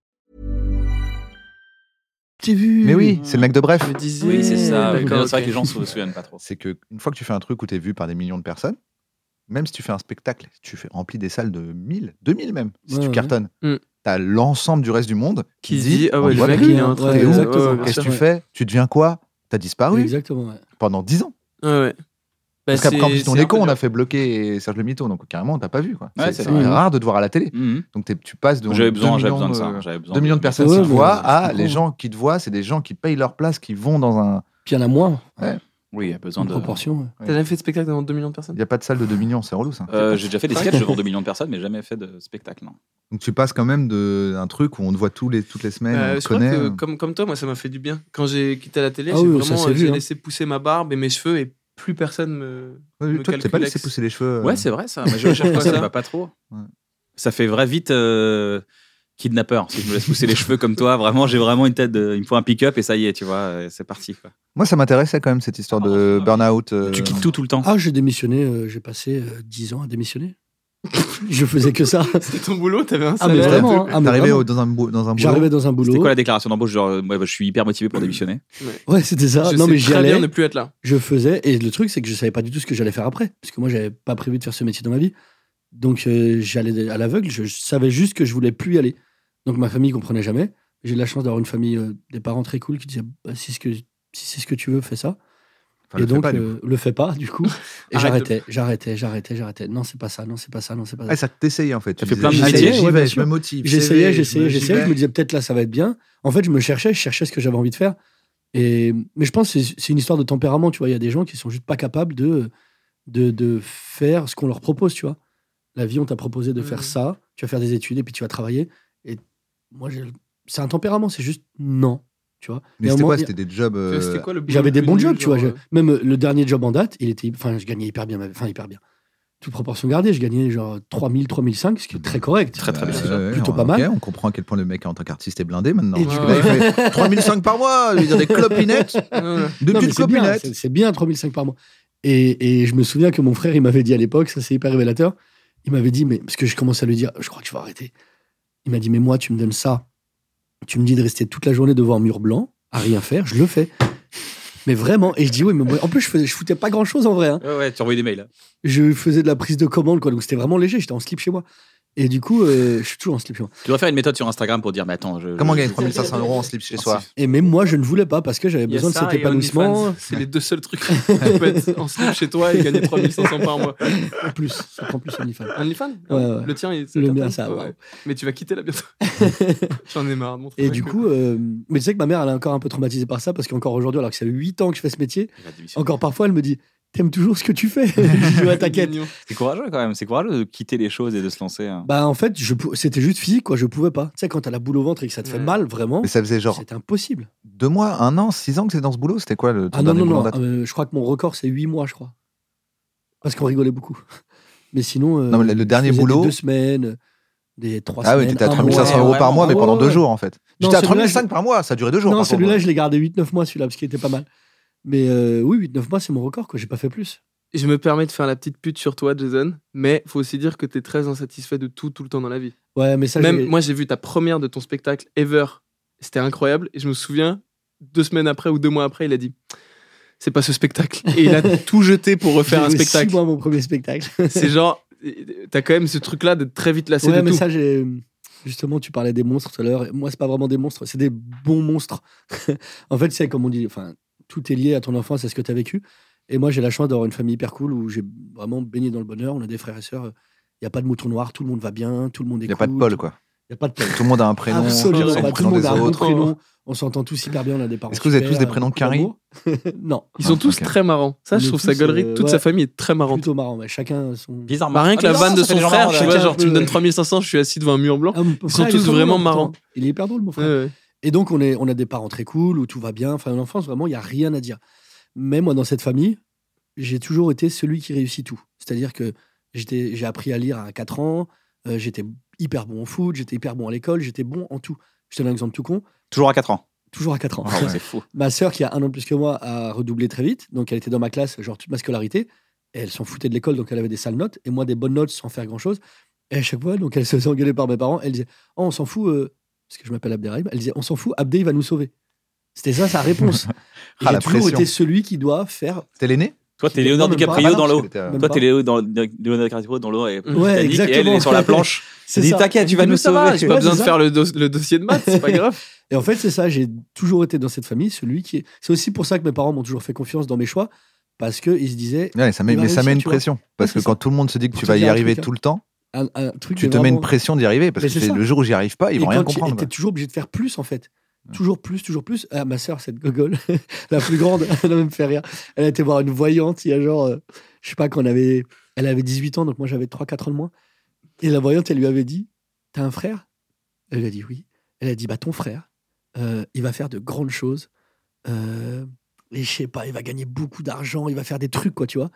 Speaker 5: j'ai vu.
Speaker 2: Mais oui, c'est le mec de Bref.
Speaker 3: Mmh. Je me disais,
Speaker 4: Oui, c'est ça. oui. C'est
Speaker 3: d'accord,
Speaker 4: vrai
Speaker 3: ok.
Speaker 4: que les gens se souviennent pas trop.
Speaker 2: C'est que une fois que tu fais un truc où t'es vu par des millions de personnes, même si tu fais un spectacle, si tu fais remplis des salles de 1000, 2000 même, si
Speaker 5: Ouais,
Speaker 2: tu
Speaker 5: ouais.
Speaker 2: cartonnes,
Speaker 3: Mm.
Speaker 2: t'as l'ensemble du reste du monde qui,
Speaker 3: Qui dit, ah
Speaker 2: on
Speaker 3: ouais,
Speaker 2: te
Speaker 3: le
Speaker 2: voit
Speaker 3: mec,
Speaker 2: plus. hein.
Speaker 3: il est en train
Speaker 5: Ouais,
Speaker 3: de.
Speaker 5: exactement.
Speaker 3: ouais, ouais,
Speaker 2: Qu'est-ce que tu
Speaker 5: Ouais.
Speaker 2: fais Tu deviens quoi T'as
Speaker 5: Ah
Speaker 2: disparu
Speaker 5: Exactement. ouais.
Speaker 2: pendant 10 ans.
Speaker 3: ouais, ouais. Bah,
Speaker 2: Parce qu'après,
Speaker 3: c'est-
Speaker 2: quand on
Speaker 3: c'est
Speaker 2: est
Speaker 3: un peu
Speaker 2: con, on
Speaker 3: dur.
Speaker 2: a fait bloquer Serge Le Mito, donc carrément, on t'a pas vu. quoi.
Speaker 4: Ouais,
Speaker 2: C'est-
Speaker 4: c'est
Speaker 2: c'est
Speaker 5: vrai.
Speaker 2: rare de te voir à la télé.
Speaker 4: Mhm.
Speaker 2: Mmh, Donc t'es- tu passes de
Speaker 4: J'avais besoin,
Speaker 2: 2
Speaker 4: j'avais
Speaker 2: millions
Speaker 4: besoin de
Speaker 2: de-
Speaker 4: ça. J'avais besoin
Speaker 2: 2 millions de personnes
Speaker 5: Ouais,
Speaker 2: qui te
Speaker 5: mais
Speaker 2: voient
Speaker 5: je
Speaker 2: à
Speaker 5: comprends.
Speaker 2: les gens qui te voient, c'est des gens qui payent leur place, qui vont dans un.
Speaker 5: Puis il y en a moins,
Speaker 4: Oui, il y a besoin
Speaker 5: en
Speaker 4: de.
Speaker 5: proportion. ouais.
Speaker 3: T'as jamais fait de spectacle devant 2 millions de
Speaker 2: Il
Speaker 3: personnes
Speaker 2: n'y a pas de salle de 2 millions, c'est relou ça.
Speaker 4: Euh, J'ai déjà fait des sketchs devant 2 millions de personnes, mais jamais fait de spectacle. Non.
Speaker 2: Donc tu passes quand même de- d'un truc où on te voit tous les, toutes les semaines,
Speaker 3: Bah,
Speaker 2: on
Speaker 3: je
Speaker 2: te
Speaker 3: crois
Speaker 2: connaît.
Speaker 3: que,
Speaker 2: euh,
Speaker 3: comme, comme toi, moi, ça m'a fait du bien. Quand j'ai quitté la télé,
Speaker 5: Ah
Speaker 3: j'ai
Speaker 5: oui, ça
Speaker 3: vraiment
Speaker 5: s'est
Speaker 3: euh,
Speaker 5: vu,
Speaker 3: j'ai
Speaker 5: hein.
Speaker 3: laissé pousser ma barbe et mes cheveux et plus personne me. [laughs]
Speaker 2: ouais,
Speaker 3: me
Speaker 2: toi, tu t'es pas
Speaker 3: calcule
Speaker 2: laissé
Speaker 3: ex.
Speaker 2: pousser les cheveux.
Speaker 4: Ouais,
Speaker 2: euh.
Speaker 4: c'est vrai ça. Mais je
Speaker 2: [laughs]
Speaker 4: recherche pas ça.
Speaker 3: Ça
Speaker 4: va pas trop.
Speaker 2: Ouais.
Speaker 4: Ça fait vrai vite euh, kidnappeur. Si je me laisse pousser les [laughs] cheveux comme toi, vraiment, j'ai vraiment une tête de. Il me faut un pick-up et ça y est, tu vois, euh, c'est parti. Quoi.
Speaker 2: Moi, ça m'intéressait quand même cette histoire de
Speaker 4: Ah,
Speaker 2: burn-out. euh,
Speaker 4: Tu quittes tout tout le temps.
Speaker 5: Ah, j'ai démissionné, euh, j'ai passé euh, 10 ans à démissionner. [laughs] je faisais que ça.
Speaker 3: C'était ton boulot, t'avais un
Speaker 5: Ah, mais
Speaker 3: salaire.
Speaker 5: vraiment. hein. Ah, mais
Speaker 2: T'arrivais
Speaker 5: vraiment.
Speaker 2: au- dans un, bou- dans un boulot.
Speaker 5: J'arrivais dans un boulot.
Speaker 4: C'était quoi la déclaration d'embauche Genre, euh, ouais, bah, je suis hyper motivé pour démissionner. [clears throat]
Speaker 5: Ouais, c'était ça.
Speaker 3: je
Speaker 5: Ah, non,
Speaker 3: sais
Speaker 5: mais j'y
Speaker 3: très bien
Speaker 5: allais,
Speaker 3: ne plus être là.
Speaker 5: je faisais. Et le truc, c'est que je savais pas du tout ce que j'allais faire après. Parce que moi, j'avais pas prévu de faire ce métier dans ma vie. Donc, euh, j'allais à l'aveugle. Je, je savais juste que je voulais plus y aller. Donc, ma famille comprenait jamais. J'ai eu la chance d'avoir une famille, euh, des parents très cool qui disaient bah, si, ce que- si c'est ce que tu veux, fais ça.
Speaker 2: Enfin,
Speaker 5: et
Speaker 2: le fais
Speaker 5: donc,
Speaker 2: pas, du coup.
Speaker 5: euh, le fais pas,
Speaker 2: [laughs]
Speaker 5: du coup. Et
Speaker 3: Arrête
Speaker 5: j'arrêtais, j'arrêtais, j'arrêtais, j'arrêtais. Non, c'est pas ça, non, c'est pas ça, non, c'est pas ça.
Speaker 2: Ah, ça t'essayait en fait. Tu
Speaker 4: fait
Speaker 2: disais,
Speaker 4: plein de
Speaker 2: j'y
Speaker 4: métiers,
Speaker 2: vais, j'y
Speaker 5: ouais, bien
Speaker 2: vais, je
Speaker 5: sûr.
Speaker 2: me motive.
Speaker 5: J'essayais,
Speaker 2: CV,
Speaker 5: j'essayais,
Speaker 2: j'y
Speaker 5: j'essayais.
Speaker 2: vais.
Speaker 5: Je me disais peut-être là, ça va être bien. En fait, je me cherchais, je cherchais ce que j'avais envie de faire. Et, mais je pense que c'est c'est une histoire de tempérament, tu vois. Il y a des gens qui sont juste pas capables de, de, de faire ce qu'on leur propose, tu vois. La vie, on t'a proposé de
Speaker 3: Mhm.
Speaker 5: faire ça, tu vas faire des études et puis tu vas travailler. Et moi, j'ai- c'est un tempérament, c'est juste non, tu vois.
Speaker 2: Mais
Speaker 5: Et à un
Speaker 2: c'était
Speaker 5: moment,
Speaker 2: quoi
Speaker 5: il y a-
Speaker 2: C'était des jobs. euh,
Speaker 3: C'était quoi le boulot
Speaker 5: j'avais des
Speaker 3: le
Speaker 5: bons
Speaker 3: plus
Speaker 5: jobs,
Speaker 3: nul,
Speaker 5: tu vois.
Speaker 3: genre,
Speaker 5: je- même euh, le dernier job en date, il était, enfin, je gagnais hyper bien, ma- enfin hyper bien. Toute proportion gardée, je gagnais genre 3000, 3005, ce qui est très
Speaker 3: Mm.
Speaker 5: correct.
Speaker 4: Très, très bien.
Speaker 5: C'est
Speaker 2: euh,
Speaker 5: Plutôt
Speaker 2: ouais,
Speaker 5: pas
Speaker 2: ok,
Speaker 5: mal.
Speaker 2: On comprend à quel point le mec en tant qu'artiste est blindé maintenant.
Speaker 5: Et
Speaker 2: Parce
Speaker 3: du
Speaker 2: que
Speaker 3: coup-
Speaker 2: là, il fait 3005 par mois, il y a des
Speaker 5: [laughs]
Speaker 2: clopinettes,
Speaker 3: euh, ouais, ouais.
Speaker 2: deux
Speaker 5: Non, mais
Speaker 2: petites
Speaker 5: c'est bien,
Speaker 2: clopinettes.
Speaker 5: c'est- c'est bien 3005 par mois. Et, et je me souviens que mon frère, il m'avait dit à l'époque, ça c'est hyper révélateur, il m'avait dit, mais parce que je commençais à lui dire, je crois que je vais arrêter. Il m'a dit, mais moi, tu me donnes ça, tu me dis de rester toute la journée devant un mur blanc, à rien faire, je le fais. Mais vraiment, et je dis oui, mais moi, en plus, je, faisais, je foutais pas grand chose en vrai. hein.
Speaker 4: Ouais, ouais, tu envoyais des mails.
Speaker 5: je faisais de la prise de commande, quoi. Donc c'était vraiment léger, j'étais en slip chez moi. Et du coup, euh, je suis toujours en slip chez moi.
Speaker 4: Tu dois faire une méthode sur Instagram pour dire, mais attends, je.
Speaker 2: Comment
Speaker 4: je-
Speaker 2: gagner 3500 euros en slip chez soi
Speaker 5: Et même moi, je ne voulais pas parce que j'avais
Speaker 3: Il y a
Speaker 5: besoin de
Speaker 3: ça
Speaker 5: cet
Speaker 3: et
Speaker 5: épanouissement.
Speaker 3: OnlyFans. C'est les deux seuls trucs que tu peux être en slip chez toi et gagner
Speaker 5: [laughs]
Speaker 3: 3500 par mois.
Speaker 5: En plus, ça prend plus OnlyFans.
Speaker 3: OnlyFans
Speaker 5: Ouais, ouais.
Speaker 3: Le tien, il-
Speaker 5: Le
Speaker 3: t'as
Speaker 5: mien,
Speaker 3: pas-
Speaker 5: ça,
Speaker 3: ouais.
Speaker 5: waouh.
Speaker 3: Mais tu vas quitter là
Speaker 5: [laughs]
Speaker 3: bientôt. J'en ai marre de mon
Speaker 5: Et
Speaker 3: travail.
Speaker 5: du coup, euh, mais tu sais que ma mère, elle est encore un peu traumatisée par ça parce qu'encore aujourd'hui, alors que ça fait 8 ans que je fais ce métier,
Speaker 4: Il va démissionner.
Speaker 5: encore parfois, elle me dit T'aimes toujours ce que tu fais [laughs] Je dis
Speaker 3: [laughs]
Speaker 5: Ouais, t'inquiète.
Speaker 3: Mignon.
Speaker 4: C'est courageux quand même, c'est courageux de quitter les choses et de se lancer. hein.
Speaker 5: Bah, en fait, je pou- c'était juste physique, quoi. Je pouvais pas. Tu sais, quand t'as la boule au ventre et que ça te fait
Speaker 3: Ouais.
Speaker 5: mal, vraiment,
Speaker 2: Mais ça faisait genre
Speaker 5: c'est impossible.
Speaker 2: deux mois, un an, six ans que c'est dans ce boulot C'était quoi le ton
Speaker 5: Ah non,
Speaker 2: dernier
Speaker 5: non,
Speaker 2: boulot en
Speaker 5: non.
Speaker 2: date
Speaker 5: euh, je crois que mon record, c'est 8 mois, je crois. Parce qu'on rigolait beaucoup. Mais sinon. euh,
Speaker 2: Non, mais le- le
Speaker 5: je
Speaker 2: dernier
Speaker 5: faisais des
Speaker 2: boulot-
Speaker 5: Deux semaines, des trois
Speaker 2: Ah
Speaker 5: semaines.
Speaker 2: oui, t'étais à
Speaker 5: un
Speaker 2: 3500
Speaker 5: mois.
Speaker 2: euros par
Speaker 4: ouais,
Speaker 2: mois, mais
Speaker 5: ouais,
Speaker 2: pendant
Speaker 5: ouais,
Speaker 2: deux
Speaker 5: ouais.
Speaker 2: jours en fait.
Speaker 5: Non,
Speaker 2: J'étais à
Speaker 5: celui-là, je-
Speaker 2: 3500 par mois, ça a duré deux jours.
Speaker 5: Non,
Speaker 2: par contre.
Speaker 5: celui-là, je l'ai gardé 8-9 mois, celui-là, parce qu'il était pas mal. Mais euh, oui, 8-9 mois, c'est mon record, quoi. J'ai pas fait plus.
Speaker 3: Je me permets de faire la petite pute sur toi, Jason, mais faut aussi dire que t'es très insatisfait de tout, tout le temps dans la vie.
Speaker 5: Ouais, mais ça,
Speaker 3: Même
Speaker 5: j'ai-
Speaker 3: moi, j'ai vu ta première de ton spectacle ever. C'était incroyable. Et je me souviens, deux semaines après ou deux mois après, il a dit C'est pas ce spectacle. Et il a tout jeté pour refaire
Speaker 5: j'ai
Speaker 3: un
Speaker 5: joué
Speaker 3: spectacle.
Speaker 5: six mois à mon
Speaker 3: [laughs]
Speaker 5: premier spectacle.
Speaker 3: C'est genre, t'as quand même ce truc-là d'être très vite lassé
Speaker 5: ouais,
Speaker 3: de
Speaker 5: mais
Speaker 3: tout.
Speaker 5: ça, j'ai. Justement, tu parlais des monstres tout à l'heure. Moi, c'est pas vraiment des monstres, c'est des bons monstres. [laughs] en fait, c'est comme on dit, enfin, tout est lié à ton enfance, à ce que tu as vécu. Et moi, j'ai la chance d'avoir une famille hyper cool où j'ai vraiment baigné dans le bonheur. On a des frères et sœurs. Il n'y a pas de mouton noir, tout le monde va bien, tout le monde est
Speaker 2: Il n'y a pas de
Speaker 5: cool,
Speaker 2: Paul
Speaker 5: tout-
Speaker 2: quoi.
Speaker 5: Il n'y a pas de Paul.
Speaker 2: Tout le monde a un prénom.
Speaker 3: on
Speaker 5: Absolument
Speaker 3: cherche
Speaker 2: chacun
Speaker 5: pas.
Speaker 2: son
Speaker 5: Tout
Speaker 2: prénom
Speaker 5: le monde
Speaker 2: des
Speaker 5: a un bon
Speaker 2: autres.
Speaker 5: prénom. On s'entend tous hyper bien, on a des parents.
Speaker 2: Est-ce que vous avez
Speaker 5: super,
Speaker 2: tous des prénoms
Speaker 5: beaucoup
Speaker 2: carrés
Speaker 5: d'amour. [laughs] Non.
Speaker 3: Ils sont
Speaker 2: Ah,
Speaker 3: tous
Speaker 2: ok.
Speaker 3: très marrants. Ça, je
Speaker 5: Mais
Speaker 3: trouve sa
Speaker 5: tous,
Speaker 3: galerie,
Speaker 5: euh,
Speaker 3: toute
Speaker 5: ouais.
Speaker 3: sa famille est très marrante.
Speaker 5: Plutôt marrant, mais chacun son.
Speaker 4: Bizarrement.
Speaker 3: Bah, rien que
Speaker 4: Ah,
Speaker 3: la
Speaker 4: mais
Speaker 3: vanne
Speaker 4: non,
Speaker 3: de
Speaker 4: ça, euh, c'est
Speaker 3: son
Speaker 4: les gens
Speaker 3: frère,
Speaker 4: marrants,
Speaker 3: tu
Speaker 4: là.
Speaker 3: vois,
Speaker 5: Chacun
Speaker 3: genre, tu me
Speaker 5: peut-
Speaker 3: donnes 3500, je suis assis devant un mur blanc.
Speaker 5: Ah, mon
Speaker 3: Ils
Speaker 5: frère,
Speaker 3: sont
Speaker 5: il est
Speaker 3: tous
Speaker 5: trop
Speaker 3: vraiment
Speaker 5: drôle,
Speaker 3: marrants.
Speaker 5: pourtant. Il est hyper drôle, mon frère.
Speaker 3: Ouais, ouais.
Speaker 5: Et donc, on, est, on a des parents très cool où tout va bien. Enfin, l'enfance, vraiment, il n'y a rien à dire. Mais moi, dans cette famille, j'ai toujours été celui qui réussit tout. C'est-à-dire que j'étais- j'ai appris à lire à 4 ans, euh, j'étais hyper bon au foot, j'étais hyper bon à l'école, j'étais bon en tout. Je te donne un exemple tout con,
Speaker 4: Toujours à 4 ans.
Speaker 5: toujours à 4 ans.
Speaker 4: Ah ouais, [laughs] C'est fou.
Speaker 5: Ma sœur, qui a un an de plus que moi, a redoublé très vite. Donc, elle était dans ma classe, genre toute ma scolarité. Et elle s'en foutait de l'école, donc elle avait des sales notes. Et moi, des bonnes notes sans faire grand-chose. Et à chaque fois, donc, elle se faisait engueuler par mes parents. Elle disait Oh, on s'en fout, euh, parce que je m'appelle Abderrahim. Elle disait On s'en fout, Abdé, il va nous sauver. C'était ça sa réponse. Et
Speaker 2: [laughs] Ah,
Speaker 5: j'ai
Speaker 2: la
Speaker 5: toujours
Speaker 2: pression.
Speaker 5: été celui qui doit faire.
Speaker 2: T'es l'aîné
Speaker 4: Toi, t'es
Speaker 5: Non,
Speaker 4: Léonard
Speaker 5: même pas.
Speaker 2: Ah,
Speaker 4: DiCaprio
Speaker 2: non,
Speaker 4: dans
Speaker 2: parce
Speaker 4: l'eau.
Speaker 2: que t'étais, euh,
Speaker 5: Même
Speaker 4: Toi,
Speaker 5: pas.
Speaker 4: t'es Léo dans Léonard DiCaprio dans l'eau. Et
Speaker 5: Ouais,
Speaker 4: Titanic, et elle, elle
Speaker 5: exactement.
Speaker 4: est sur la planche.
Speaker 5: [laughs] C'est
Speaker 4: Elle dit
Speaker 5: ça.
Speaker 4: T'inquiète, tu vas
Speaker 3: Mais
Speaker 4: nous
Speaker 3: ça va,
Speaker 4: sauver.
Speaker 3: j'ai pas
Speaker 5: Ouais,
Speaker 3: besoin
Speaker 5: c'est
Speaker 3: de
Speaker 5: ça.
Speaker 3: faire le, dos- le dossier de maths, c'est pas grave.
Speaker 5: Et en fait, c'est ça. J'ai toujours été dans cette famille celui qui. est- C'est aussi pour ça que mes parents m'ont toujours fait confiance dans mes choix. Parce qu'ils se disaient
Speaker 2: Ouais, ça met,
Speaker 5: Il va
Speaker 2: mais ça met
Speaker 5: réussir,
Speaker 2: une
Speaker 5: tu vois.
Speaker 2: pression. Parce
Speaker 5: Ouais,
Speaker 2: que
Speaker 5: c'est
Speaker 2: quand tout le monde se dit que
Speaker 5: Pour
Speaker 2: tu
Speaker 5: te
Speaker 2: vas y
Speaker 5: dire un
Speaker 2: arriver
Speaker 5: truc,
Speaker 2: tout le temps,
Speaker 5: un, un truc
Speaker 2: tu
Speaker 5: de
Speaker 2: te mets une
Speaker 5: vraiment-
Speaker 2: pression d'y arriver. Parce
Speaker 5: Mais
Speaker 2: que
Speaker 5: c'est
Speaker 2: tu fais,
Speaker 5: ça.
Speaker 2: le jour où j'y arrive pas, Ah, ils vont
Speaker 5: et
Speaker 2: rien
Speaker 5: quand tu-
Speaker 2: comprendre.
Speaker 5: et t'es
Speaker 2: quoi.
Speaker 5: toujours obligé de faire plus, en fait. Toujours plus, toujours plus. Ah, ma sœur, cette gogole, [laughs] la plus grande, [laughs] elle a même fait rire. Elle a été voir une voyante il y a genre, euh, je sais pas, quand on avait. Elle avait 18 ans, donc moi j'avais 3-4 ans de moins. Et la voyante, elle lui avait dit T'as un frère Elle lui a dit oui. Elle a dit Bah, ton frère, euh, il va faire de grandes choses. Euh, et je sais pas, il va gagner beaucoup d'argent, il va faire des trucs, quoi, tu vois.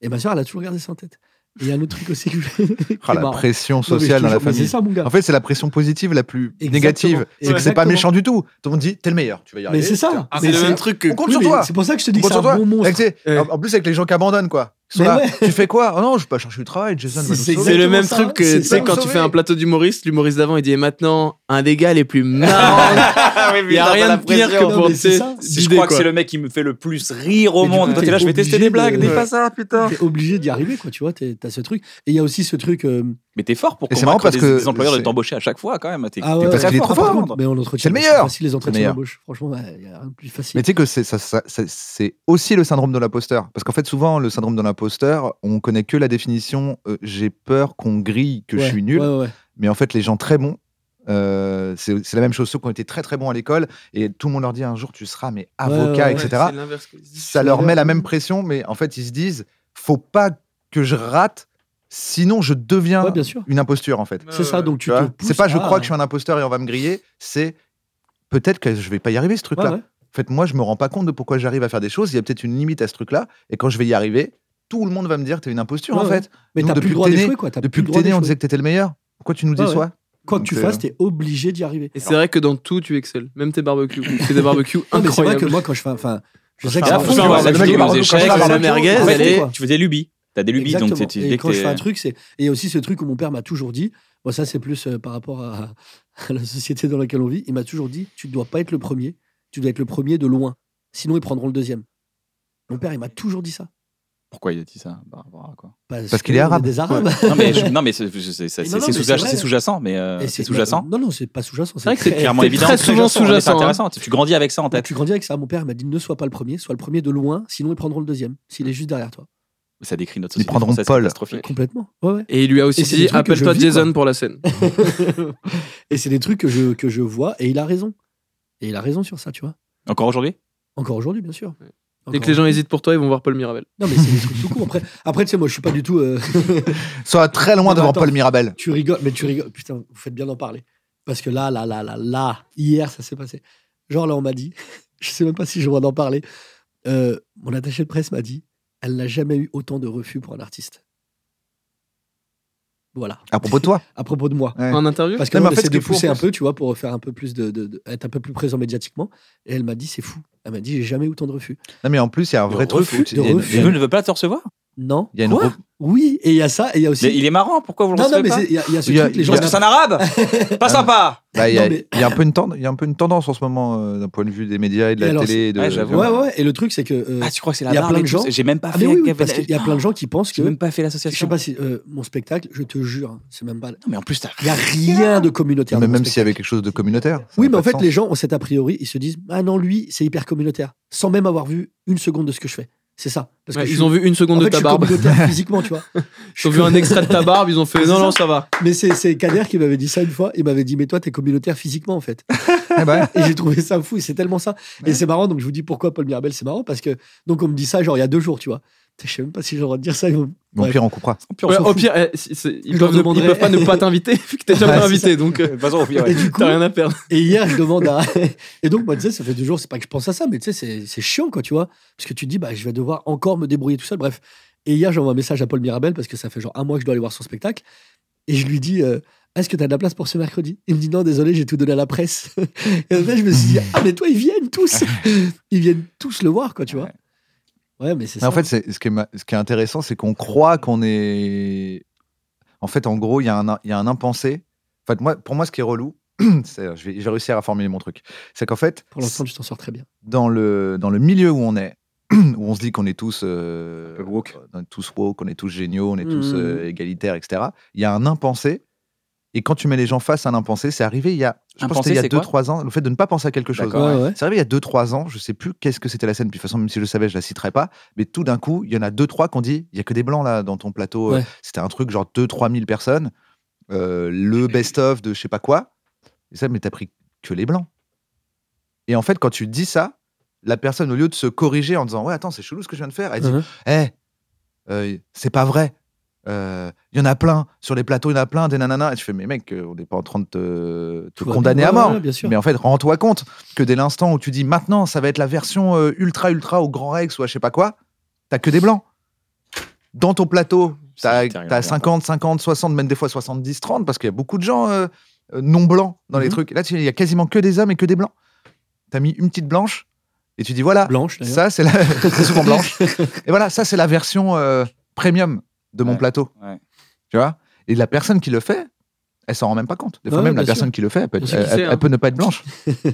Speaker 5: Et ma sœur, elle a toujours gardé ça en tête. Et il y a un autre truc aussi que je. [laughs] qui est
Speaker 2: Ah, la
Speaker 5: marrant.
Speaker 2: pression
Speaker 5: Non, mais je te
Speaker 2: sociale dans la
Speaker 5: jure, mais C'est
Speaker 2: famille.
Speaker 5: ça, mon gars.
Speaker 2: En fait, c'est la pression positive la plus
Speaker 5: Exactement.
Speaker 2: négative. C'est que c'est pas
Speaker 5: Exactement.
Speaker 2: méchant du tout. Tout le monde dit t'es le meilleur, tu vas y arriver.
Speaker 5: mais c'est ça.
Speaker 3: Ah,
Speaker 5: Mais
Speaker 3: c'est le
Speaker 5: c'est-
Speaker 3: même truc que.
Speaker 2: On compte
Speaker 5: Oui,
Speaker 2: sur
Speaker 5: mais
Speaker 2: toi.
Speaker 5: C'est pour ça que je te dis
Speaker 2: On
Speaker 5: que
Speaker 2: compte
Speaker 5: c'est
Speaker 2: sur
Speaker 5: un
Speaker 2: toi.
Speaker 5: bon
Speaker 2: Et
Speaker 5: monstre.
Speaker 2: tu sais,
Speaker 3: Ouais.
Speaker 2: En en plus, avec les gens qui abandonnent, quoi. Ils sont
Speaker 5: Mais
Speaker 2: là,
Speaker 5: ouais.
Speaker 2: Tu fais quoi Oh non, je vais pas chercher du travail. Jason va nous
Speaker 5: C'est-
Speaker 2: sauver.
Speaker 3: C'est le
Speaker 5: exactement
Speaker 3: même
Speaker 5: ça.
Speaker 3: truc que,
Speaker 5: C'est
Speaker 3: tu sais,
Speaker 5: ça.
Speaker 3: quand tu fais un plateau d'humoriste, l'humoriste d'avant, il dit Et maintenant, un des gars les
Speaker 5: [laughs]
Speaker 3: plus
Speaker 5: Ah,
Speaker 3: marrants. Il n'y a rien de pire que
Speaker 5: Non,
Speaker 3: pour
Speaker 5: mais c'est
Speaker 3: tu sais,
Speaker 5: ça.
Speaker 4: Si je
Speaker 3: d'idées,
Speaker 4: crois que
Speaker 3: quoi.
Speaker 4: c'est le mec qui me fait le plus rire au
Speaker 5: Mais du
Speaker 4: monde.
Speaker 5: coup,
Speaker 4: Toi, t'es
Speaker 5: t'es
Speaker 4: là, je vais tester
Speaker 5: obligé
Speaker 4: des blagues,
Speaker 5: de-
Speaker 4: des pas ça, putain.
Speaker 5: T'es obligé d'y arriver, quoi, tu vois, t'es- t'as ce truc. Et il y a aussi ce truc. euh,
Speaker 4: Mais t'es fort pour
Speaker 2: Et c'est marrant
Speaker 4: convaincre
Speaker 2: parce
Speaker 4: les
Speaker 2: que
Speaker 4: les employeurs de
Speaker 2: c'est-
Speaker 4: t'embaucher à chaque fois, quand même. T'es-
Speaker 5: ah
Speaker 4: t'es
Speaker 5: ouais,
Speaker 2: parce
Speaker 5: ouais,
Speaker 2: qu'il est
Speaker 5: très
Speaker 2: trop
Speaker 5: fort,
Speaker 2: fort.
Speaker 5: par contre. Mais en
Speaker 2: C'est
Speaker 5: entretien,
Speaker 2: le
Speaker 5: c'est
Speaker 2: meilleur.
Speaker 5: facile, les
Speaker 2: C'est le
Speaker 5: entretiens
Speaker 2: meilleur.
Speaker 5: d'embauche. Franchement, ouais, il y a rien de plus facile.
Speaker 2: Mais tu sais que c'est ça- ça- ça- c'est aussi le syndrome de l'imposteur. Parce qu'en fait, souvent, le syndrome de l'imposteur, on connaît que la définition euh, j'ai peur qu'on grille, que je
Speaker 5: Ouais,
Speaker 2: suis nul.
Speaker 5: ouais, ouais, ouais.
Speaker 2: Mais en fait, les gens très bons, euh, c'est c'est la même chose. Ceux qui ont été très très bons à l'école et tout le monde leur dit un jour tu seras mais avocat,
Speaker 5: ouais, ouais.
Speaker 2: etc.
Speaker 3: c'est l'inverse que je dis.
Speaker 2: ça leur met la même pression, mais en fait, ils se disent faut pas que je rate, sinon je deviens
Speaker 5: Ouais, bien sûr.
Speaker 2: une imposture en fait.
Speaker 3: Ouais,
Speaker 5: C'est ça,
Speaker 3: ouais.
Speaker 5: donc
Speaker 2: Tu
Speaker 5: tu te
Speaker 2: vois
Speaker 5: pousses
Speaker 2: C'est pas je
Speaker 5: à-
Speaker 2: crois que je suis un imposteur et on va me griller, c'est peut-être que je vais pas y arriver ce
Speaker 5: Ouais,
Speaker 2: truc-là.
Speaker 5: ouais.
Speaker 2: En fait, moi, je me rends pas compte de pourquoi j'arrive à faire des choses. Il y a peut-être une limite à ce truc-là. Et quand je vais y arriver, tout le monde va me dire t'es une imposture
Speaker 5: Ouais,
Speaker 2: en fait.
Speaker 5: Mais
Speaker 2: Nous,
Speaker 5: t'as plus
Speaker 2: depuis
Speaker 5: le droit
Speaker 2: que t'es né-
Speaker 5: d'échouer, quoi. t'as plus
Speaker 2: Depuis
Speaker 5: le
Speaker 2: que
Speaker 5: droit
Speaker 2: t'es né, on
Speaker 5: d'échouer.
Speaker 2: disait que t'étais le meilleur. Pourquoi tu nous
Speaker 5: Ouais,
Speaker 2: déçois
Speaker 5: Quoi que tu
Speaker 2: Donc,
Speaker 5: fasses,
Speaker 2: euh,
Speaker 5: t'es obligé d'y arriver.
Speaker 3: Et c'est vrai que dans tout, tu excelles. Même tes barbecues. Tu fais des barbecues
Speaker 5: Non, mais c'est vrai
Speaker 3: incroyables.
Speaker 5: que moi, quand je fais. Enfin, je
Speaker 4: Ah,
Speaker 5: sais que
Speaker 2: fais
Speaker 5: c'est
Speaker 2: un
Speaker 5: un
Speaker 2: fond,
Speaker 5: fond,
Speaker 2: tu vois,
Speaker 5: ouais,
Speaker 2: le
Speaker 5: je
Speaker 2: mec, il
Speaker 5: dis,
Speaker 2: va
Speaker 5: bah,
Speaker 2: rendre
Speaker 5: je
Speaker 2: compte
Speaker 5: sais
Speaker 2: à
Speaker 5: que
Speaker 2: la
Speaker 5: la
Speaker 2: barbecue,
Speaker 5: merguez,
Speaker 4: En fait,
Speaker 5: elle est-
Speaker 4: Tu fais des lubies. T'as des lubies, donc
Speaker 5: Exactement.
Speaker 4: c'est- tu
Speaker 5: Et
Speaker 4: dès
Speaker 5: quand
Speaker 4: que
Speaker 5: je fais un
Speaker 4: t'es-
Speaker 5: truc, c'est. Et aussi ce truc où mon père m'a toujours dit, bon, ça c'est plus euh, par rapport à, [laughs] à la société dans laquelle on vit, il m'a toujours dit tu ne dois pas être le premier, tu dois être le premier de loin. Sinon, ils prendront le deuxième. Mon père, il m'a toujours dit ça.
Speaker 4: Pourquoi il a dit ça par rapport à quoi
Speaker 2: Parce qu'il est
Speaker 5: on
Speaker 2: arabe.
Speaker 5: Des arabes.
Speaker 4: Non mais, je- non, mais c'est c'est- c'est-
Speaker 5: Mais non, non,
Speaker 4: c'est
Speaker 5: mais
Speaker 4: sous-
Speaker 5: c'est vrai.
Speaker 4: c'est sous-jacent, mais euh,
Speaker 5: Et
Speaker 4: c'est sous-jacent.
Speaker 5: Non, non, c'est pas sous-jacent.
Speaker 4: C'est vrai que c'est
Speaker 5: très-
Speaker 4: clairement
Speaker 3: c'est
Speaker 4: évident.
Speaker 3: très souvent
Speaker 4: jacent, mais C'est
Speaker 3: sous-jacent, hein.
Speaker 4: intéressant. Tu tu grandis avec ça en tête.
Speaker 5: Tu grandis avec ça. Mon père m'a dit ne sois pas le premier, sois le premier de loin, sinon ils prendront le deuxième, s'il est juste derrière toi.
Speaker 4: Ça décrit notre
Speaker 2: Ils
Speaker 4: société
Speaker 2: prendront
Speaker 4: française
Speaker 2: Paul.
Speaker 4: catastrophique.
Speaker 5: Complètement.
Speaker 4: [laughs]
Speaker 5: Ouais, ouais.
Speaker 3: Et il lui a aussi
Speaker 5: Et c'est des
Speaker 3: dit
Speaker 5: trucs que je
Speaker 3: appelle-toi
Speaker 5: vis,
Speaker 3: Jason
Speaker 5: quoi.
Speaker 3: pour la scène.
Speaker 5: et c'est des trucs que je, que je vois et il a raison. Et il a raison sur ça, tu vois.
Speaker 4: Encore aujourd'hui
Speaker 5: Encore aujourd'hui, bien sûr.
Speaker 3: Dès
Speaker 5: Encore
Speaker 3: que les gens hésitent pour toi, ils vont voir Paul Mirabel.
Speaker 5: Non, mais c'est des trucs tout court. Après, après tu sais, moi, je suis pas du tout. euh, [laughs]
Speaker 2: Sois très loin
Speaker 5: Non,
Speaker 2: devant
Speaker 5: attends.
Speaker 2: Paul Mirabel.
Speaker 5: tu rigoles, mais tu rigoles. Putain, vous faites bien d'en parler. Parce que là, là, là, là, là, hier, ça s'est passé. Genre, là, on m'a dit, [laughs] je sais même pas si j'ai le droit d'en parler. euh, mon attaché de presse m'a dit, elle n'a jamais eu autant de refus pour un artiste. Voilà.
Speaker 2: À propos de toi.
Speaker 5: À propos de moi.
Speaker 2: Ouais.
Speaker 3: En interview
Speaker 5: Parce que
Speaker 2: Non, mais
Speaker 5: on
Speaker 2: en fait,
Speaker 5: essaie
Speaker 2: ce qui
Speaker 5: de
Speaker 2: est fou, en
Speaker 5: pousser un
Speaker 2: plus-
Speaker 5: peu, tu vois, pour faire un peu plus de, de- de- être un peu plus présent médiatiquement. Et elle m'a dit, c'est fou. Elle m'a dit, j'ai jamais eu autant de refus.
Speaker 2: Non, mais en plus, il y a un
Speaker 5: De
Speaker 2: vrai truc.
Speaker 5: refus,
Speaker 2: où tu- il y a
Speaker 5: de
Speaker 2: une-
Speaker 5: refus.
Speaker 2: il y a
Speaker 4: Je
Speaker 2: une-
Speaker 4: ne veux pas te recevoir.
Speaker 5: Non.
Speaker 2: Il y a une
Speaker 5: Quoi
Speaker 2: re-
Speaker 5: Oui, et il y a ça, et il y a aussi.
Speaker 4: Mais il est marrant, pourquoi vous le
Speaker 5: non, non,
Speaker 4: recevez
Speaker 5: mais
Speaker 4: pas
Speaker 5: c'est- il y, a- il y a ce
Speaker 2: Il y a-
Speaker 5: truc, les gens.
Speaker 4: Parce que c'est un arabe Pas sympa
Speaker 2: bah, il y a-
Speaker 5: Non, mais-
Speaker 2: il y a un peu une tend- il y a un peu une tendance en ce moment euh, d'un point de vue des médias et de
Speaker 5: Et
Speaker 2: la
Speaker 5: alors,
Speaker 2: télé. et de-
Speaker 4: ouais, j'avoue.
Speaker 5: Ouais, ouais, ouais, et le truc, c'est que. euh,
Speaker 4: Ah, tu crois que c'est la
Speaker 5: Il y a
Speaker 4: barbe
Speaker 5: plein
Speaker 4: et
Speaker 5: de
Speaker 4: tout
Speaker 5: gens-
Speaker 4: J'ai même pas
Speaker 5: Ah,
Speaker 4: fait
Speaker 5: mais oui, oui,
Speaker 4: gaffe-
Speaker 5: parce qu'il y a plein de gens qui pensent
Speaker 4: J'ai
Speaker 5: que.
Speaker 4: même pas fait
Speaker 5: Je sais
Speaker 4: l'association.
Speaker 5: pas si. euh, mon spectacle, je te jure, hein, c'est même pas.
Speaker 4: Non, mais en plus, t'as
Speaker 5: Il n'y a rien de communautaire.
Speaker 2: Mais
Speaker 5: dans mon
Speaker 2: même s'il y avait
Speaker 5: spectacle.
Speaker 2: quelque chose de communautaire. ça
Speaker 5: Oui,
Speaker 2: n'a
Speaker 5: mais
Speaker 2: pas
Speaker 5: en
Speaker 2: de
Speaker 5: fait,
Speaker 2: sens.
Speaker 5: les gens ont cet a priori, ils se disent Ah non, lui, c'est hyper communautaire, sans même avoir vu une seconde de ce que je fais. C'est ça. Parce
Speaker 3: Ouais,
Speaker 5: que je
Speaker 3: ils
Speaker 5: suis-
Speaker 3: ont vu une seconde
Speaker 5: en
Speaker 3: de
Speaker 5: fait, je
Speaker 3: ta
Speaker 5: suis
Speaker 3: barbe.
Speaker 5: communautaire
Speaker 2: [laughs]
Speaker 5: physiquement, tu vois.
Speaker 3: Ils ont vu un extrait de ta
Speaker 5: [laughs]
Speaker 3: barbe, ils ont fait
Speaker 5: Ah, c'est
Speaker 3: non, non,
Speaker 5: ça.
Speaker 3: ça va.
Speaker 5: Mais c'est c'est Kader qui m'avait dit ça une fois. Il m'avait dit Mais toi, t'es communautaire physiquement, en fait.
Speaker 2: Eh
Speaker 5: [laughs]
Speaker 2: ben,
Speaker 5: Et j'ai trouvé ça fou, et c'est tellement ça. Et c'est marrant, donc je vous dis pourquoi Paul Mirabel, c'est marrant, parce que. Donc on me dit ça, genre, il y a deux jours, tu vois. Je sais même pas si j'ai le droit de dire ça. ils vont-
Speaker 2: Bon,
Speaker 5: Ouais. Bah,
Speaker 2: pire, on coupera.
Speaker 3: Ouais,
Speaker 5: s'en
Speaker 3: au
Speaker 5: fout.
Speaker 3: pire, eh, si- c'est- ils,
Speaker 5: Je
Speaker 3: peuvent
Speaker 5: leur
Speaker 3: ne, ils
Speaker 5: demanderai.
Speaker 3: peuvent pas ne pas t'inviter, [laughs] vu que t'es déjà
Speaker 5: Ouais,
Speaker 3: pas
Speaker 5: c'est
Speaker 3: invité, donc euh,
Speaker 4: De toute façon, au pire,
Speaker 5: [laughs]
Speaker 4: ouais.
Speaker 5: Et du coup,
Speaker 3: t'as rien à perdre.
Speaker 5: [laughs] Et hier, je demande à. [laughs] Et donc, moi, tu sais, ça fait deux jours, c'est pas que je pense à ça, mais tu sais, c'est- c'est chiant, quoi, tu vois. Parce que tu te dis, bah, je vais devoir encore me débrouiller tout seul. Bref. Et hier, j'envoie un message à Paul Mirabel, parce que ça fait genre un mois que je dois aller voir son spectacle. Et je lui dis, euh, est-ce que t'as de la place pour ce mercredi Il me dit, non, désolé, j'ai tout donné à la presse. [laughs] Et après, je me suis dit, ah, mais toi, ils
Speaker 2: [laughs]
Speaker 5: viennent tous. Ils viennent tous le voir, quoi, tu vois. Ouais, mais c'est
Speaker 2: Mais
Speaker 5: ça.
Speaker 2: En fait, c'est- ce qui est, ma- ce qui est intéressant, c'est qu'on croit qu'on est. En fait, en gros, il y, a un- il y a un impensé. En fait, moi, pour moi, ce qui est relou, [clears throat] c'est- je, vais, je vais réussir à formuler mon truc. C'est qu'en fait,
Speaker 5: pour l'instant, tu t'en sors très bien.
Speaker 2: dans le, dans le milieu où on est, [clears throat] où on se dit qu'on est tous euh,
Speaker 4: peu woke.
Speaker 2: on est tous woke, on est tous géniaux, on est tous
Speaker 5: Mhm.
Speaker 2: euh, égalitaires, etc. Il y a un impensé. Et quand tu mets les gens face à un impensé, c'est arrivé il y a, je pense que
Speaker 4: Impensé,
Speaker 2: c'était il y a
Speaker 4: c'est
Speaker 2: 2-3 ans, le fait de ne pas penser à quelque chose.
Speaker 4: D'accord,
Speaker 5: ouais. ouais.
Speaker 2: C'est arrivé il y a 2-3 ans, je sais plus qu'est-ce que c'était la scène, puis de toute façon, même si je le savais, je la citerai pas, mais tout d'un coup, il y en a 2-3 qui ont dit il y a que des blancs là dans ton plateau. euh,
Speaker 5: Ouais.
Speaker 2: C'était un truc genre 2-3 000 personnes, euh, le best-of de je sais pas quoi. Et ça, mais t'as pris que les blancs. Et en fait, quand tu dis ça, la personne, au lieu de se corriger en disant ouais, attends, c'est chelou ce que je viens de faire, elle dit
Speaker 5: Mhm.
Speaker 2: hé, c'est pas vrai. Euh, Il y en a plein sur les plateaux, il y en a plein, des nananas. Et tu fais, mais mec, euh, on n'est pas en train de te, te
Speaker 5: Tout va
Speaker 2: condamner
Speaker 5: bien.
Speaker 2: à
Speaker 5: Bah, Ouais,
Speaker 2: mort.
Speaker 5: ouais, bien sûr.
Speaker 2: Mais en fait, rends-toi compte que dès l'instant où tu dis maintenant, ça va être la version euh, ultra ultra au Grand Rex ou à je sais pas quoi, t'as que des blancs. Dans ton plateau,
Speaker 4: Ça
Speaker 2: t'as
Speaker 4: détériore
Speaker 2: t'as
Speaker 4: bien.
Speaker 2: 50, 50, 60, même des fois 70, 30, parce qu'il y a beaucoup de gens euh, euh, non blancs dans les
Speaker 5: Mhm.
Speaker 2: trucs. Là, tu- il y a quasiment que des hommes et que des blancs. T'as mis une petite blanche et tu dis voilà,
Speaker 5: Blanche, d'ailleurs.
Speaker 2: ça c'est la... [laughs] c'est souvent blanche. Et voilà, ça c'est la version euh, premium de mon
Speaker 4: Ouais,
Speaker 2: plateau.
Speaker 4: ouais.
Speaker 2: Tu vois Et la personne qui le fait, elle s'en rend même pas compte. Des fois
Speaker 5: Ouais,
Speaker 2: même
Speaker 5: bien
Speaker 2: la
Speaker 5: sûr.
Speaker 2: personne qui le fait, elle peut,
Speaker 3: On
Speaker 2: être-
Speaker 3: sait qui
Speaker 2: elle-
Speaker 3: c'est,
Speaker 2: elle
Speaker 3: hein.
Speaker 2: peut ne pas être
Speaker 5: [laughs]
Speaker 2: blanche. Tu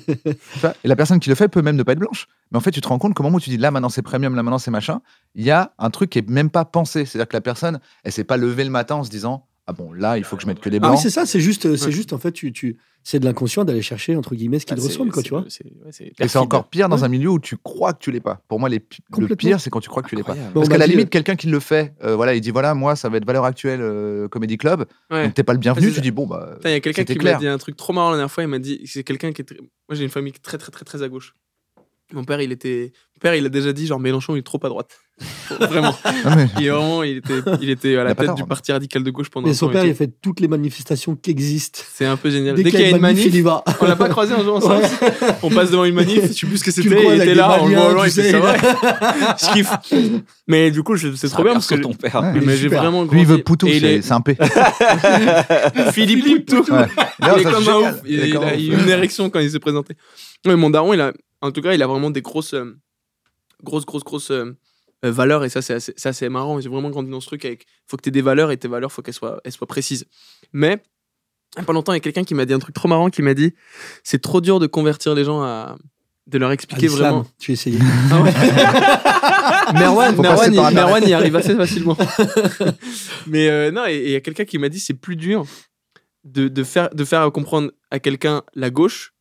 Speaker 2: vois Et la personne qui le fait peut même ne pas être blanche. Mais en fait, tu te rends compte qu'au moment où tu dis là maintenant c'est premium, là maintenant c'est machin, il y a un truc qui est même pas pensé. C'est-à-dire que la personne, elle s'est pas levée le matin en se disant ah bon là il faut que je mette que des
Speaker 5: [laughs] Ah oui,
Speaker 2: blancs.
Speaker 5: c'est ça, c'est juste, c'est
Speaker 3: Ouais.
Speaker 5: juste, en fait, tu, tu, c'est de l'inconscient d'aller chercher, entre guillemets, ce qui
Speaker 4: Bah,
Speaker 5: te
Speaker 4: c'est-
Speaker 5: ressemble, quoi,
Speaker 4: c'est-
Speaker 5: tu vois.
Speaker 4: c'est- ouais, c'est
Speaker 2: et c'est
Speaker 4: perfide.
Speaker 2: encore pire dans
Speaker 5: Ouais.
Speaker 2: un milieu où tu crois que tu l'es pas. Pour moi, les pi- le
Speaker 5: Complètement.
Speaker 2: pire, c'est quand tu crois que tu l'es pas.
Speaker 4: Incroyable.
Speaker 5: Bon,
Speaker 2: Parce
Speaker 5: on
Speaker 2: qu'à
Speaker 5: m'a
Speaker 2: la
Speaker 5: dit,
Speaker 2: limite, quelqu'un qui le fait, euh, voilà, il dit voilà, moi, ça va être valeur actuelle euh, comédie club,
Speaker 3: Ouais.
Speaker 2: donc t'es pas le
Speaker 3: Ouais,
Speaker 2: bienvenu.
Speaker 3: c'est
Speaker 2: Tu
Speaker 3: ça.
Speaker 2: dis bon bah,
Speaker 3: Putain, Il y a quelqu'un
Speaker 2: c'était
Speaker 3: qui m'a
Speaker 2: clair.
Speaker 3: dit un truc trop marrant la dernière fois. Il m'a dit c'est quelqu'un qui est. très- Moi, j'ai une famille très, très, très, très à gauche. Mon père, il était. Mon père, il a déjà dit genre Mélenchon, il est trop à droite. [laughs] vraiment.
Speaker 2: Non, mais-
Speaker 3: [laughs] Il, est vraiment, il était, il était à
Speaker 2: Il a
Speaker 3: la
Speaker 2: pas
Speaker 3: tête
Speaker 2: tort,
Speaker 3: du
Speaker 2: hein.
Speaker 3: parti radical de gauche pendant
Speaker 5: Mais
Speaker 3: un temps
Speaker 5: son
Speaker 3: et
Speaker 5: père, il a
Speaker 3: tout.
Speaker 5: fait toutes les manifestations qui existent.
Speaker 3: C'est un peu génial.
Speaker 5: Dès, qu'il y a une manif, il y va.
Speaker 3: on
Speaker 5: [laughs]
Speaker 3: l'a pas croisé un jour ensemble.
Speaker 5: Ouais.
Speaker 3: On passe devant une manif, je sais plus ce que
Speaker 5: Tu le
Speaker 3: c'était,
Speaker 5: crois
Speaker 3: il
Speaker 5: avec
Speaker 3: était
Speaker 5: des
Speaker 3: là, on le voit au
Speaker 5: Maliens,
Speaker 3: loin,
Speaker 5: tu
Speaker 3: il fait
Speaker 5: sais,
Speaker 3: ça
Speaker 5: il
Speaker 3: va.
Speaker 5: a-
Speaker 3: Je kiffe. Mais du coup, je- c'est trop bien parce que.
Speaker 4: ton père.
Speaker 2: Ouais.
Speaker 3: Mais
Speaker 5: Il est
Speaker 3: j'ai
Speaker 5: super.
Speaker 3: vraiment
Speaker 2: Lui, Ah, il veut
Speaker 3: grandi-
Speaker 2: Poutou,
Speaker 3: et il
Speaker 2: c'est
Speaker 3: est-
Speaker 2: c'est un
Speaker 3: [laughs]
Speaker 2: P.
Speaker 3: Philippe Poutou.
Speaker 2: Ouais. Non,
Speaker 3: Il est
Speaker 2: ça, c'est
Speaker 3: comme un
Speaker 2: génial.
Speaker 3: ouf.
Speaker 2: Il est
Speaker 3: Il, il
Speaker 2: comme un
Speaker 3: a eu
Speaker 2: ouf.
Speaker 3: une érection quand il s'est présenté. Ouais, mon daron, il a, en tout cas, il a vraiment des grosses, euh, grosses, grosses, grosses euh, euh, valeurs. Et ça, c'est assez, ça, c'est marrant. J'ai vraiment grandi dans ce truc avec faut que tu aies des valeurs et tes valeurs, faut qu'elles soient, elles soient précises. Mais, il y a pas longtemps, il y a quelqu'un hein, qui m'a dit un truc trop marrant qui m'a dit c'est trop dur de convertir les gens à, de leur
Speaker 5: À
Speaker 3: expliquer
Speaker 5: l'islam,
Speaker 3: vraiment.
Speaker 5: Tu essayais.
Speaker 3: Ah ouais.
Speaker 5: [laughs]
Speaker 3: Merwan,
Speaker 2: Faut
Speaker 3: Merwan,
Speaker 2: passer
Speaker 3: il,
Speaker 2: par Internet.
Speaker 3: Merwan y arrive assez facilement. [laughs] Mais euh, non, et et il y a quelqu'un qui m'a dit c'est plus dur de, de faire, de faire comprendre à quelqu'un la gauche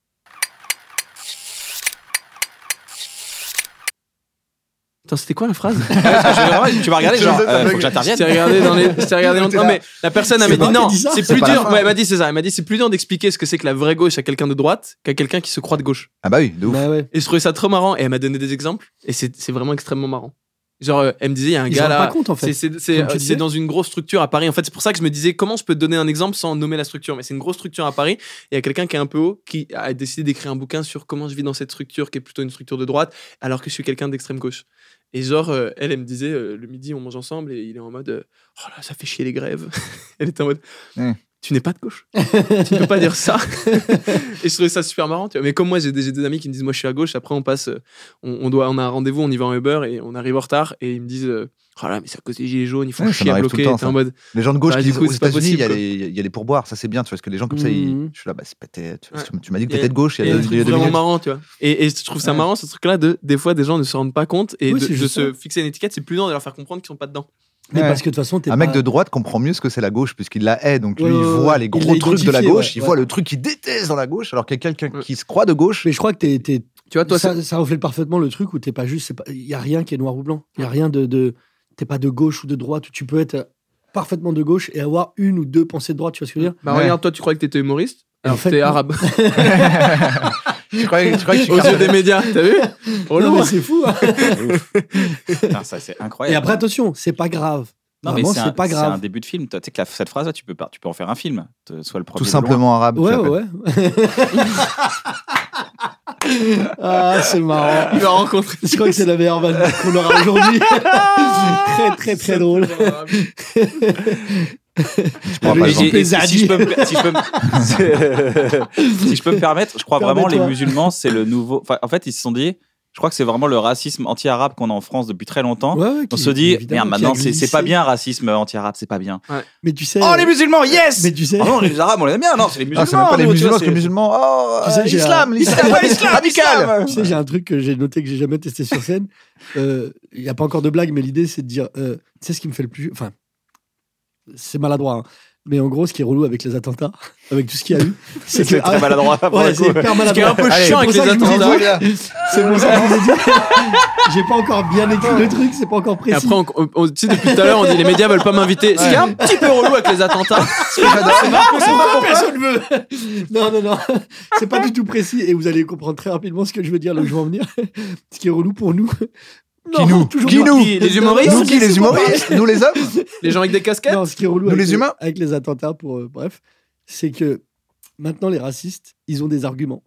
Speaker 3: Attends, c'était quoi la phrase
Speaker 4: Ah, tu m'as regardé, genre,
Speaker 2: Je-
Speaker 4: euh, faut que
Speaker 3: [laughs]
Speaker 4: j'intervienne. [laughs]
Speaker 3: Je t'ai regardé dans les. je t'ai regardé dans- Non, mais la personne avait
Speaker 5: pas
Speaker 3: dit non,
Speaker 5: qui dit ça
Speaker 3: c'est
Speaker 2: C'est
Speaker 3: plus
Speaker 2: pas la
Speaker 3: dur.
Speaker 2: fin.
Speaker 3: Ouais, elle m'a dit, c'est ça. Elle m'a dit, c'est plus dur d'expliquer ce que c'est que la vraie gauche à quelqu'un de droite qu'à quelqu'un qui se croit de gauche.
Speaker 2: Ah bah oui, de ouf.
Speaker 5: Bah ouais.
Speaker 3: Et je trouvais ça trop marrant. Et elle m'a donné des exemples. Et c'est c'est vraiment extrêmement marrant. Genre, euh, elle me disait, il y a un
Speaker 5: Ils
Speaker 3: gars
Speaker 5: s'en rendent
Speaker 3: là.
Speaker 5: pas compte en
Speaker 3: C'est-
Speaker 5: fait.
Speaker 3: C'est c'est-
Speaker 5: Comme tu
Speaker 3: euh,
Speaker 5: disais.
Speaker 3: c'est dans une grosse structure à Paris. En fait, c'est pour ça que je me disais comment je peux te donner un exemple sans nommer la structure. Mais c'est une grosse structure à Paris. Et il y a quelqu'un qui est un peu haut qui a décidé d'écrire un bouquin sur comment je vis dans cette structure qui est plutôt une structure de droite alors que je suis quelqu'un d'extrême gauche. Et genre, euh, elle, elle me disait euh, le midi, on mange ensemble et il est en mode euh, oh là, ça fait chier les grèves. elle était en mode
Speaker 2: Ouais.
Speaker 3: tu n'es pas de gauche. tu ne peux pas dire
Speaker 2: [laughs]
Speaker 3: ça. et je trouvais ça super marrant. Tu vois. Mais comme moi, j'ai des, j'ai des amis qui me disent moi je suis à gauche. Après, on passe, euh, on, on doit, on a un rendez-vous, on y va en Uber et on arrive en retard et ils me disent. euh, Oh là, mais c'est à cause des gilets jaunes, ils font
Speaker 2: Ouais, ça
Speaker 3: chier à
Speaker 2: m'arrive tout le
Speaker 3: bloquer.
Speaker 2: temps,
Speaker 3: T'es en
Speaker 2: ça.
Speaker 3: mode,
Speaker 2: Les gens de gauche
Speaker 3: Bah,
Speaker 2: qui
Speaker 3: du
Speaker 2: disent
Speaker 3: coup,
Speaker 2: aux
Speaker 3: c'est pas
Speaker 2: États-Unis, il y, a
Speaker 3: possible,
Speaker 2: les- il y a les pourboires, ça c'est bien, tu vois, parce que les gens comme ça, ils...
Speaker 5: Mhm.
Speaker 2: je suis là, bah, c'est pas t'es- tu-
Speaker 3: Ouais.
Speaker 2: tu m'as dit que
Speaker 3: Il y a-
Speaker 2: t'étais de gauche, il y a,
Speaker 3: il y a
Speaker 2: deux-
Speaker 3: des
Speaker 2: il y a
Speaker 3: trucs
Speaker 2: deux
Speaker 3: Eh, vraiment
Speaker 2: minutes.
Speaker 3: marrant, tu vois. Et, et je trouve ça
Speaker 2: Ouais.
Speaker 3: marrant ce truc-là de, des fois, des gens ne se rendent pas compte et
Speaker 5: Oui,
Speaker 3: de,
Speaker 5: c'est
Speaker 3: de
Speaker 5: juste
Speaker 3: se
Speaker 5: ça.
Speaker 3: fixer une étiquette, c'est plus dur de leur faire comprendre qu'ils sont pas dedans.
Speaker 5: Mais
Speaker 2: Ouais.
Speaker 5: parce que de toute façon, t'es
Speaker 2: Un mec
Speaker 5: pas-
Speaker 2: de droite comprend mieux ce que c'est la gauche, puisqu'il la hait. Donc lui,
Speaker 5: Ouais,
Speaker 2: il
Speaker 5: ouais, ouais.
Speaker 2: voit les
Speaker 5: Il
Speaker 2: gros
Speaker 5: l'a
Speaker 2: trucs de la
Speaker 5: identifié,
Speaker 2: gauche,
Speaker 5: ouais,
Speaker 2: il
Speaker 5: ouais.
Speaker 2: voit le truc qu'il déteste dans la gauche, alors qu'il y a quelqu'un
Speaker 3: Ouais.
Speaker 2: qui se croit de gauche. [laughs]
Speaker 3: [laughs]
Speaker 5: Mais je crois que t'es, t'es-
Speaker 3: Tu
Speaker 4: Ah,
Speaker 3: vois, toi, ça,
Speaker 5: ça, ça reflète parfaitement le truc où t'es pas juste. c'est pas- Il y a rien qui est noir ou blanc. Il y a rien de, de. T'es pas de gauche ou de droite. Tu peux être parfaitement de gauche et avoir une ou deux pensées de droite. Tu vois ce que je veux dire
Speaker 3: Bah
Speaker 2: Ouais.
Speaker 3: regarde, toi, tu croyais que t'étais humoriste alors
Speaker 5: En fait,
Speaker 3: t'es
Speaker 5: non. [laughs]
Speaker 3: arabe.
Speaker 2: Tu crois, tu crois que tu
Speaker 3: Aux yeux des médias, t'as vu Oh
Speaker 5: Non, mais
Speaker 3: lourd.
Speaker 5: c'est fou.
Speaker 4: [laughs]
Speaker 5: hein.
Speaker 4: Putain, ça, c'est incroyable.
Speaker 5: Et après, attention, c'est pas grave.
Speaker 4: Non, mais
Speaker 5: Vraiment,
Speaker 4: c'est
Speaker 5: c'est
Speaker 4: un-
Speaker 5: pas
Speaker 4: C'est un
Speaker 5: grave.
Speaker 4: début de film. Tu sais que la- cette phrase-là, tu peux, pas- tu peux en faire un film. Te- Sois le premier.
Speaker 2: Tout
Speaker 4: de loin.
Speaker 2: simplement arabe. tu
Speaker 5: Ouais,
Speaker 2: l'appelles.
Speaker 5: ouais, ouais. [laughs] ah, c'est marrant.
Speaker 3: Il m'a rencontré.
Speaker 5: Je crois que c'est la meilleure vanne qu'on aura aujourd'hui. [laughs] très, très, très drôle.
Speaker 2: Tu pourras
Speaker 5: [laughs] Le
Speaker 2: pas le vendre.
Speaker 4: Et j'ai-
Speaker 5: Jean
Speaker 4: et si,
Speaker 5: Pesadi.
Speaker 4: je peux me, per- si
Speaker 2: [laughs]
Speaker 4: je peux me- [laughs] si je peux me permettre, je crois vraiment les
Speaker 5: Permets-toi.
Speaker 4: musulmans, c'est le nouveau. enfin, en fait, ils se sont dit, je crois que c'est vraiment le racisme anti-arabe qu'on a en France depuis très longtemps.
Speaker 5: Ouais, ouais,
Speaker 4: On
Speaker 5: qui-
Speaker 4: se dit,
Speaker 5: évidemment,
Speaker 4: merde,
Speaker 5: qui a
Speaker 4: maintenant, c'est c'est pas
Speaker 5: glissé.
Speaker 4: bien, racisme anti-arabe, c'est pas bien.
Speaker 5: Mais tu sais.
Speaker 4: Oh,
Speaker 5: euh,
Speaker 4: les musulmans, yes
Speaker 5: Mais tu sais.
Speaker 4: Oh non, les arabes, on les aime bien. Non, c'est les musulmans.
Speaker 2: Ah, c'est même pas les
Speaker 4: nous, tu
Speaker 2: musulmans,
Speaker 4: vois,
Speaker 2: parce que les
Speaker 4: c'est-
Speaker 2: musulmans, oh,
Speaker 5: Tu sais, j'ai
Speaker 2: l'islam,
Speaker 5: un-
Speaker 2: l'islam,
Speaker 4: Ouais, l'islam,
Speaker 2: radical.
Speaker 4: l'islam.
Speaker 5: Tu sais, j'ai un truc que j'ai noté que j'ai jamais testé sur scène. Euh, Il n'y a pas encore de blague, mais l'idée, c'est de dire euh, Tu sais ce qui me fait le plus. Enfin, c'est maladroit. hein. Mais en gros, ce qui est relou avec les attentats, [laughs] avec tout ce qu'il y
Speaker 3: [laughs]
Speaker 5: a eu, c'est que.
Speaker 4: C'est très
Speaker 5: ah,
Speaker 4: maladroit. pour
Speaker 5: ouais,
Speaker 4: le
Speaker 5: c'est
Speaker 4: coup.
Speaker 5: hyper maladroit.
Speaker 3: Ce qui est un peu
Speaker 2: Allez,
Speaker 3: chiant avec
Speaker 5: pour
Speaker 3: les
Speaker 5: ça que je vous ai
Speaker 3: attentats.
Speaker 5: dit-
Speaker 2: Voilà.
Speaker 5: C'est pour ça que je vous ai dit. [laughs] J'ai pas encore bien écrit le truc, c'est pas encore
Speaker 3: Et
Speaker 5: précis.
Speaker 3: après, on, on- on- tu sais, depuis tout à l'heure, on dit les médias veulent pas m'inviter. Ce qui est un petit peu relou avec les attentats.
Speaker 5: personne veut. Non, non, [laughs] non. C'est pas du tout précis et vous allez comprendre très rapidement ce que je veux dire là où je veux en venir. [laughs] Ce qui est relou pour nous.
Speaker 2: Qui nous
Speaker 5: toujours
Speaker 2: Qui
Speaker 5: pas.
Speaker 2: nous
Speaker 3: Qui- les humoristes
Speaker 2: Nous qui, les
Speaker 5: Laissez-moi parler.
Speaker 2: humoristes Nous les hommes
Speaker 3: Les gens avec des casquettes.
Speaker 5: Non, ce qui est relou
Speaker 2: Nous,
Speaker 5: avec
Speaker 2: les humains
Speaker 5: avec les attentats, pour euh, bref, c'est que maintenant les racistes, ils ont des arguments.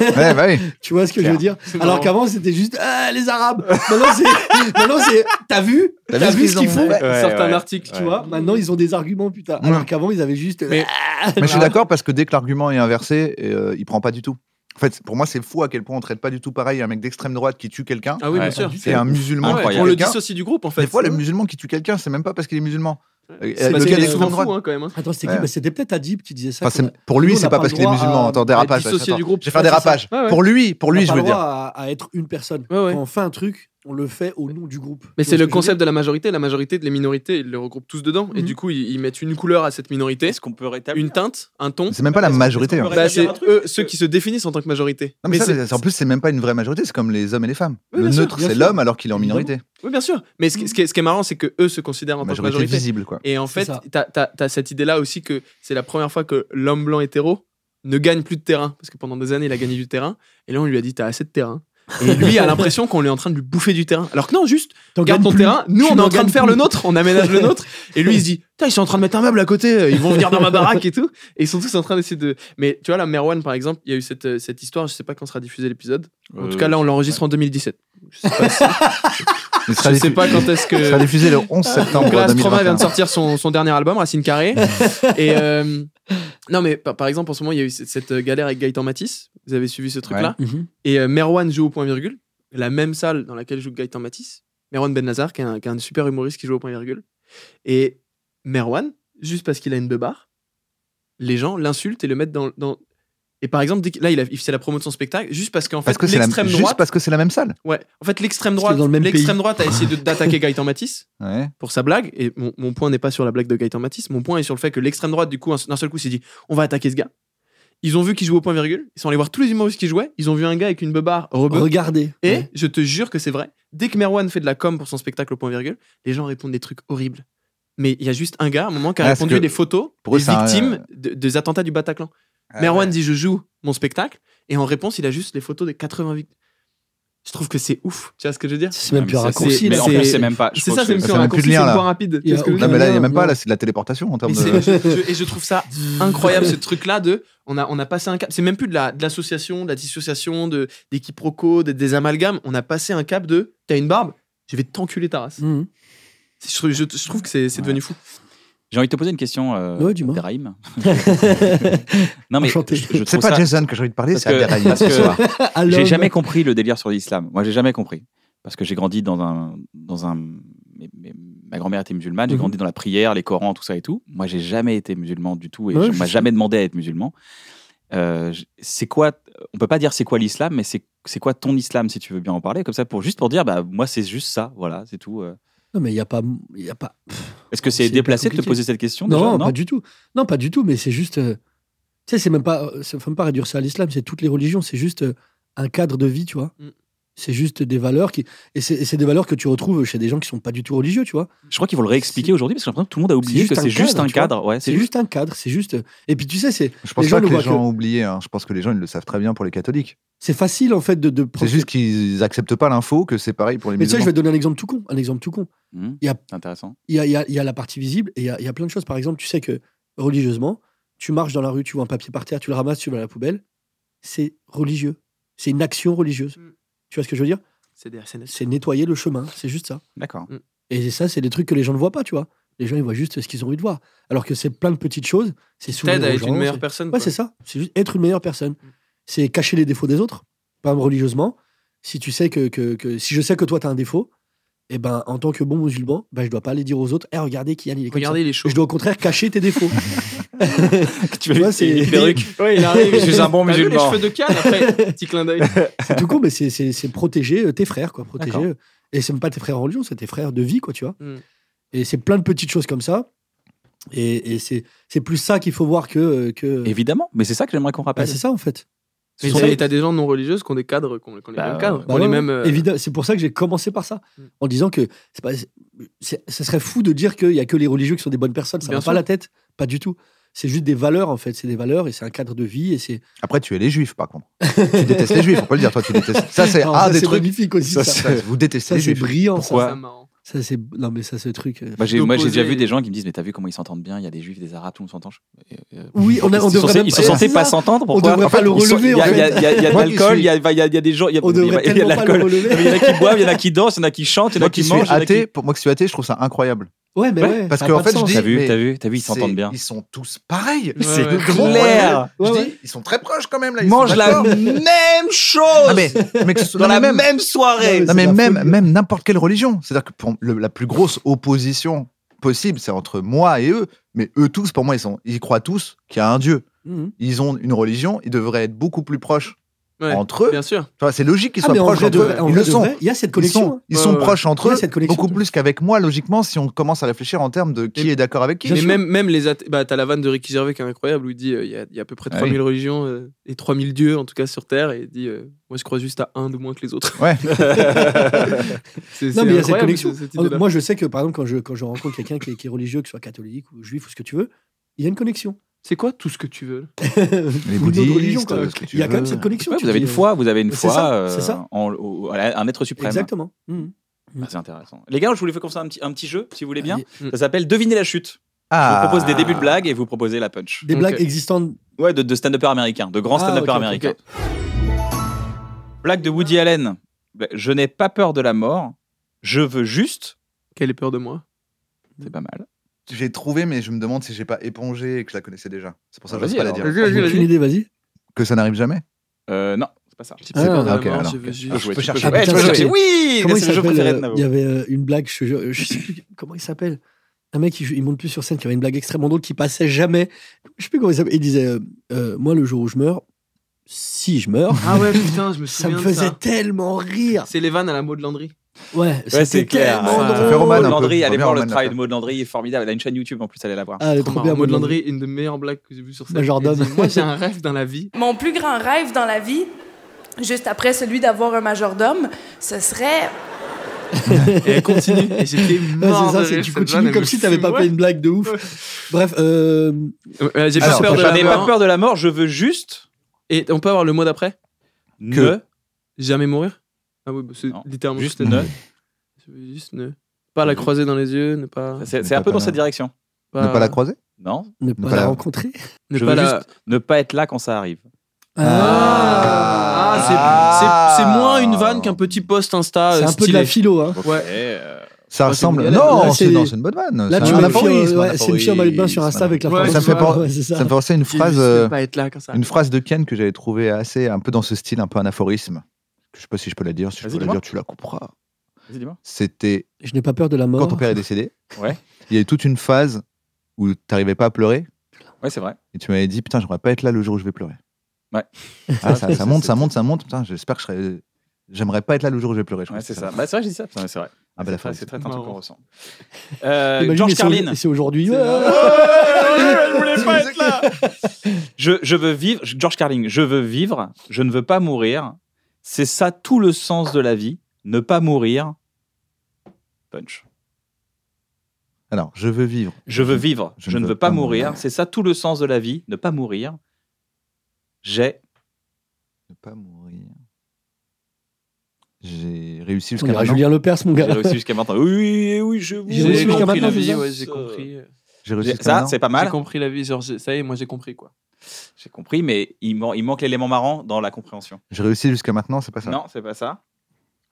Speaker 2: Ouais, bah oui.
Speaker 5: Tu vois ce que je veux dire
Speaker 3: C'est
Speaker 5: Alors
Speaker 3: marrant.
Speaker 5: qu'avant c'était juste ah, les Arabes. Maintenant c'est, [laughs] maintenant c'est, t'as vu
Speaker 2: T'as
Speaker 5: T'as vu ce qu'ils
Speaker 2: ont-
Speaker 5: font
Speaker 2: Ouais.
Speaker 3: Ils
Speaker 4: Ouais,
Speaker 3: sortent un
Speaker 4: ouais.
Speaker 3: article,
Speaker 5: Tu
Speaker 3: tu vois.
Speaker 5: vois Maintenant ils ont des arguments putain.
Speaker 2: Ouais.
Speaker 5: Alors qu'avant ils avaient juste.
Speaker 3: Mais-
Speaker 5: Ah
Speaker 2: Mais je suis d'accord parce que dès que l'argument est inversé, euh, il prend pas du tout. En fait, pour moi, c'est fou à quel point on traite pas du tout pareil un mec d'extrême droite qui tue quelqu'un
Speaker 3: Ah oui, bien
Speaker 4: Ouais.
Speaker 3: sûr.
Speaker 2: et un musulman
Speaker 3: Ah ouais,
Speaker 4: Incroyable.
Speaker 2: qui tue
Speaker 3: On le
Speaker 2: quelqu'un.
Speaker 3: dissocie du groupe, en fait.
Speaker 2: Des fois, le musulman qui tue quelqu'un, c'est même pas parce qu'il est musulman.
Speaker 3: C'est
Speaker 2: Euh,
Speaker 3: parce
Speaker 2: lequel
Speaker 3: qu'il
Speaker 2: est
Speaker 3: est souvent
Speaker 2: extrême
Speaker 3: fou, hein, quand même. hein.
Speaker 5: Attends, c'était qui
Speaker 2: Ouais.
Speaker 5: Bah, C'était peut-être Adib qui disait ça.
Speaker 2: Enfin,
Speaker 5: qu'on a-
Speaker 2: c'est- pour lui,
Speaker 5: Nous, on
Speaker 2: c'est
Speaker 5: n'a
Speaker 2: pas
Speaker 5: pas
Speaker 2: parce
Speaker 5: le
Speaker 2: qu'il est
Speaker 5: droit
Speaker 2: musulman.
Speaker 5: à-
Speaker 2: Attends,
Speaker 3: à
Speaker 2: dérapage.
Speaker 3: être dissocié
Speaker 2: attends.
Speaker 3: du groupe.
Speaker 2: Je vais faire
Speaker 3: Ouais, c'est ça.
Speaker 2: dérapage.
Speaker 3: Ouais, ouais.
Speaker 2: Pour lui, pour
Speaker 5: on
Speaker 2: lui,
Speaker 5: n'a
Speaker 2: je
Speaker 5: pas
Speaker 2: veux
Speaker 5: le droit
Speaker 2: dire.
Speaker 5: À, à être une personne.
Speaker 3: Ouais, ouais.
Speaker 5: Quand on fait un truc, on le fait au nom du groupe.
Speaker 3: Mais
Speaker 5: Tu
Speaker 3: c'est
Speaker 5: vois
Speaker 3: le
Speaker 5: ce que je veux
Speaker 3: concept de la majorité. La majorité, les minorités, ils le regroupent tous dedans. Et
Speaker 5: Mhm.
Speaker 3: du coup, ils, ils mettent une couleur à cette minorité,
Speaker 4: Est-ce qu'on peut rétablir
Speaker 3: une teinte, un ton.
Speaker 2: C'est même pas la
Speaker 4: Est-ce-
Speaker 2: majorité.
Speaker 4: est-ce
Speaker 2: hein.
Speaker 4: qu'on peut
Speaker 3: Bah, c'est
Speaker 4: rétablir un truc
Speaker 3: eux,
Speaker 4: Parce
Speaker 3: ceux
Speaker 4: que-
Speaker 3: qui se définissent en tant que majorité.
Speaker 2: Non, mais ça,
Speaker 3: c'est-
Speaker 2: c'est- en plus, c'est même pas une vraie majorité, c'est comme les hommes et les femmes.
Speaker 3: Oui,
Speaker 2: le
Speaker 3: bien sûr,
Speaker 2: neutre,
Speaker 5: bien
Speaker 2: c'est
Speaker 5: sûr.
Speaker 2: l'homme alors qu'il est en
Speaker 5: Évidemment.
Speaker 2: minorité.
Speaker 3: Oui, bien sûr. Mais ce, qui- ce qui est, ce qui est marrant, c'est que eux se considèrent en tant que
Speaker 2: Majorité
Speaker 3: majorité.
Speaker 2: visible, quoi.
Speaker 3: Et en
Speaker 5: C'est
Speaker 3: fait,
Speaker 5: ça.
Speaker 3: t'as as, cette idée-là aussi que c'est la première fois que l'homme blanc hétéro ne gagne plus de terrain. Parce que pendant des années, il a gagné du terrain. Et là, on lui a dit, t'as assez de terrain. Et lui a l'impression qu'on est en train de lui bouffer du terrain. Alors que non, juste,
Speaker 5: T'en
Speaker 3: garde
Speaker 5: gagnes
Speaker 3: ton
Speaker 5: plus.
Speaker 3: terrain. Nous,
Speaker 5: Tu
Speaker 3: on est
Speaker 5: n'en
Speaker 3: en train de
Speaker 5: gagnes
Speaker 3: faire
Speaker 5: plus.
Speaker 3: le nôtre. On aménage le nôtre. Et lui, il se dit, Putain, ils sont en train de mettre un meuble à côté. euh, Ils vont venir dans ma baraque et tout. Et ils sont tous en train d'essayer de. Mais tu vois, là, Merwan, par exemple, il y a eu cette, euh, cette histoire. Je sais pas quand sera diffusé l'épisode. En
Speaker 4: Euh,
Speaker 3: tout cas, là, on l'enregistre en 2017. Je sais pas, si-
Speaker 2: Il
Speaker 3: Ah, je sais pas quand est-ce que.
Speaker 2: Il sera diffusé
Speaker 3: [laughs]
Speaker 2: le 11 septembre
Speaker 3: Donc là, Stromae
Speaker 2: 2021.
Speaker 3: vient de sortir son, son dernier album,
Speaker 2: [laughs]
Speaker 3: Racine Carrée. et euh, non, mais par, par exemple, en ce moment, il y a eu cette, cette galère avec Gaëtan Matisse. Vous avez suivi ce truc-là.
Speaker 5: Mhm.
Speaker 3: Et euh, Merwan joue au point virgule, la même salle dans laquelle joue Gaëtan Matisse. Merwan Ben Nazar, qui est, un, qui est un super humoriste qui joue au point virgule. Et Merwan, juste parce qu'il a une barre les gens l'insultent et le mettent dans. dans- Et par exemple, dès que- là, il, a, il fait la promo de son spectacle juste parce qu'en fait,
Speaker 2: Parce que c'est la,
Speaker 3: l'extrême
Speaker 2: juste
Speaker 3: droite.
Speaker 2: parce que c'est la même salle.
Speaker 3: Ouais. En fait, l'extrême
Speaker 5: Parce que
Speaker 3: droite,
Speaker 5: dans le même
Speaker 3: l'extrême droite a
Speaker 5: [laughs]
Speaker 3: essayé de- d'attaquer Gaëtan Matisse
Speaker 2: Ouais.
Speaker 3: pour sa blague. Et mon, mon point n'est pas sur la blague de Gaëtan Matisse. Mon point est sur le fait que l'extrême droite, du coup, un- d'un seul coup, s'est dit on va attaquer ce gars. Ils ont vu qu'il jouait au point virgule. Ils sont allés voir tous les humoristes qui jouaient. Ils ont vu un gars avec une beubare rebeu.
Speaker 5: Regardez.
Speaker 3: Et je te jure que c'est vrai. Dès que Merwan fait de la com pour son spectacle au point virgule, les gens répondent des trucs horribles. Mais il y a juste un gars, à un moment, qui a
Speaker 2: Ah, parce
Speaker 3: répondu
Speaker 2: que
Speaker 3: des photos
Speaker 2: pour eux,
Speaker 3: des
Speaker 2: c'est un-
Speaker 3: victimes de- des attentats du Bataclan.
Speaker 2: Ah
Speaker 3: Merwan dit je joue mon spectacle et en réponse il a juste les photos des 80 victimes. Je trouve que c'est ouf. Tu vois ce que je veux dire
Speaker 5: C'est
Speaker 4: Ah,
Speaker 5: même
Speaker 4: mais
Speaker 5: plus un
Speaker 4: ça,
Speaker 5: raccourci.
Speaker 4: c'est- Mais
Speaker 5: là.
Speaker 4: en plus,
Speaker 3: C'est-
Speaker 4: c'est même pas. je
Speaker 3: C'est
Speaker 4: pense
Speaker 3: ça,
Speaker 4: que
Speaker 3: c'est
Speaker 2: ça
Speaker 3: une
Speaker 2: fait même
Speaker 3: raccourci,
Speaker 2: plus de
Speaker 3: c'est
Speaker 2: lien,
Speaker 3: le
Speaker 2: là.
Speaker 3: point rapide.
Speaker 5: Il y
Speaker 3: Tu
Speaker 5: a
Speaker 3: vois ce que je
Speaker 2: Non,
Speaker 3: veux
Speaker 2: mais là, il y a
Speaker 5: Non,
Speaker 2: même
Speaker 5: non.
Speaker 2: pas, là, c'est de la téléportation en termes
Speaker 3: mais
Speaker 2: de.
Speaker 3: c'est- je- et je trouve ça incroyable ce truc là de on a on a passé un cap c'est même plus de la de l'association de la dissociation de des quiproquos de- des amalgames on a passé un cap de t'as une barbe je vais t'enculer ta race
Speaker 5: Mhm.
Speaker 3: je, trouve- je- je trouve que c'est c'est devenu fou
Speaker 4: J'ai envie de te poser une question, euh,
Speaker 5: Ouais, dis-moi.
Speaker 4: Abderrahim. non, mais je,
Speaker 5: Enchanté.
Speaker 4: je trouve
Speaker 2: C'est pas
Speaker 4: ça-
Speaker 2: Jason que j'ai envie de parler,
Speaker 4: Parce
Speaker 2: c'est
Speaker 4: que-
Speaker 3: [laughs]
Speaker 2: Abderrahim
Speaker 4: parce
Speaker 2: ce
Speaker 4: que-
Speaker 2: soir.
Speaker 5: [laughs] À l'homme.
Speaker 4: J'ai jamais compris le délire sur l'islam. Moi, j'ai jamais compris. Parce que j'ai grandi dans un. Dans un mes- mes- ma grand-mère était musulmane, j'ai
Speaker 5: Mhm.
Speaker 4: grandi dans la prière, les Corans, tout ça et tout. Moi, j'ai jamais été musulman du tout et
Speaker 5: Ouais,
Speaker 4: on
Speaker 5: je
Speaker 4: m'a
Speaker 5: sais.
Speaker 4: jamais demandé à être musulman. Euh, j- c'est quoi On peut pas dire c'est quoi l'islam, mais c'est c'est quoi ton islam si tu veux bien en parler Comme ça, pour juste pour dire, bah moi c'est juste ça, voilà, c'est tout. euh.
Speaker 5: Non, mais il n'y a pas. il Y a pas...
Speaker 4: Est-ce que c'est
Speaker 5: Oh, C'est
Speaker 4: déplacé de te
Speaker 5: compliqué.
Speaker 4: poser cette question
Speaker 5: Non,
Speaker 4: déjà
Speaker 5: pas du tout. Non, pas du tout, mais c'est juste. euh, Tu sais, c'est même pas. euh, C'est faut même pas réduire ça à l'islam, c'est toutes les religions, c'est juste euh, un cadre de vie, tu vois.
Speaker 3: Mm.
Speaker 5: C'est juste des valeurs qui. Et c'est et c'est des valeurs que tu retrouves chez des gens qui sont pas du tout religieux, tu vois.
Speaker 4: Je crois qu'ils vont le réexpliquer
Speaker 5: C'est-
Speaker 4: aujourd'hui parce que j'ai l'impression que tout le monde a oublié
Speaker 5: juste
Speaker 4: que
Speaker 5: un
Speaker 4: c'est juste
Speaker 5: cadre,
Speaker 4: un
Speaker 5: tu vois.
Speaker 4: cadre. Ouais,
Speaker 5: C'est juste un cadre, c'est juste. euh, Et puis tu sais, c'est
Speaker 2: Je pense
Speaker 5: Les gens
Speaker 2: pas que
Speaker 5: le
Speaker 2: les
Speaker 5: voient
Speaker 2: gens
Speaker 5: que-
Speaker 2: ont oublié. hein. Je pense que les gens, ils le savent très bien pour les catholiques.
Speaker 5: c'est facile en fait de. de
Speaker 2: C'est juste qu'ils acceptent pas l'info que c'est pareil pour les
Speaker 5: Mais tu sais, je
Speaker 2: musulmans.
Speaker 5: vais te donner un exemple tout con. Un exemple tout con.
Speaker 4: Mhm.
Speaker 5: Il y a-
Speaker 4: C'est intéressant.
Speaker 5: Il y a, il y a- il y a la partie visible et il y a, il y a plein de choses. Par exemple, tu sais que religieusement, tu marches dans la rue, tu vois un papier par terre, tu le ramasses, tu le mets à la poubelle. C'est religieux. C'est une action religieuse.
Speaker 3: Mm.
Speaker 5: Tu vois ce que je veux dire
Speaker 3: c'est des SNS.
Speaker 5: C'est nettoyer le chemin, c'est juste ça.
Speaker 4: D'accord.
Speaker 5: Et ça, c'est des trucs que les gens ne voient pas, tu vois. Les gens, ils voient juste ce qu'ils ont envie de voir. Alors que c'est plein de petites choses. C'est sourire
Speaker 3: t'aides à
Speaker 5: aux
Speaker 3: être
Speaker 5: gens,
Speaker 3: une meilleure
Speaker 5: c'est-
Speaker 3: personne quoi.
Speaker 5: Ouais,
Speaker 3: Mm.
Speaker 5: c'est ça. C'est juste être une meilleure personne. C'est cacher les défauts des autres, pas religieusement. Si tu sais que, que, que- si je sais que toi t'as un défaut, et ben en tant que bon musulman, ben je dois pas aller dire aux autres, Eh, regardez Kian, il est comme
Speaker 3: regardez il est
Speaker 5: ça.
Speaker 3: chaud
Speaker 5: Je dois au contraire cacher
Speaker 3: [laughs]
Speaker 5: tes défauts.
Speaker 4: tu
Speaker 5: vois, c'est-
Speaker 4: une perruque.
Speaker 3: ouais [laughs] il arrive
Speaker 4: Je suis un bon
Speaker 3: T'as vu les
Speaker 4: musulman.
Speaker 3: cheveux de Cannes après petit clin d'œil
Speaker 5: c'est tout con, mais c'est- c'est c'est protéger euh, tes frères, quoi. Protéger.
Speaker 4: D'accord.
Speaker 5: euh, Et c'est même pas tes frères en religion, c'est tes frères de vie, quoi, tu vois.
Speaker 3: Mm.
Speaker 5: Et c'est plein de petites choses comme ça. Et, et c'est c'est plus ça qu'il faut voir que. euh, que...
Speaker 4: Évidemment, mais c'est ça que j'aimerais qu'on
Speaker 5: Bah,
Speaker 4: rappelle.
Speaker 5: c'est ça, en fait.
Speaker 4: Ce
Speaker 3: Mais
Speaker 4: sont
Speaker 3: t'as-
Speaker 4: des-
Speaker 3: et t'as des gens non religieuses qui ont des cadres qui ont, qui ont les
Speaker 4: Bah,
Speaker 3: mêmes cadres
Speaker 4: ouais.
Speaker 3: qui ont
Speaker 5: Bah
Speaker 3: les
Speaker 5: ouais,
Speaker 3: mêmes euh,
Speaker 5: évidemment, c'est pour ça que j'ai commencé par ça,
Speaker 3: Mm.
Speaker 5: en disant que c'est pas, c'est- ça serait fou de dire qu'il y a que les religieux qui sont des bonnes personnes. Ça
Speaker 3: Bien
Speaker 5: va
Speaker 3: sûr.
Speaker 5: pas la tête, pas du tout. C'est juste des valeurs en fait, c'est des valeurs et c'est un cadre de vie et c'est.
Speaker 2: Après, tu es les juifs, par contre. tu détestes les juifs, on peut le dire. Toi, tu détestes. Ça,
Speaker 5: [laughs]
Speaker 2: c'est
Speaker 5: Alors,
Speaker 2: un
Speaker 5: Ah, ça,
Speaker 2: ah, des
Speaker 5: c'est
Speaker 2: trucs.
Speaker 5: magnifique aussi. Ça,
Speaker 2: Ça, c'est- vous détestez
Speaker 5: Ça,
Speaker 2: les
Speaker 5: c'est
Speaker 2: juifs.
Speaker 5: brillant. ça.
Speaker 4: Pourquoi
Speaker 3: ça, marrant.
Speaker 5: Ça, c'est non mais ça ce truc. euh.
Speaker 4: Moi, j'ai, moi, j'ai
Speaker 3: d'opposer-
Speaker 4: déjà vu des gens qui me disent Mais t'as vu comment ils s'entendent bien Il y a des juifs, des arabes, tout le monde s'entend. Je- euh, euh,
Speaker 5: Oui, on, a, on
Speaker 4: ils, sont,
Speaker 5: devrait même
Speaker 4: ils sont
Speaker 5: eh,
Speaker 4: censés
Speaker 5: c'est
Speaker 4: pas
Speaker 5: ça.
Speaker 4: s'entendre.
Speaker 5: On
Speaker 4: Pourquoi
Speaker 5: devrait pas le
Speaker 4: Ils sont- Il
Speaker 5: relever.
Speaker 4: y
Speaker 5: en
Speaker 4: a, il y a-
Speaker 5: fait.
Speaker 4: il y a- il y a de
Speaker 2: Moi qui
Speaker 4: l'alcool,
Speaker 2: suis-
Speaker 4: il y a, il y a- il y a des gens. Il y a,
Speaker 5: On
Speaker 4: il y a-
Speaker 5: devrait
Speaker 4: il y a de
Speaker 5: tellement pas le
Speaker 4: l'alcool.
Speaker 5: relever.
Speaker 4: Il y en a qui boivent, il y en a qui dansent, il y en a qui chantent, il y en
Speaker 2: Moi
Speaker 4: a
Speaker 2: qui
Speaker 4: qui
Speaker 2: suis
Speaker 4: mangent. il y en a
Speaker 2: athée, pour- moi qui suis athée, je trouve ça incroyable.
Speaker 5: Ouais, mais
Speaker 4: Ouais,
Speaker 5: ouais.
Speaker 2: parce
Speaker 5: ça a
Speaker 2: que,
Speaker 5: pas
Speaker 2: en
Speaker 5: de
Speaker 2: fait, je
Speaker 5: sens.
Speaker 2: dis-
Speaker 4: T'as vu,
Speaker 2: mais
Speaker 4: t'as vu, t'as vu, ils s'entendent
Speaker 2: C'est-
Speaker 4: bien.
Speaker 2: Ils sont tous pareils.
Speaker 3: Ouais,
Speaker 4: C'est
Speaker 3: ouais.
Speaker 4: clair.
Speaker 2: Je
Speaker 5: Ouais, Ah, ouais.
Speaker 2: dis, ils sont très proches quand même là. ils
Speaker 4: Mange
Speaker 2: sont
Speaker 4: la
Speaker 2: d'accord.
Speaker 4: même
Speaker 2: Ah,
Speaker 4: chose
Speaker 2: mais, mais que ce soit
Speaker 4: dans la
Speaker 2: même.
Speaker 4: même soirée.
Speaker 5: Ouais,
Speaker 2: Non,
Speaker 5: C'est
Speaker 2: mais
Speaker 5: la
Speaker 2: même,
Speaker 5: folie.
Speaker 2: même n'importe quelle religion. C'est-à-dire que pour le- la plus grosse opposition possible, c'est entre moi et eux. Mais eux tous, pour moi, ils, sont, ils croient tous qu'il y a un Dieu.
Speaker 5: Mhm.
Speaker 2: Ils ont une religion, ils devraient être beaucoup plus proches
Speaker 3: Ouais,
Speaker 2: entre eux.
Speaker 3: bien sûr
Speaker 2: Tu vois, c'est logique qu'ils
Speaker 5: Ah,
Speaker 2: soient
Speaker 5: mais en
Speaker 2: proches
Speaker 5: vrai de
Speaker 2: entre
Speaker 5: vrai-
Speaker 2: eux.
Speaker 5: en
Speaker 2: Ils
Speaker 5: vrai
Speaker 2: le
Speaker 5: de
Speaker 2: sont.
Speaker 5: vrai, Il y a cette
Speaker 2: Ils
Speaker 5: connexion.
Speaker 2: sont, ils
Speaker 3: Ouais,
Speaker 2: sont
Speaker 3: ouais.
Speaker 2: proches entre
Speaker 5: Il y a
Speaker 2: eux,
Speaker 5: cette connexion.
Speaker 2: beaucoup plus qu'avec moi, logiquement, si on commence à réfléchir en termes de qui
Speaker 3: Mais-
Speaker 2: est d'accord avec qui.
Speaker 3: Mais
Speaker 5: sûr.
Speaker 3: même, même les athées, bah, t'as la vanne de Ricky Gervais qui est incroyable où il dit euh, il y, a- il y a à peu près
Speaker 2: Ah
Speaker 3: 3000 religions euh, et 3000 dieux en tout cas sur Terre et il dit euh, moi je crois juste à un de moins que les autres.
Speaker 2: Ouais.
Speaker 3: [laughs]
Speaker 5: hein.
Speaker 3: c'est
Speaker 5: Non,
Speaker 3: c'est
Speaker 5: mais il y a cette
Speaker 3: incroyable,
Speaker 5: connexion.
Speaker 3: ce- cette
Speaker 5: En-
Speaker 3: idée-là.
Speaker 5: Moi, je sais que, par exemple, quand je, quand je rencontre quelqu'un qui, est- qui est religieux, que ce soit catholique ou juif ou ce que tu veux, il y a
Speaker 2: [laughs]
Speaker 5: une connexion.
Speaker 3: C'est quoi tout ce que tu veux
Speaker 2: Les
Speaker 5: Ou une autre
Speaker 2: bouddhistes, euh,
Speaker 5: religion, quand même.
Speaker 2: ce que tu
Speaker 5: Il y a quand
Speaker 2: veux.
Speaker 5: même cette connexion.
Speaker 4: Ouais,
Speaker 5: tu
Speaker 4: Vous avez
Speaker 5: dis,
Speaker 4: une
Speaker 5: euh,
Speaker 4: foi, vous avez une
Speaker 5: c'est
Speaker 4: foi,
Speaker 5: ça,
Speaker 4: euh,
Speaker 5: c'est ça.
Speaker 4: en- au- à la- un être suprême.
Speaker 5: Exactement. Mhm.
Speaker 4: Ah, C'est intéressant. Les gars, je voulais faire comme ça un petit un petit jeu, si vous voulez bien.
Speaker 5: Allez.
Speaker 3: Mm.
Speaker 4: Ça s'appelle Devinez la chute. Je vous
Speaker 2: Ah.
Speaker 4: propose des débuts de blagues et vous proposez la punch.
Speaker 5: Des
Speaker 3: Ok.
Speaker 5: blagues existantes.
Speaker 4: Ouais, de, de stand-uppers américains, de grands
Speaker 5: Ah,
Speaker 4: stand-uppers
Speaker 5: ok, ok,
Speaker 4: américains. Blague de Woody Allen. Ben, Je n'ai pas peur de la mort. Je veux juste.
Speaker 3: Quelle est peur de moi
Speaker 4: C'est pas mal.
Speaker 2: J'ai trouvé, mais je me demande si j'ai pas épongé et que je la connaissais déjà. C'est pour ça que je
Speaker 4: Vas-y,
Speaker 2: n'ose pas la
Speaker 4: alors.
Speaker 2: dire.
Speaker 3: Vas-y, vas-y,
Speaker 5: Aucune
Speaker 3: vas-y.
Speaker 5: idée, vas-y.
Speaker 2: Que ça n'arrive jamais.
Speaker 4: Euh, non, c'est pas ça.
Speaker 3: J'ai peur de la
Speaker 2: ok,
Speaker 3: mort,
Speaker 2: alors,
Speaker 3: je veux
Speaker 2: ok.
Speaker 3: juste-
Speaker 2: Ah, je peux
Speaker 4: tu
Speaker 2: chercher.
Speaker 4: jouer.
Speaker 5: Ah,
Speaker 4: tu
Speaker 5: putain,
Speaker 4: peux
Speaker 5: je
Speaker 4: jouer.
Speaker 5: sais.
Speaker 4: Oui,
Speaker 5: Comment il
Speaker 4: c'est le jeu
Speaker 5: s'appelle
Speaker 4: préféré de
Speaker 5: euh,
Speaker 4: Navo.
Speaker 5: Il y avait euh, une blague, je, te jure, je sais plus comment il s'appelle. Un mec, il, il monte plus sur scène, qui avait une blague extrêmement drôle, qui passait jamais. Je sais plus comment il s'appelle. Il disait euh, euh, Moi, le jour où je meurs,
Speaker 7: si je meurs.
Speaker 3: Ah ouais, putain, [laughs] je me
Speaker 5: Ça
Speaker 3: souviens
Speaker 5: me
Speaker 3: de
Speaker 5: faisait
Speaker 3: ça.
Speaker 5: tellement rire.
Speaker 3: C'est les vannes à la mot de Landry.
Speaker 5: Ouais, c'était
Speaker 4: c'est clair.
Speaker 5: tellement
Speaker 3: Ça-
Speaker 5: drôle.
Speaker 2: fait Roman,
Speaker 4: Maud
Speaker 2: un peu.
Speaker 4: Landry,
Speaker 2: Bien
Speaker 4: allez voir le
Speaker 2: Roman,
Speaker 4: travail
Speaker 2: après.
Speaker 4: de Maud Landry, il est formidable. Elle a une chaîne YouTube en plus, allez la voir.
Speaker 5: Ah, elle est
Speaker 3: Trop
Speaker 5: trop
Speaker 3: marrant.
Speaker 5: bien.
Speaker 3: Maud
Speaker 5: Maud Bah,
Speaker 3: Landry, une des meilleures blagues que j'ai vues sur scène.
Speaker 5: Majordome.
Speaker 3: Elle dit, Moi, j'ai un rêve dans la vie.
Speaker 8: Mon plus grand rêve dans la vie, juste après celui d'avoir un majordome, ce serait
Speaker 3: Et elle continue. Et
Speaker 5: [laughs]
Speaker 3: j'étais
Speaker 5: Ouais,
Speaker 3: mort.
Speaker 5: c'est
Speaker 3: de
Speaker 5: ça, c'est
Speaker 3: rire,
Speaker 5: tu
Speaker 3: cette vanne,
Speaker 5: continues
Speaker 3: elle
Speaker 5: comme
Speaker 3: me
Speaker 5: si t'avais pas
Speaker 3: fumait.
Speaker 5: fait une blague de ouf. Bref, euh,
Speaker 3: Euh, J'ai pas
Speaker 2: Alors,
Speaker 3: peur de
Speaker 4: Je
Speaker 3: la
Speaker 4: n'ai pas
Speaker 3: mort.
Speaker 4: peur de la mort, je veux juste
Speaker 3: Et on peut avoir le mot d'après
Speaker 4: ne.
Speaker 3: Jamais mourir Ah oui, bah, c'est
Speaker 4: Non.
Speaker 3: littéralement
Speaker 4: Juste
Speaker 3: c'était-
Speaker 4: ne.
Speaker 3: Juste ne. Pas la croiser dans les yeux, ne pas.
Speaker 4: C'est c'est un peu dans cette direction.
Speaker 2: Ne pas la croiser
Speaker 4: Non
Speaker 5: ne pas
Speaker 2: Voilà.
Speaker 5: la rencontrer.
Speaker 3: Ne
Speaker 4: Je
Speaker 3: pas
Speaker 4: veux
Speaker 3: la.
Speaker 4: juste ne pas être là quand ça arrive.
Speaker 3: Ah, c'est-
Speaker 2: Ah.
Speaker 3: c'est c'est moins une vanne qu'un petit post Insta.
Speaker 5: C'est
Speaker 3: euh,
Speaker 5: un peu de
Speaker 3: stylé.
Speaker 5: la philo, hein.
Speaker 3: Ouais.
Speaker 4: Et, euh,
Speaker 2: Ça
Speaker 3: Ouais,
Speaker 2: ressemble.
Speaker 3: c'est- là,
Speaker 2: Non,
Speaker 5: là,
Speaker 2: c'est
Speaker 5: c'est-
Speaker 2: non, c'est une bonne vanne.
Speaker 5: Là,
Speaker 2: C'est
Speaker 5: tu
Speaker 2: un
Speaker 5: mets la
Speaker 2: aphorisme,
Speaker 5: fille,
Speaker 2: un
Speaker 5: ouais, c'est une fille en maillot de bain sur
Speaker 2: aphorisme,
Speaker 5: Insta avec la
Speaker 3: Ouais,
Speaker 5: phrase.
Speaker 3: ça me fait
Speaker 2: pen-
Speaker 5: Ouais, c'est ça.
Speaker 2: Ça me fait penser à une
Speaker 3: Juste
Speaker 2: phrase,
Speaker 3: ne
Speaker 2: euh,
Speaker 3: pas être là quand ça.
Speaker 2: une phrase de Ken que j'avais trouvée assez, un peu dans ce style, un peu un aphorisme. Je sais pas si je peux la dire. Si je
Speaker 4: Vas-y,
Speaker 2: peux la
Speaker 4: dis-moi.
Speaker 2: dire, tu la couperas.
Speaker 4: vas-y, dis-moi.
Speaker 2: C'était
Speaker 5: Je n'ai pas peur de la mort.
Speaker 2: quand ton père est décédé.
Speaker 4: Ouais.
Speaker 2: Il y a eu toute une phase où t'arrivais pas à pleurer
Speaker 4: Ouais, c'est vrai.
Speaker 2: et tu m'avais dit putain, j'aimerais pas être là le jour où je vais pleurer.
Speaker 4: Ouais.
Speaker 2: Ah,
Speaker 4: [laughs]
Speaker 2: ça, ça monte, ça monte, ça monte. Putain, j'espère que je serai- J'aimerais pas être là le jour où je vais pleurer. je crois
Speaker 4: Ouais,
Speaker 2: que
Speaker 4: c'est
Speaker 2: c'est
Speaker 4: ça. Bah, c'est vrai, j'ai dit ça. Putain, C'est vrai.
Speaker 2: Ah, bah,
Speaker 4: C'est
Speaker 2: la
Speaker 4: très-
Speaker 2: phrase.
Speaker 4: c'est très teintant
Speaker 3: Marrant.
Speaker 4: qu'on ressent. Euh,
Speaker 5: Imagine,
Speaker 4: George
Speaker 5: mais c'est
Speaker 4: [laughs]
Speaker 5: au-
Speaker 4: Carlin.
Speaker 5: C'est aujourd'hui. Ouais.
Speaker 4: Je voulais pas être là. [laughs] Je, je veux vivre, George Carling, je veux vivre, je ne veux pas mourir. C'est ça tout le sens de la vie, ne pas mourir. Punch.
Speaker 2: Alors, je veux vivre.
Speaker 4: Je veux vivre, je, ne veux pas mourir. C'est ça tout le sens de la vie, ne pas mourir. J'ai.
Speaker 2: Ne pas mourir. J'ai réussi
Speaker 5: On
Speaker 2: jusqu'à
Speaker 5: dirait
Speaker 2: maintenant.
Speaker 5: Julien Lepers, mon
Speaker 4: J'ai
Speaker 5: gars.
Speaker 4: réussi jusqu'à maintenant. Oui, oui, oui, je vous
Speaker 5: J'ai
Speaker 3: J'ai
Speaker 5: réussi jusqu'à
Speaker 3: compris la
Speaker 5: maintenant, c'est
Speaker 3: vie,
Speaker 5: ça
Speaker 3: ouais, j'ai compris. euh,
Speaker 2: J'ai réussi
Speaker 4: J'ai-
Speaker 2: jusqu'à
Speaker 4: Ça,
Speaker 2: maintenant.
Speaker 4: c'est pas
Speaker 3: J'ai
Speaker 4: mal.
Speaker 3: compris la vie. Genre, j'ai- ça y est, moi j'ai compris quoi.
Speaker 4: J'ai compris, mais il, man- il manque l'élément marrant dans la compréhension.
Speaker 2: J'ai réussi jusqu'à maintenant, c'est pas ça.
Speaker 4: Non, c'est pas ça.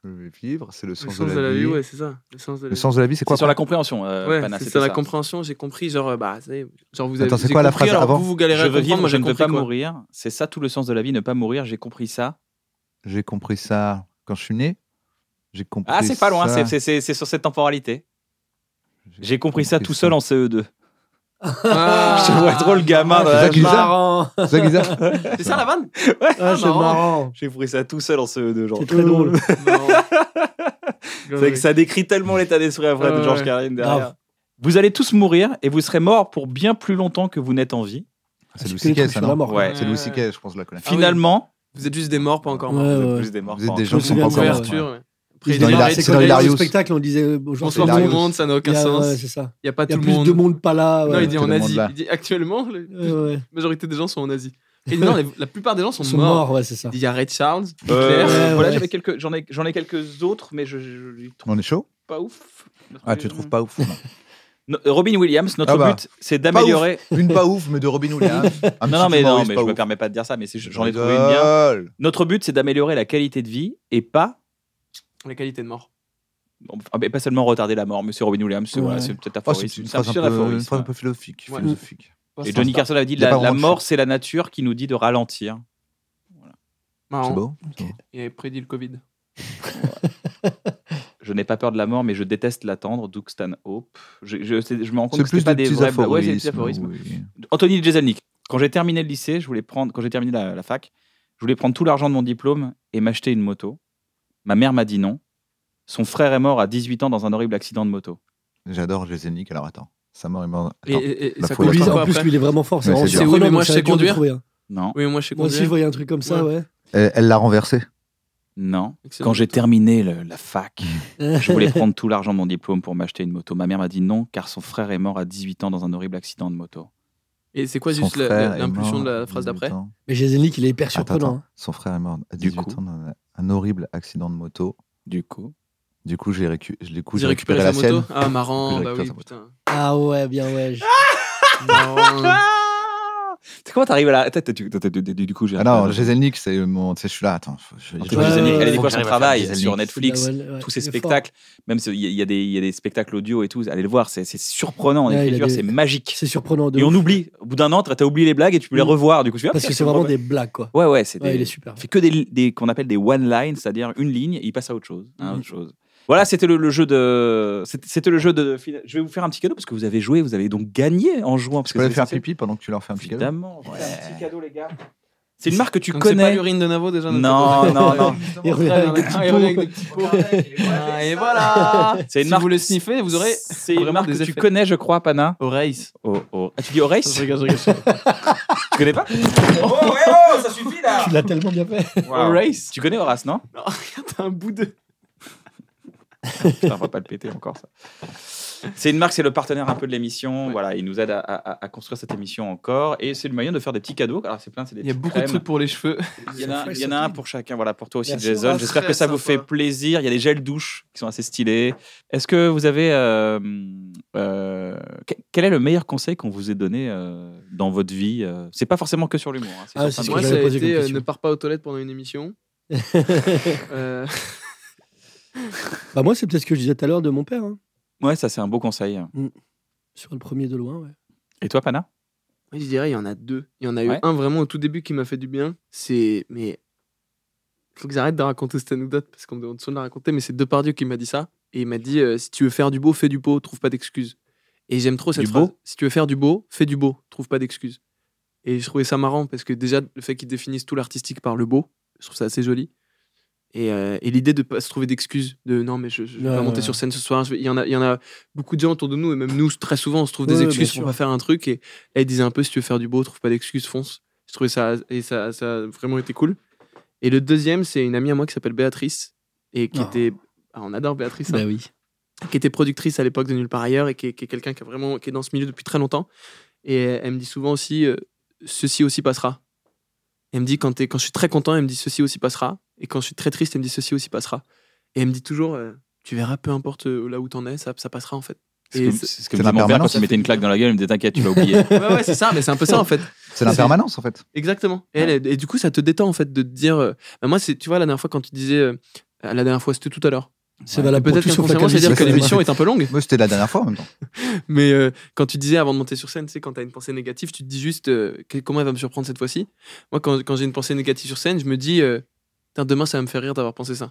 Speaker 2: Je veux vivre, c'est le
Speaker 3: Le
Speaker 2: sens,
Speaker 3: sens de la vie, ouais, c'est ça. Le sens de la
Speaker 2: Le
Speaker 3: vie.
Speaker 2: sens de la vie, c'est quoi
Speaker 4: C'est sur la compréhension, euh,
Speaker 3: Ouais,
Speaker 4: Pana,
Speaker 3: c'est
Speaker 4: c'était
Speaker 3: ça, la
Speaker 4: ça.
Speaker 3: compréhension, j'ai compris, genre, euh, bah, c'est- genre vous avez
Speaker 2: Attends, c'est
Speaker 3: j'ai
Speaker 2: quoi la
Speaker 3: compris,
Speaker 2: phrase
Speaker 3: alors
Speaker 2: avant
Speaker 3: vous, vous galérez
Speaker 4: Je
Speaker 3: à
Speaker 4: veux
Speaker 3: comprendre,
Speaker 4: vivre,
Speaker 3: moi
Speaker 4: je
Speaker 3: j'ai
Speaker 4: ne veux
Speaker 3: compris
Speaker 4: pas
Speaker 3: quoi.
Speaker 4: mourir. C'est ça tout le sens de la vie, ne pas mourir. J'ai compris ça.
Speaker 2: J'ai compris ça quand je suis né. J'ai compris.
Speaker 4: Ah, c'est pas loin,
Speaker 2: ça.
Speaker 4: c'est- c'est c'est sur cette temporalité. J'ai compris ça tout seul en CE2.
Speaker 3: Ah,
Speaker 4: [laughs] Je vois trop le gamin. dans la-
Speaker 2: ça qui-
Speaker 5: marrant.
Speaker 2: C'est ça,
Speaker 4: [laughs]
Speaker 2: Guizard
Speaker 3: C'est ça la vanne
Speaker 5: Ah, c'est marrant.
Speaker 4: J'ai compris ça tout seul en CE2. Genre.
Speaker 5: C'est
Speaker 4: [laughs]
Speaker 5: très drôle.
Speaker 4: C'est vrai que ça décrit tellement l'état d'esprit après
Speaker 3: Ah
Speaker 4: de
Speaker 3: ouais.
Speaker 4: Georges Carlin derrière.
Speaker 5: Grave.
Speaker 4: Vous allez tous mourir et vous serez morts pour bien plus longtemps que vous n'êtes en vie.
Speaker 2: C'est
Speaker 5: Tu
Speaker 2: Louis
Speaker 5: connais
Speaker 2: C.K.,
Speaker 5: le truc
Speaker 2: ça,
Speaker 5: sur la
Speaker 2: non
Speaker 5: mort. quoi.
Speaker 4: Ouais.
Speaker 2: C'est Louis C.K., je pense, je la connais.
Speaker 3: Ah oui.
Speaker 4: Finalement,
Speaker 3: Vous êtes juste des morts, pas encore morts.
Speaker 5: Ouais,
Speaker 4: vous êtes
Speaker 5: ouais.
Speaker 4: plus des morts.
Speaker 2: Euh, Vous êtes
Speaker 4: pas
Speaker 2: des hein. gens
Speaker 4: encore.
Speaker 5: Je
Speaker 2: qui sont
Speaker 5: me
Speaker 2: pas
Speaker 5: souviens de
Speaker 2: encore morts.
Speaker 5: ça, ouais.
Speaker 3: Ouverture. ouais.
Speaker 2: C'est dans
Speaker 3: Après, il y a
Speaker 2: Hilar-
Speaker 3: des
Speaker 2: c'est
Speaker 3: gens
Speaker 2: dans
Speaker 3: qui
Speaker 2: Hilarious.
Speaker 5: Au spectacle, on disait euh, bonjour
Speaker 3: Bonsoir
Speaker 5: tout
Speaker 3: tout
Speaker 5: le
Speaker 3: le
Speaker 2: Hilarious.
Speaker 3: monde, ça n'a aucun
Speaker 5: Il y a-
Speaker 3: sens.
Speaker 5: ouais,
Speaker 3: Il
Speaker 5: c'est ça.
Speaker 3: n'y a pas
Speaker 5: Il y
Speaker 3: tout
Speaker 5: a
Speaker 3: le
Speaker 5: plus
Speaker 3: monde.
Speaker 5: de monde pas là.
Speaker 3: Non,
Speaker 5: ouais.
Speaker 3: il dit
Speaker 2: Tout
Speaker 3: en
Speaker 2: le monde
Speaker 3: Asie.
Speaker 2: là.
Speaker 3: Il dit actuellement, la
Speaker 5: Ouais, ouais.
Speaker 3: majorité des gens sont en Asie. Et il dit non, les- la plupart des gens sont
Speaker 5: Ils sont
Speaker 3: morts.
Speaker 5: morts, ouais, c'est ça.
Speaker 3: Il dit, Il y a Ray Charles,
Speaker 4: Euh,
Speaker 3: Hitler.
Speaker 5: Ouais,
Speaker 4: voilà,
Speaker 5: ouais.
Speaker 4: j'avais quelques, j'en ai, j'en ai quelques autres, mais je, je, je les trouve
Speaker 2: On est chaud
Speaker 4: pas ouf.
Speaker 2: Ah, tu trouves pas ouf non.
Speaker 4: No- Robin Williams, notre
Speaker 2: Ah bah.
Speaker 4: but, c'est d'améliorer.
Speaker 2: Une pas ouf, Ah, mais de Robin Williams. Un petit
Speaker 4: Non, non, mais, non,
Speaker 2: humoriste
Speaker 4: mais
Speaker 2: pas
Speaker 4: je me
Speaker 2: ouf.
Speaker 4: permets pas de dire ça, mais c'est- j'en ai
Speaker 2: Je
Speaker 4: trouvé une bien.
Speaker 2: rigole.
Speaker 4: Notre but, c'est d'améliorer la qualité de vie et pas,
Speaker 3: la qualité de mort.
Speaker 4: ah, mais pas seulement retarder la mort. Monsieur Robin Williams, c'est
Speaker 5: Ouais.
Speaker 4: voilà, c'est peut-être
Speaker 2: Oh,
Speaker 4: aphorisme.
Speaker 2: c'est une
Speaker 4: c'est un
Speaker 2: phrase un
Speaker 4: pur
Speaker 2: peu-
Speaker 4: aphorisme,
Speaker 2: une phrase un peu
Speaker 4: ouais.
Speaker 2: philosophique.
Speaker 3: Ouais.
Speaker 2: philosophique.
Speaker 4: Et Johnny Carson avait dit
Speaker 2: Il y a
Speaker 4: la,
Speaker 2: pas
Speaker 4: la
Speaker 2: vraiment de
Speaker 4: mort,
Speaker 2: choix.
Speaker 4: c'est la nature qui nous dit de ralentir.
Speaker 2: C'est
Speaker 3: Marrant.
Speaker 2: beau. c'est beau.
Speaker 3: Il avait prédit le Covid.
Speaker 4: Je n'ai pas peur de la mort, mais je déteste l'attendre. Doug Stanhope. Je, je, c'est- je me rends compte
Speaker 2: C'est
Speaker 4: que c'est
Speaker 2: plus
Speaker 4: pas
Speaker 2: des
Speaker 4: des
Speaker 2: petits
Speaker 4: vrais. ouais, c'est des petits
Speaker 2: aphorismes.
Speaker 4: aphorismes.
Speaker 2: oui.
Speaker 4: Anthony Jeselnik. Quand j'ai terminé le lycée, je voulais prendre, quand j'ai terminé la, la fac, je voulais prendre tout l'argent de mon diplôme et m'acheter une moto. Ma mère m'a dit non. Son frère est mort à 18 ans dans un horrible accident de moto.
Speaker 2: J'adore Jézénique, alors attends. Ça mort, il mort.
Speaker 3: Et, et- et
Speaker 2: la
Speaker 3: ça
Speaker 2: folie.
Speaker 3: compte
Speaker 5: Lui,
Speaker 3: pas
Speaker 2: D'accord,
Speaker 5: en plus,
Speaker 3: après.
Speaker 5: lui, il est vraiment fort. C'est
Speaker 2: Ouais,
Speaker 5: vraiment
Speaker 2: c'est dur.
Speaker 3: Oui,
Speaker 5: surprenant,
Speaker 3: mais moi,
Speaker 5: donc
Speaker 3: je
Speaker 5: ça
Speaker 3: sais
Speaker 5: a dû le
Speaker 3: conduire.
Speaker 5: trouver, hein.
Speaker 4: Non,
Speaker 3: Oui, moi je sais
Speaker 5: Moi aussi, je
Speaker 3: conduire.
Speaker 5: voyais un truc comme ça, ouais.
Speaker 2: Elle elle l'a renversé.
Speaker 4: non.
Speaker 3: Excellent.
Speaker 4: Quand j'ai terminé le- la fac, je voulais prendre tout l'argent de mon diplôme pour m'acheter une moto. Ma mère m'a dit non, car son frère est mort à 18 ans dans un horrible accident de moto.
Speaker 3: Et c'est quoi
Speaker 2: Son
Speaker 3: juste la-
Speaker 2: frère
Speaker 3: la-
Speaker 2: est
Speaker 3: l'impulsion
Speaker 2: mort
Speaker 3: de
Speaker 2: à
Speaker 3: la phrase
Speaker 2: 18
Speaker 3: d'après
Speaker 2: ans.
Speaker 5: Mais Jezenik, il est hyper
Speaker 2: Attends,
Speaker 5: surprenant.
Speaker 2: attends.
Speaker 5: hein.
Speaker 2: Son frère est mort à
Speaker 4: Du
Speaker 2: 18
Speaker 4: coup.
Speaker 2: ans dans un- un horrible accident de moto.
Speaker 4: Du coup,
Speaker 2: Du coup, j'ai récu... du coup,
Speaker 3: J'ai récupéré
Speaker 2: la
Speaker 3: sa moto.
Speaker 2: sienne.
Speaker 3: Ah, marrant,
Speaker 2: J'ai
Speaker 3: bah
Speaker 2: récupéré
Speaker 3: oui,
Speaker 2: sa
Speaker 3: putain.
Speaker 5: Ah ouais, bien ouais. je-
Speaker 3: Marrant.
Speaker 4: c'est comment t'arrives à la tête du, du coup j'ai
Speaker 2: Ah non, Jezelnik, c'est mon. Tu sais, je suis là, attends. faut- je-
Speaker 4: Anthony
Speaker 2: je-
Speaker 5: Ouais,
Speaker 4: Jeselnik,
Speaker 5: ouais,
Speaker 4: elle est
Speaker 5: faut
Speaker 4: quoi
Speaker 5: que
Speaker 4: son
Speaker 5: j'arrive à
Speaker 4: travail
Speaker 2: faire
Speaker 4: sur
Speaker 2: Jeselnik.
Speaker 4: Netflix
Speaker 5: Ouais, ouais,
Speaker 4: tous ces
Speaker 5: il est fort.
Speaker 4: spectacles même ce- il y, a- il y a des il y a des spectacles audio et tout allez le voir c'est c'est surprenant en
Speaker 5: Ouais, il a
Speaker 4: écriture
Speaker 5: des-
Speaker 4: c'est magique
Speaker 5: C'est surprenant de
Speaker 4: et on
Speaker 5: ouf.
Speaker 4: oublie au bout d'un an t'as t'as oublié les blagues et tu peux les
Speaker 5: Mm.
Speaker 4: revoir du coup tu ah, vois
Speaker 5: Parce que c'est vraiment des blagues, quoi.
Speaker 4: ouais ouais c'est
Speaker 5: Ouais,
Speaker 4: des-
Speaker 5: il est super.
Speaker 4: on fait que des, des- qu'on appelle des one line c'est-à-dire une ligne et il passe à autre chose à
Speaker 5: Mm.
Speaker 4: autre chose voilà c'était le, le jeu de c'était c'était le jeu de je vais vous faire un petit cadeau parce que vous avez joué vous avez donc gagné en jouant parce
Speaker 2: Tu peux aller
Speaker 4: c'est
Speaker 2: faire
Speaker 4: essentiel.
Speaker 2: pipi pendant que tu leur fais un petit cadeau.
Speaker 4: Évidemment. ouais.
Speaker 7: cadeau, les gars.
Speaker 4: C'est une marque que tu
Speaker 3: Donc C'est pas
Speaker 4: connais.
Speaker 3: l'urine de Navo déjà
Speaker 5: hein,
Speaker 3: notre
Speaker 4: Non,
Speaker 3: photo
Speaker 5: [laughs]
Speaker 4: non, non.
Speaker 5: Il revient avec des petits
Speaker 3: Ah, il revient avec des petits pots. Ah,
Speaker 5: [laughs]
Speaker 3: Et voilà.
Speaker 4: C'est une
Speaker 3: Si
Speaker 4: marque-
Speaker 3: vous le sniffez, vous aurez
Speaker 4: C'est une
Speaker 3: vraiment
Speaker 4: marque
Speaker 3: des
Speaker 4: que tu
Speaker 3: effets.
Speaker 4: connais, je crois, Pana.
Speaker 3: Oreilles.
Speaker 4: Oh, oh. Ah, tu dis Horace
Speaker 3: Je rigole, je rigole, je rigole.
Speaker 4: Tu connais pas Oh, ouais, oh, ça suffit là
Speaker 5: Tu l'as tellement bien fait.
Speaker 4: Wow.
Speaker 3: Horace
Speaker 4: Tu connais Horace, non
Speaker 3: T'as un bout de.
Speaker 4: Putain, on va pas le péter encore ça. C'est une marque, c'est le partenaire un peu de l'émission. Voilà, il nous aide à, à- à construire cette émission encore. Et c'est le moyen de faire des petits cadeaux. Alors c'est plein, c'est des
Speaker 3: Il y a
Speaker 4: petites
Speaker 3: beaucoup de
Speaker 4: crèmes.
Speaker 3: trucs pour les cheveux.
Speaker 4: Il y en a,
Speaker 5: Ils
Speaker 4: il
Speaker 5: sont
Speaker 4: y en a un
Speaker 5: frais,
Speaker 4: pour chacun. Voilà, pour toi aussi,
Speaker 5: Merci,
Speaker 4: Jason.
Speaker 3: Horace,
Speaker 4: J'espère que
Speaker 3: Ah, très
Speaker 4: ça vous fait
Speaker 3: sympa.
Speaker 4: plaisir. Il y a des gels douches qui sont assez stylés. Est-ce que vous avez. euh, euh, que- quel est le meilleur conseil qu'on vous ait donné euh, dans votre vie Euh, C'est pas forcément que sur l'humour. hein,
Speaker 5: Ah,
Speaker 4: sur
Speaker 5: c'est
Speaker 4: plein
Speaker 3: Moi,
Speaker 4: de
Speaker 3: ça a
Speaker 4: choses.
Speaker 5: que j'avais posé comme
Speaker 3: été euh,
Speaker 5: question.
Speaker 3: ne pars pas aux toilettes pendant une
Speaker 5: [laughs]
Speaker 3: émission. Euh,
Speaker 5: Bah moi, c'est peut-être ce que je disais tout à l'heure de mon père, hein,
Speaker 4: Ouais, ça, c'est un beau conseil.
Speaker 5: sur le premier de loin. Ouais.
Speaker 4: Et toi, Pana
Speaker 3: Oui, je dirais, il y en a deux. Il y en a
Speaker 4: Ouais.
Speaker 3: eu un vraiment au tout début qui m'a fait du bien. C'est. Mais. Faut que j'arrête de raconter cette anecdote parce qu'on me demande souvent de la raconter, mais c'est Depardieu qui m'a dit ça. Et il m'a dit euh, si tu veux faire du beau, fais du beau, trouve pas d'excuses. Et j'aime trop cette
Speaker 4: Du
Speaker 3: phrase.
Speaker 4: beau
Speaker 3: Si tu veux faire du beau, fais du beau, trouve pas d'excuses. Et je trouvais ça marrant parce que déjà, le fait qu'ils définissent tout l'artistique par le beau, je trouve ça assez joli. Et, euh, et l'idée de pas se trouver d'excuses, de non, mais je, je vais
Speaker 5: Ouais,
Speaker 3: pas
Speaker 5: ouais,
Speaker 3: monter
Speaker 5: ouais.
Speaker 3: sur scène ce soir. je vais- Il y, en a- il y en a beaucoup de gens autour de nous, et même nous, très souvent, on se trouve
Speaker 5: Ouais,
Speaker 3: des
Speaker 5: bien
Speaker 3: excuses pour
Speaker 5: sûr.
Speaker 3: pas faire un truc. Et Là, il disait un peu si tu veux faire du beau, trouve pas d'excuses, fonce. Je trouvais ça et ça, ça a vraiment été cool. Et le deuxième, c'est une amie à moi qui s'appelle Béatrice et qui
Speaker 5: Oh.
Speaker 3: était ah, on adore Béatrice, hein.
Speaker 5: Bah oui.
Speaker 3: qui était productrice à l'époque de Nulle part ailleurs et qui est, qui est quelqu'un qui, a vraiment- qui est dans ce milieu depuis très longtemps. Et elle me dit souvent aussi euh, ceci aussi passera. Elle me dit quand, t'es- quand je suis très content, elle me dit ceci aussi passera. Et quand je suis très triste, elle me dit ceci aussi passera. Et elle me dit toujours euh, tu verras, peu importe euh, là où t'en es, ça, ça passera en fait.
Speaker 4: C'est
Speaker 3: Et
Speaker 4: ce
Speaker 3: c'est-
Speaker 4: que- c'est ce que
Speaker 2: c'est
Speaker 4: me dit mon père
Speaker 2: l'impermanence.
Speaker 4: quand il mettait une claque dans la gueule. Il me disait T'inquiète, tu l'as oublié.
Speaker 3: [laughs] Ouais, ouais, c'est ça, mais c'est un peu ça en fait.
Speaker 2: C'est l'impermanence, en fait.
Speaker 3: Exactement. Et, elle, et du coup, ça te détend en fait de te dire. euh, bah, moi, c'est tu vois la dernière fois quand tu disais euh, la dernière fois c'était tout à l'heure.
Speaker 5: C'est valable pour
Speaker 3: Peut-être
Speaker 5: tout sauf la
Speaker 3: qu'inconsciemment, c'est à dire que
Speaker 5: calvitie.
Speaker 3: l'émission est un peu longue.
Speaker 2: Moi, c'était la dernière fois en même temps.
Speaker 3: Mais euh, quand tu disais avant de monter sur scène, tu sais, quand t'as une pensée négative, tu te dis juste euh, que- comment elle va me surprendre cette fois-ci. Moi, quand, quand j'ai une pensée négative sur scène, je me dis euh, Putain, demain, ça va me faire rire d'avoir pensé ça.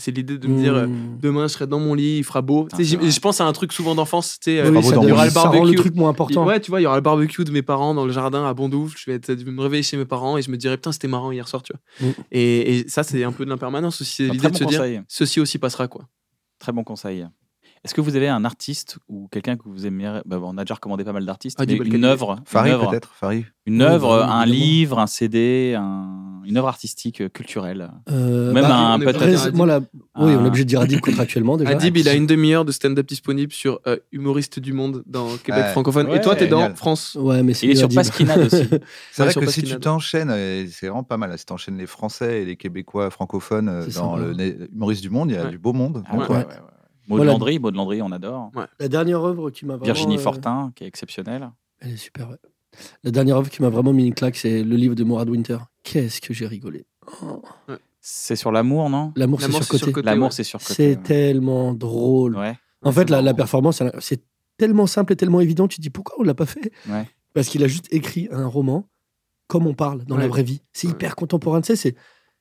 Speaker 3: C'est l'idée de me dire euh,
Speaker 5: Mmh.
Speaker 3: demain, je serai dans mon lit, il fera beau. Tu sais,
Speaker 4: Putain, c'est vrai.
Speaker 3: j'im- je pense à un truc souvent d'enfance. Tu sais, euh,
Speaker 5: Oui,
Speaker 2: bravo,
Speaker 5: ça,
Speaker 2: dans
Speaker 5: donne-
Speaker 2: mon lit.
Speaker 5: ça rend le truc moins
Speaker 3: Et
Speaker 5: important.
Speaker 3: Ouais, tu vois, il y aura le barbecue de mes parents dans le jardin à Bondoufle. Je vais, être- je vais me réveiller chez mes parents et je me dirai, putain, c'était marrant hier soir, tu vois.
Speaker 5: Mm.
Speaker 3: Et, et ça, c'est un peu de l'impermanence aussi. C'est
Speaker 4: Mmh. Un
Speaker 3: l'idée
Speaker 4: très
Speaker 3: de
Speaker 4: bon
Speaker 3: se dire,
Speaker 4: conseil.
Speaker 3: ceci aussi passera, quoi.
Speaker 4: Très bon conseil. Est-ce que vous avez un artiste ou quelqu'un que vous aimez bah, On a déjà recommandé pas mal d'artistes.
Speaker 3: Ah,
Speaker 4: mais
Speaker 3: Dibal
Speaker 4: une
Speaker 3: Khalil.
Speaker 4: œuvre, une
Speaker 2: Farid,
Speaker 4: œuvre-
Speaker 2: peut-être. Farid.
Speaker 4: une œuvre,
Speaker 5: Oui,
Speaker 4: un
Speaker 5: évidemment.
Speaker 4: livre, un CD, un- une œuvre artistique euh, culturelle.
Speaker 5: Euh,
Speaker 4: Même
Speaker 5: bah,
Speaker 4: un
Speaker 3: on est
Speaker 4: peut-être.
Speaker 3: pas
Speaker 5: reste- moi, là, oui, on
Speaker 4: un-
Speaker 5: est obligé de dire Adib contractuellement déjà.
Speaker 3: Adib, il a une demi-heure de stand-up disponible sur euh, Humoriste du Monde dans Québec
Speaker 2: Ouais.
Speaker 3: francophone. et toi,
Speaker 4: Ouais.
Speaker 3: t'es dans
Speaker 2: Génial.
Speaker 3: France.
Speaker 5: Ouais, mais c'est
Speaker 4: Il est
Speaker 5: mieux
Speaker 4: sur
Speaker 5: Adib.
Speaker 4: Pasquinade aussi.
Speaker 2: C'est
Speaker 3: Ouais,
Speaker 2: vrai
Speaker 3: sur
Speaker 2: que si tu
Speaker 3: Pastinade.
Speaker 2: t'enchaînes, et c'est vraiment pas mal, hein, si t'enchaînes les Français et les Québécois francophones euh,
Speaker 5: C'est
Speaker 2: dans
Speaker 5: sympa.
Speaker 2: le né- humoriste du monde, il y a
Speaker 3: Ouais.
Speaker 2: du beau monde.
Speaker 4: Ah,
Speaker 2: Donc,
Speaker 4: ouais,
Speaker 2: ouais.
Speaker 4: ouais, ouais, ouais. Maud
Speaker 5: Voilà.
Speaker 4: Landry, Maud Landry, on adore.
Speaker 5: [laughs] La dernière œuvre qui m'a vraiment.
Speaker 4: Virginie
Speaker 5: euh,
Speaker 4: Fortin, qui est exceptionnelle.
Speaker 5: Elle est super, ouais. La dernière œuvre qui m'a vraiment mis une claque, c'est le livre de Mourad Winter. Qu'est-ce que j'ai rigolé. Oh.
Speaker 4: C'est sur l'amour, non
Speaker 5: L'amour, c'est
Speaker 3: L'amour, c'est
Speaker 5: surcoté.
Speaker 3: surcoté.
Speaker 4: L'amour,
Speaker 3: ouais.
Speaker 4: c'est sur
Speaker 5: C'est tellement drôle.
Speaker 4: Ouais.
Speaker 5: En fait, la,
Speaker 3: marrant.
Speaker 5: la performance, elle a- c'est tellement simple et tellement évident. Tu te dis pourquoi on l'a pas fait
Speaker 4: Ouais.
Speaker 5: Parce qu'il a juste écrit un roman comme on parle dans la
Speaker 3: Ouais.
Speaker 5: vraie vie. C'est
Speaker 3: Ouais.
Speaker 5: hyper contemporain. Tu sais, c'est.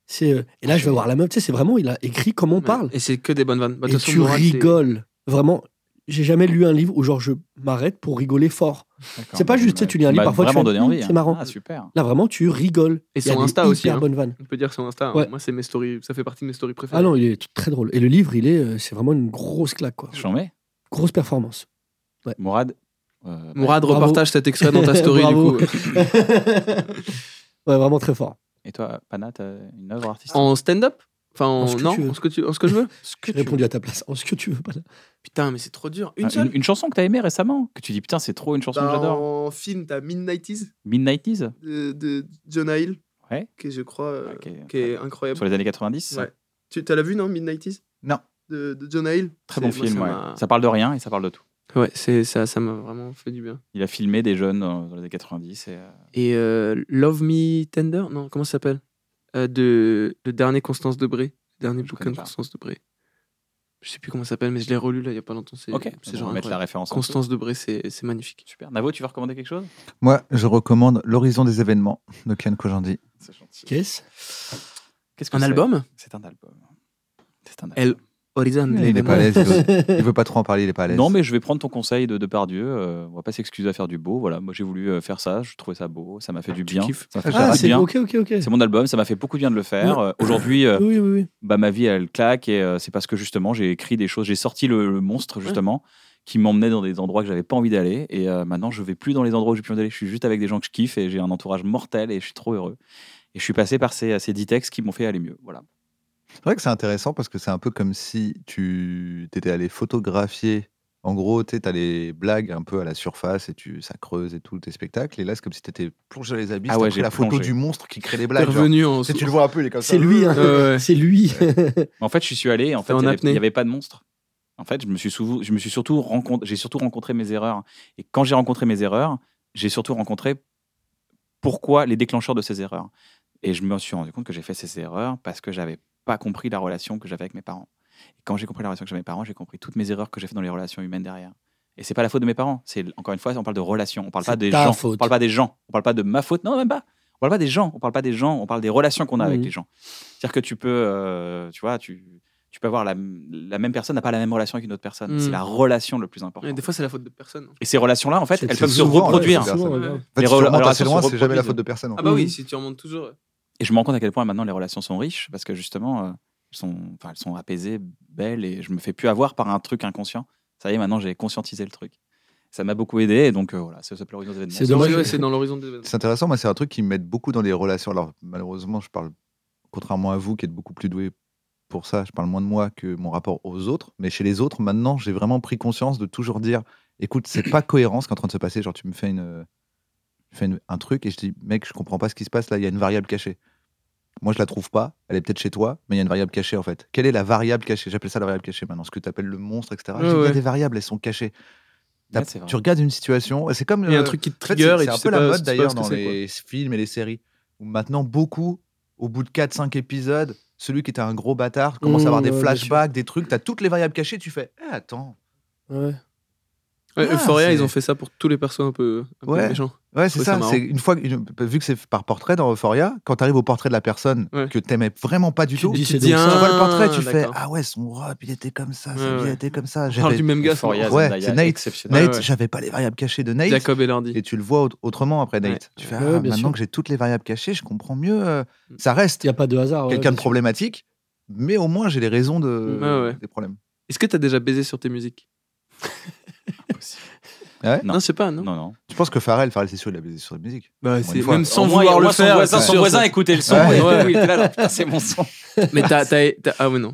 Speaker 5: c'est, euh, et là, je vais voir la meuf. Tu sais, c'est vraiment, il a écrit comme on parle.
Speaker 3: Et c'est que des bonnes vannes. Bah, de
Speaker 5: et
Speaker 3: toute façon,
Speaker 5: tu
Speaker 3: Mourad, c'est-
Speaker 5: rigoles. Vraiment, j'ai jamais lu un livre où genre je m'arrête pour rigoler fort.
Speaker 4: D'accord.
Speaker 5: C'est pas juste, tu sais, tu lis un
Speaker 4: m'as
Speaker 5: livre, parfois, tu
Speaker 4: vraiment
Speaker 5: fais,
Speaker 4: donné envie.
Speaker 5: c'est
Speaker 4: hein.
Speaker 5: marrant.
Speaker 4: Ah, super.
Speaker 5: Là, vraiment, tu rigoles.
Speaker 3: Et
Speaker 5: Il y a
Speaker 3: son
Speaker 5: des
Speaker 3: Insta aussi,
Speaker 5: Hyper
Speaker 3: hein.
Speaker 5: bonne vanne.
Speaker 3: On peut dire sur Insta. hein.
Speaker 5: Ouais.
Speaker 3: Moi, c'est mes stories. Ça fait partie de mes stories préférées.
Speaker 5: Ah non, il est tout- très drôle. Et le livre, il est, euh, c'est vraiment une grosse claque, quoi.
Speaker 4: J'en mets.
Speaker 5: Grosse performance. [laughs]
Speaker 4: Mourad. euh,
Speaker 3: Mourad,
Speaker 5: Bravo.
Speaker 3: repartage cet extrait
Speaker 5: [laughs]
Speaker 3: dans ta story, du
Speaker 5: Bravo.
Speaker 3: coup.
Speaker 5: ouais, vraiment très fort.
Speaker 4: Et toi, Pana, t'as une œuvre artistique
Speaker 3: En stand-up Enfin, en-
Speaker 5: ce que
Speaker 3: non,
Speaker 5: tu veux.
Speaker 3: en ce que tu- en ce que je
Speaker 5: [laughs]
Speaker 3: veux.
Speaker 5: J'ai répondu à ta place. En ce que tu veux, pas là.
Speaker 3: Putain, mais c'est trop dur.
Speaker 4: Ah,
Speaker 3: Une seule
Speaker 4: chanson que t'as aimée récemment Que tu dis, putain, c'est trop une chanson
Speaker 3: Bah,
Speaker 4: que j'adore.
Speaker 3: En film, t'as Midnighties
Speaker 4: Midnighties
Speaker 3: de, de Jonah Hill,
Speaker 4: Ouais.
Speaker 3: qui est, je crois, euh,
Speaker 4: Ok.
Speaker 3: qui est incroyable.
Speaker 4: Sur les années 90
Speaker 3: Ouais. Tu t'as la vu, non, Midnighties
Speaker 2: Non.
Speaker 3: De, de Jonah Hill
Speaker 4: Très bon
Speaker 3: C'est- moi,
Speaker 4: film,
Speaker 3: ça
Speaker 4: ouais.
Speaker 3: m'a-
Speaker 4: Ça parle de rien et ça parle de tout.
Speaker 3: Ouais, c'est ça, ça m'a vraiment fait du bien.
Speaker 4: Il a filmé des jeunes dans, dans les années 90. Et, euh,
Speaker 3: Et euh, Love Me Tender Non, comment ça s'appelle Euh, de, Le dernier Constance Debré. Le dernier
Speaker 4: Je
Speaker 3: bouquin
Speaker 4: connais
Speaker 3: de
Speaker 4: pas.
Speaker 3: Constance Debré. Je sais plus comment ça s'appelle, mais je l'ai relu là il y a pas longtemps. C'est
Speaker 4: ok,
Speaker 3: c'est
Speaker 4: on va
Speaker 3: genre
Speaker 4: mettre la
Speaker 3: incroyable.
Speaker 4: référence. en dessous.
Speaker 3: Constance Debré, c'est c'est magnifique.
Speaker 4: Super. Navo, tu veux recommander quelque chose
Speaker 2: Moi, je recommande L'horizon des événements de Ken Kojandi.
Speaker 4: C'est gentil.
Speaker 5: Qu'est-ce
Speaker 4: Qu'est-ce que
Speaker 3: Un
Speaker 4: c'est
Speaker 3: album
Speaker 4: C'est un album. C'est un album.
Speaker 3: Elle- Horizon.
Speaker 2: Il n'est pas à l'aise, il
Speaker 5: [laughs]
Speaker 2: veut-
Speaker 5: Ah,
Speaker 2: il veut pas trop en parler, il est pas à l'aise.
Speaker 4: Non, mais je vais prendre ton conseil de Depardieu. euh, on va pas s'excuser à faire du beau. Voilà, moi j'ai voulu euh, faire ça. Je trouvais ça beau. Ça m'a fait du bien.
Speaker 3: kiffes.
Speaker 4: Ça m'a fait
Speaker 5: Ah,
Speaker 4: du
Speaker 5: c'est
Speaker 4: bien.
Speaker 5: ok, ok, ok.
Speaker 4: C'est mon album. Ça m'a fait beaucoup de bien de le faire. Euh, Aujourd'hui, euh,
Speaker 5: Oui, oui, oui.
Speaker 4: bah, ma vie elle claque et euh, c'est parce que justement j'ai écrit des choses. J'ai sorti le, le monstre justement qui m'emmenait dans des endroits que j'avais pas envie d'aller. Et euh, maintenant, je vais plus dans les endroits où j'ai plus envie d'aller. Je suis juste avec des gens que je kiffe et j'ai un entourage mortel et je suis trop heureux. Et je suis passé par ces, ces 10 textes qui m'ont fait aller mieux. Voilà.
Speaker 2: C'est vrai que c'est intéressant parce que c'est un peu comme si tu t'étais allé photographier. En gros, tu as les blagues un peu à la surface et tu ça creuse et tout tes spectacles. Et là, c'est comme si tu étais plongé dans les abysses.
Speaker 4: Ah
Speaker 2: t'as
Speaker 4: ouais,
Speaker 2: pris
Speaker 4: j'ai
Speaker 2: la photo
Speaker 4: plongé.
Speaker 2: du monstre qui crée les
Speaker 3: T'es
Speaker 2: blagues. genre.
Speaker 3: revenu en.
Speaker 2: Tu sais, tu le vois un peu, il est comme ça. euh,
Speaker 5: C'est lui, hein.
Speaker 3: Ouais, ouais.
Speaker 5: C'est lui.
Speaker 4: En fait, je suis allé. En fait,
Speaker 3: en
Speaker 4: il y avait-
Speaker 3: apnée.
Speaker 4: il n'y avait pas de monstre. En fait, je me suis, souvou- je me suis surtout rencontré, j'ai surtout rencontré mes erreurs. Et quand j'ai rencontré mes erreurs, j'ai surtout rencontré pourquoi les déclencheurs de ces erreurs. Et je me suis rendu compte que j'ai fait ces erreurs parce que j'avais pas compris la relation que j'avais avec mes parents. Et quand j'ai compris la relation que j'avais avec mes parents, j'ai compris toutes mes erreurs que j'ai fait dans les relations humaines derrière. Et c'est pas la faute de mes parents. C'est encore une fois, on parle de relations. On parle
Speaker 5: C'est
Speaker 4: pas des
Speaker 5: ta
Speaker 4: gens.
Speaker 5: faute.
Speaker 4: On parle pas des gens. On parle pas de ma faute. Non, même pas. On parle pas des gens. On parle pas des gens. On parle des relations qu'on a avec
Speaker 3: Mhm.
Speaker 4: les gens. C'est-à-dire que tu peux, euh, tu vois, tu, tu peux avoir la, la même personne n'a pas la même relation qu'une autre personne.
Speaker 3: Mhm.
Speaker 4: C'est la relation le plus important.
Speaker 3: Ouais, Des fois, c'est la faute de personne.
Speaker 4: Et ces relations-là, en fait,
Speaker 5: [laughs] C'est-
Speaker 4: elles
Speaker 5: c'est
Speaker 4: peuvent se
Speaker 2: souvent, ouais,
Speaker 4: reproduire.
Speaker 2: c'est ça.
Speaker 5: Souvent, euh,
Speaker 3: Ouais.
Speaker 5: regarde.
Speaker 2: En fait, si
Speaker 4: Les
Speaker 2: tu remontes
Speaker 4: relations
Speaker 2: assez loin,
Speaker 4: se
Speaker 2: c'est jamais la
Speaker 4: reproduisent.
Speaker 2: faute de personne. en
Speaker 3: Ah
Speaker 2: fait.
Speaker 3: bah
Speaker 5: Mhm.
Speaker 3: oui, si tu remontes toujours.
Speaker 4: Et je me rends compte à quel point maintenant les relations sont riches parce que justement, euh, elles, sont, enfin, elles sont apaisées, belles et je me fais plus avoir par un truc inconscient. Ça y est, maintenant j'ai conscientisé le truc. Ça m'a beaucoup aidé et donc euh, voilà, ça s'appelle Horizon des événements.
Speaker 5: C'est
Speaker 3: Dans
Speaker 5: dommage.
Speaker 3: l'horizon- ouais, C'est dans l'horizon des événements.
Speaker 2: C'est intéressant, moi c'est un truc qui m'aide beaucoup dans les relations. Alors malheureusement, je parle, contrairement à vous qui êtes beaucoup plus doué pour ça, je parle moins de moi que mon rapport aux autres. Mais chez les autres, maintenant, j'ai vraiment pris conscience de toujours dire, écoute, c'est pas cohérent ce qui est en train de se passer. Genre tu me fais une, tu fais une- un truc et je dis, mec, je comprends pas ce qui se passe là. Il y a une variable cachée. Moi, je la trouve pas. Elle est peut-être chez toi, mais il y a une variable cachée en fait. Quelle est la variable cachée J'appelle ça la variable cachée maintenant. Ce que tu appelles le monstre, etc. Je dis,
Speaker 3: Ouais,
Speaker 2: Il y a
Speaker 3: ouais.
Speaker 2: des variables, elles sont cachées. T'as-
Speaker 4: Ouais, c'est vrai.
Speaker 2: tu regardes une situation, c'est comme
Speaker 3: Il y a un
Speaker 2: euh,
Speaker 3: truc qui te
Speaker 2: en fait, c'est-
Speaker 3: trigger et
Speaker 2: c'est
Speaker 3: tu
Speaker 2: un
Speaker 3: sais
Speaker 2: peu la
Speaker 3: pas
Speaker 2: mode
Speaker 3: tu sais pas
Speaker 2: d'ailleurs
Speaker 3: ce que
Speaker 2: dans
Speaker 3: c'est, quoi.
Speaker 2: les films et les séries. Où maintenant, beaucoup, au bout de 4-5 épisodes, celui qui était un gros bâtard commence à avoir
Speaker 5: Mmh,
Speaker 2: des
Speaker 5: ouais, bien
Speaker 2: flashbacks, des trucs, t'as toutes les variables cachées, tu fais Eh, attends.
Speaker 5: Ouais.
Speaker 3: Ouais,
Speaker 2: Ah,
Speaker 3: Euphoria,
Speaker 2: c'est-
Speaker 3: ils ont fait ça pour tous les persos un peu, un peu
Speaker 2: Ouais.
Speaker 3: méchants.
Speaker 2: Ouais, c'est
Speaker 3: Ouais,
Speaker 2: ça.
Speaker 3: c'est marrant.
Speaker 2: C'est une fois, que- une- vu que c'est par portrait dans Euphoria, quand t'arrives au portrait de la personne
Speaker 3: Ouais.
Speaker 2: que t'aimais vraiment pas du
Speaker 5: Tu
Speaker 2: tout,
Speaker 5: dis,
Speaker 2: tu
Speaker 3: Et
Speaker 5: c'est
Speaker 3: tu
Speaker 5: donc ça.
Speaker 2: vois le portrait, tu
Speaker 3: ah,
Speaker 2: fais
Speaker 3: d'accord.
Speaker 2: Ah ouais, son rap, il était comme ça,
Speaker 3: Ouais,
Speaker 2: sa vie,
Speaker 3: ouais.
Speaker 2: il était comme ça.
Speaker 3: On parle
Speaker 2: J'avais-
Speaker 3: du même gars.
Speaker 4: Euphoria,
Speaker 3: c'est
Speaker 2: Ouais,
Speaker 4: Zendaya,
Speaker 2: c'est Nate.
Speaker 4: exceptionnel.
Speaker 2: Nate,
Speaker 3: Ouais, ouais.
Speaker 2: j'avais pas les variables cachées de
Speaker 3: marrant.
Speaker 2: Nate.
Speaker 3: Jacob et Lardy.
Speaker 2: et tu le vois aut- autrement après Nate.
Speaker 3: Ouais.
Speaker 2: Tu fais
Speaker 5: Ouais,
Speaker 2: ah,
Speaker 5: bien
Speaker 2: maintenant
Speaker 5: sûr. Mm.
Speaker 2: que j'ai toutes les variables cachées, je comprends mieux. euh, ça reste
Speaker 5: Il n'y a pas de hasard. ouais,
Speaker 2: quelqu'un de
Speaker 5: bien sûr.
Speaker 2: problématique, mais au moins j'ai les raisons de
Speaker 3: Ouais, ouais.
Speaker 2: des problèmes.
Speaker 3: Est-ce que t'as déjà baisé sur tes musiques
Speaker 4: Impossible.
Speaker 3: Non,
Speaker 4: Non.
Speaker 3: je sais pas, non,
Speaker 4: Non, non.
Speaker 2: Tu penses que Pharrell, Pharrell c'est sûr, il a baisé sur la musique.
Speaker 3: Bah,
Speaker 2: Pour
Speaker 3: c'est
Speaker 2: une fois.
Speaker 3: Même sans
Speaker 4: Au moins,
Speaker 3: vouloir
Speaker 4: au moins,
Speaker 3: le faire.
Speaker 4: Son voisin,
Speaker 3: c'est
Speaker 4: son
Speaker 3: sûr, [laughs]
Speaker 4: voisin
Speaker 3: ça.
Speaker 4: écoutait le son.
Speaker 3: Ouais.
Speaker 4: et
Speaker 3: Ouais.
Speaker 4: oui, il était là, genre, putain, c'est mon son.
Speaker 3: Mais t'as- t'as- t'as- Ah ouais, non.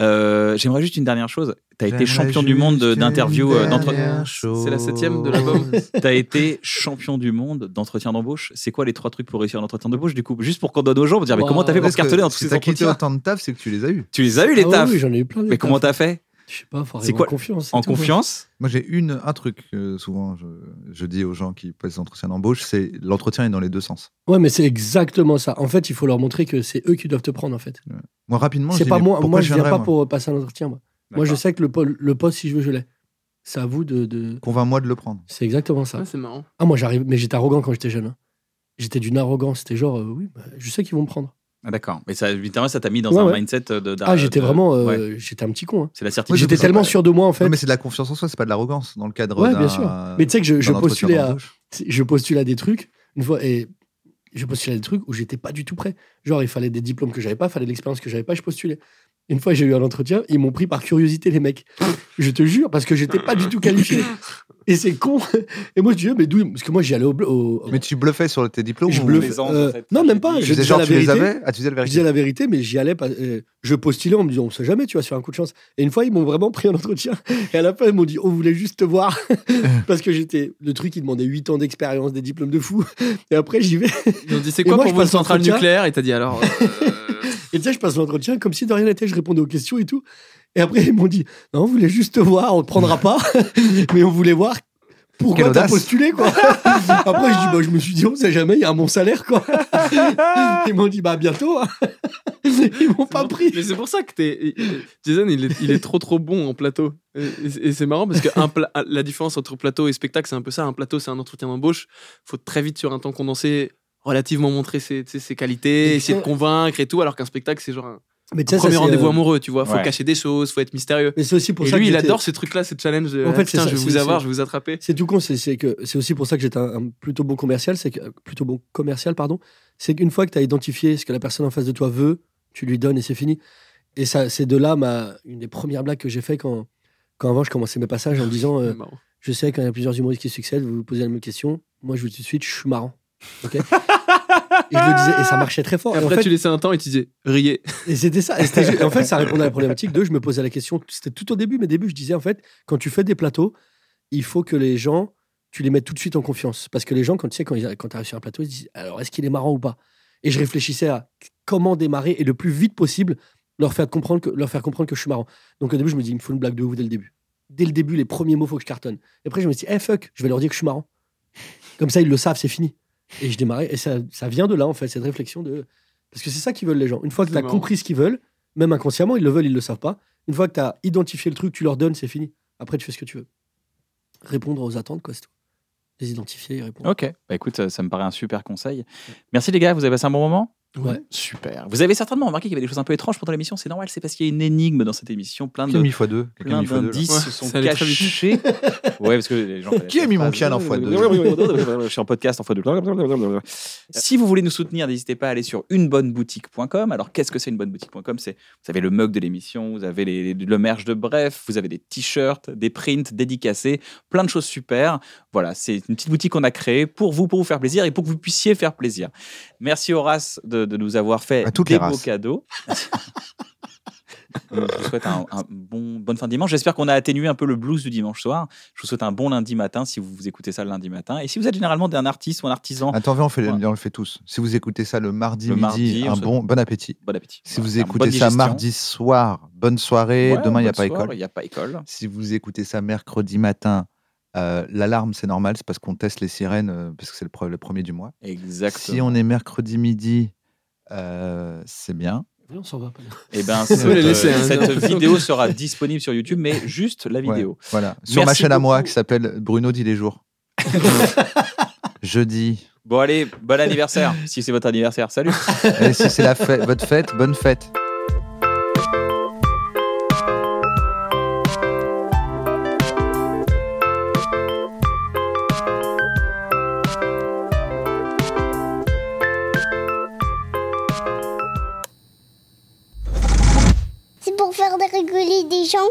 Speaker 4: Euh, J'aimerais juste une dernière chose. Tu as été champion du monde de- d'interview euh, d'entre-
Speaker 3: C'est la septième de l'album.
Speaker 5: [laughs]
Speaker 4: T'as été champion du monde d'entretien d'embauche. C'est quoi les trois trucs pour réussir un entretien d'embauche du coup Juste pour qu'on donne aux gens, pour dire mais
Speaker 5: Wow.
Speaker 4: comment t'as fait pour cartonner dans tous
Speaker 2: si
Speaker 4: ces
Speaker 2: t'as quitté
Speaker 4: entretiens
Speaker 2: autant de taf, c'est que tu les as eus.
Speaker 4: Tu les as eu les
Speaker 5: Ah ouais,
Speaker 4: tafs
Speaker 5: oui, j'en ai eu plein. des
Speaker 4: Mais
Speaker 5: tafs.
Speaker 4: comment t'as fait
Speaker 5: Je sais pas, faut
Speaker 4: C'est
Speaker 5: arriver en
Speaker 4: quoi
Speaker 5: confiance. c'est
Speaker 4: En
Speaker 5: tout, ouais.
Speaker 4: confiance
Speaker 2: Moi, j'ai une un truc euh, souvent je, je dis aux gens qui passent des entretiens d'embauche, c'est l'entretien est dans les deux sens.
Speaker 5: Ouais, mais c'est exactement ça. En fait, il faut leur montrer que c'est eux qui doivent te prendre, en fait.
Speaker 2: Moi, rapidement, je
Speaker 5: C'est
Speaker 2: dis,
Speaker 5: pas
Speaker 2: mais
Speaker 5: moi.
Speaker 2: pourquoi
Speaker 5: Moi, je viens
Speaker 2: viendrais,
Speaker 5: pas
Speaker 2: moi
Speaker 5: pour euh, passer un entretien. Moi, Moi, je sais que le, po- le poste, si je veux, je l'ai. C'est à vous de. de-
Speaker 2: Convainc-moi de le prendre.
Speaker 5: C'est exactement ça.
Speaker 3: Ah, c'est marrant.
Speaker 5: Ah, moi, j'arrive, mais j'étais arrogant quand j'étais jeune. hein. J'étais d'une arrogance. C'était genre, euh, oui, bah, je sais qu'ils vont me prendre.
Speaker 4: Ah, D'accord. Mais ça, littéralement, ça t'a mis dans
Speaker 5: Ouais,
Speaker 4: un
Speaker 5: ouais.
Speaker 4: mindset euh, de. d'un-
Speaker 5: Ah, j'étais
Speaker 4: de-
Speaker 5: vraiment. euh,
Speaker 4: ouais.
Speaker 5: J'étais un petit con. hein.
Speaker 4: C'est
Speaker 2: Bah,
Speaker 4: la
Speaker 2: Moi,
Speaker 4: certitude.
Speaker 5: J'étais
Speaker 2: trouve ça
Speaker 5: tellement
Speaker 2: pas-
Speaker 5: sûr de moi, en fait.
Speaker 2: Non, mais c'est de la confiance en soi, c'est pas de l'arrogance dans le cadre
Speaker 5: Ouais,
Speaker 2: d'un-
Speaker 5: bien sûr. Mais tu sais que je, je
Speaker 2: d'un entretien
Speaker 5: postulais à,
Speaker 2: d'embauche.
Speaker 5: je postulais à des trucs une fois et je postulais à des trucs où j'étais pas du tout prêt. Genre il fallait des diplômes que j'avais pas, fallait de l'expérience que j'avais pas, je postulais. Une fois j'ai eu un entretien, ils m'ont pris par curiosité les mecs. Je te jure parce que j'étais pas du tout qualifié. Et c'est con. Et moi je dis mais d'où parce que moi j'y allais au, blo- au- au-
Speaker 2: Mais tu bluffais sur tes diplômes
Speaker 5: je
Speaker 2: ou-
Speaker 5: bluffe.
Speaker 4: plaisante,
Speaker 5: euh,
Speaker 4: en fait.
Speaker 5: non même pas,
Speaker 4: Tu
Speaker 2: Tu
Speaker 5: je
Speaker 2: faisais
Speaker 5: disais
Speaker 2: genre,
Speaker 5: la
Speaker 2: tu les
Speaker 5: vérité.
Speaker 2: avais Ah, tu disais la
Speaker 5: Je
Speaker 2: vérité.
Speaker 5: disais la vérité, mais j'y allais pas. euh, je postulais en me disant, on sait jamais, tu vois, sur un coup de chance. Et une fois, ils m'ont vraiment pris un entretien. Et à la fin, ils m'ont dit, on voulait juste te voir. Parce que j'étais. Le truc, il demandait 8 ans d'expérience, des diplômes de fou. Et après, j'y vais.
Speaker 3: Ils ont dit c'est
Speaker 5: Et
Speaker 3: quoi
Speaker 5: moi,
Speaker 3: pour
Speaker 5: je
Speaker 3: vous une
Speaker 5: passe
Speaker 3: centrale
Speaker 5: l'entretien.
Speaker 3: nucléaire Et [laughs] t'as dit alors. euh,
Speaker 5: Et tu sais, je passe l'entretien comme si de rien n'était. Je répondais aux questions et tout. Et après, ils m'ont dit, non, on voulait juste te voir, on te prendra pas. [laughs] mais on voulait voir. Pourquoi
Speaker 2: Quelle
Speaker 5: t'as
Speaker 2: audace.
Speaker 5: postulé quoi Après je dis bah, je me suis dit on sait jamais il y a un bon salaire quoi. Ils m'ont dit bah à bientôt. hein. [laughs] Ils m'ont pas pris.
Speaker 3: euh, Mais c'est pour ça que t'es. Jason, il est, il est trop trop bon en plateau. Et, et c'est marrant parce que un pla- la différence entre plateau et spectacle, c'est un peu ça. Un plateau, c'est un entretien d'embauche. Faut très vite, sur un temps condensé, relativement montrer ses, tu sais, ses qualités,
Speaker 5: Et
Speaker 3: essayer de
Speaker 5: putain-
Speaker 3: convaincre et tout. Alors qu'un spectacle, c'est genre un,
Speaker 5: Mais tu sais, ça,
Speaker 9: Premier
Speaker 5: c'est,
Speaker 9: rendez-vous
Speaker 5: euh,
Speaker 9: amoureux, tu vois. Faut
Speaker 4: Ouais.
Speaker 9: cacher des choses, faut être mystérieux.
Speaker 5: Mais c'est aussi pour
Speaker 9: et
Speaker 5: ça
Speaker 9: lui,
Speaker 5: que
Speaker 9: il
Speaker 5: j'étais-
Speaker 9: adore ce truc-là, ce challenge.
Speaker 5: En
Speaker 9: En
Speaker 5: fait,
Speaker 9: fait,
Speaker 5: c'est ça,
Speaker 9: je vais
Speaker 5: c'est-
Speaker 9: vous avoir,
Speaker 5: c'est-
Speaker 9: je vais vous attraper.
Speaker 5: C'est tout con, c'est- c'est que c'est aussi pour ça que j'étais un, un plutôt bon commercial, c'est que plutôt bon commercial pardon, c'est qu'une fois que tu as identifié ce que la personne en face de toi veut, tu lui donnes et c'est fini. Et ça c'est de là ma une des premières blagues que j'ai fait quand quand avant je commençais mes passages en disant euh,
Speaker 9: Ah C'est marrant.
Speaker 5: je sais quand il y a plusieurs humoristes qui succèdent, vous vous posez la même question, moi je vous dis tout de suite je suis marrant. OK et je le disais et ça marchait très fort.
Speaker 9: Et
Speaker 5: Et en
Speaker 9: après,
Speaker 5: fait,
Speaker 9: tu laissais un temps et tu disais, riez.
Speaker 5: et c'était ça. Et, c'était ju- et en fait, ça répondait à la problématique. Deux, je me posais la question. C'était tout au début. Mes débuts, je disais, en fait, quand tu fais des plateaux, il faut que les gens, tu les mettes tout de suite en confiance. Parce que les gens, quand tu sais, quand, ils- quand tu arrives sur un plateau, ils se disent, alors, est-ce qu'il est marrant ou pas Et je réfléchissais à comment démarrer et le plus vite possible leur faire comprendre que, leur faire comprendre que je suis marrant. Donc au début, je me dis, il me faut une blague de ouf dès le début. Dès le début, les premiers mots, faut que je cartonne. Et après, je me dis, eh fuck, je vais leur dire que je suis marrant. Comme ça, ils le savent, c'est fini. Et je démarrais. Et ça, ça vient de là, en fait, cette réflexion de. Parce que c'est ça qu'ils veulent, les gens. Une fois que
Speaker 9: C'est
Speaker 5: tu as
Speaker 9: marrant.
Speaker 5: compris ce qu'ils veulent, même inconsciemment, ils le veulent, ils le savent pas. Une fois que tu as identifié le truc, tu leur donnes, c'est fini. Après, tu fais ce que tu veux. Répondre aux attentes, quoi, c'est tout. Les identifier et répondre.
Speaker 4: Ok. Bah écoute, ça, ça me paraît un super conseil. Merci les gars, vous avez passé un bon moment
Speaker 5: Ouais.
Speaker 4: Super. Vous avez certainement remarqué qu'il y avait des choses un peu étranges pendant l'émission. C'est normal, c'est parce qu'il y a une énigme dans cette émission. Plein
Speaker 2: Qui a
Speaker 4: de
Speaker 2: mis x2
Speaker 4: plein d'indices
Speaker 9: là.
Speaker 4: se sont
Speaker 9: Ça allait très vite.
Speaker 2: [laughs]
Speaker 4: cachés. ouais, parce que les gens connaissent
Speaker 2: Qui a
Speaker 4: la
Speaker 2: mis mon
Speaker 4: phrase.
Speaker 2: can en fois deux
Speaker 4: Je suis en podcast en fois deux. Euh, Si vous voulez nous soutenir, n'hésitez pas à aller sur unebonneboutique.com. Alors, qu'est-ce que c'est unebonneboutique.com C'est vous avez le mug de l'émission, vous avez les- le merch de Bref, vous avez des t-shirts, des prints dédicacés, plein de choses super. Voilà, c'est une petite boutique qu'on a créée pour vous, pour vous faire plaisir et pour que vous puissiez faire plaisir. Merci Horace de, de nous avoir fait
Speaker 2: À toutes
Speaker 4: des
Speaker 2: les
Speaker 4: beaux
Speaker 2: races. [laughs]
Speaker 4: cadeaux. Je vous souhaite un, un bon, bonne fin de dimanche. J'espère qu'on a atténué un peu le blues du dimanche soir. Je vous souhaite un bon lundi matin si vous écoutez ça le lundi matin. Et si vous êtes généralement un artiste ou un artisan,
Speaker 2: Attends, viens, on, fait, le-
Speaker 4: Ouais.
Speaker 2: on le fait tous. Si vous écoutez ça le mardi
Speaker 4: Le
Speaker 2: midi,
Speaker 4: mardi, on
Speaker 2: un
Speaker 4: se-
Speaker 2: bon, bon appétit.
Speaker 4: bon appétit.
Speaker 2: Si vous
Speaker 4: Voilà, bonne
Speaker 2: écoutez ça
Speaker 4: digestion.
Speaker 2: mardi soir, bonne soirée.
Speaker 4: Ouais,
Speaker 2: Demain, il n'y a pas
Speaker 4: bonne soirée,
Speaker 2: école.
Speaker 4: Il n'y a pas école.
Speaker 2: Si vous écoutez ça mercredi matin, euh, l'alarme, c'est normal, c'est parce qu'on teste les sirènes, euh, parce que c'est le, pre- le premier du mois.
Speaker 4: Exactement.
Speaker 2: Si on est mercredi midi, euh, c'est bien.
Speaker 5: Viens, on s'en va.
Speaker 4: Eh [laughs] ben,
Speaker 9: Vous
Speaker 4: cette,
Speaker 9: les laissez,
Speaker 4: euh,
Speaker 9: hein,
Speaker 4: cette
Speaker 9: non.
Speaker 4: vidéo sera disponible sur YouTube, mais juste la
Speaker 2: Ouais,
Speaker 4: vidéo.
Speaker 2: voilà. Sur ma
Speaker 4: Merci
Speaker 2: chaîne à moi
Speaker 4: beaucoup.
Speaker 2: qui s'appelle Bruno dit les
Speaker 4: [laughs]
Speaker 2: jours. Jeudi.
Speaker 4: Bon, allez, [laughs] bon anniversaire, si c'est votre anniversaire. Salut.
Speaker 2: Et si c'est la fête, votre fête, bonne fête.
Speaker 10: C'est pour faire de rigoler des gens.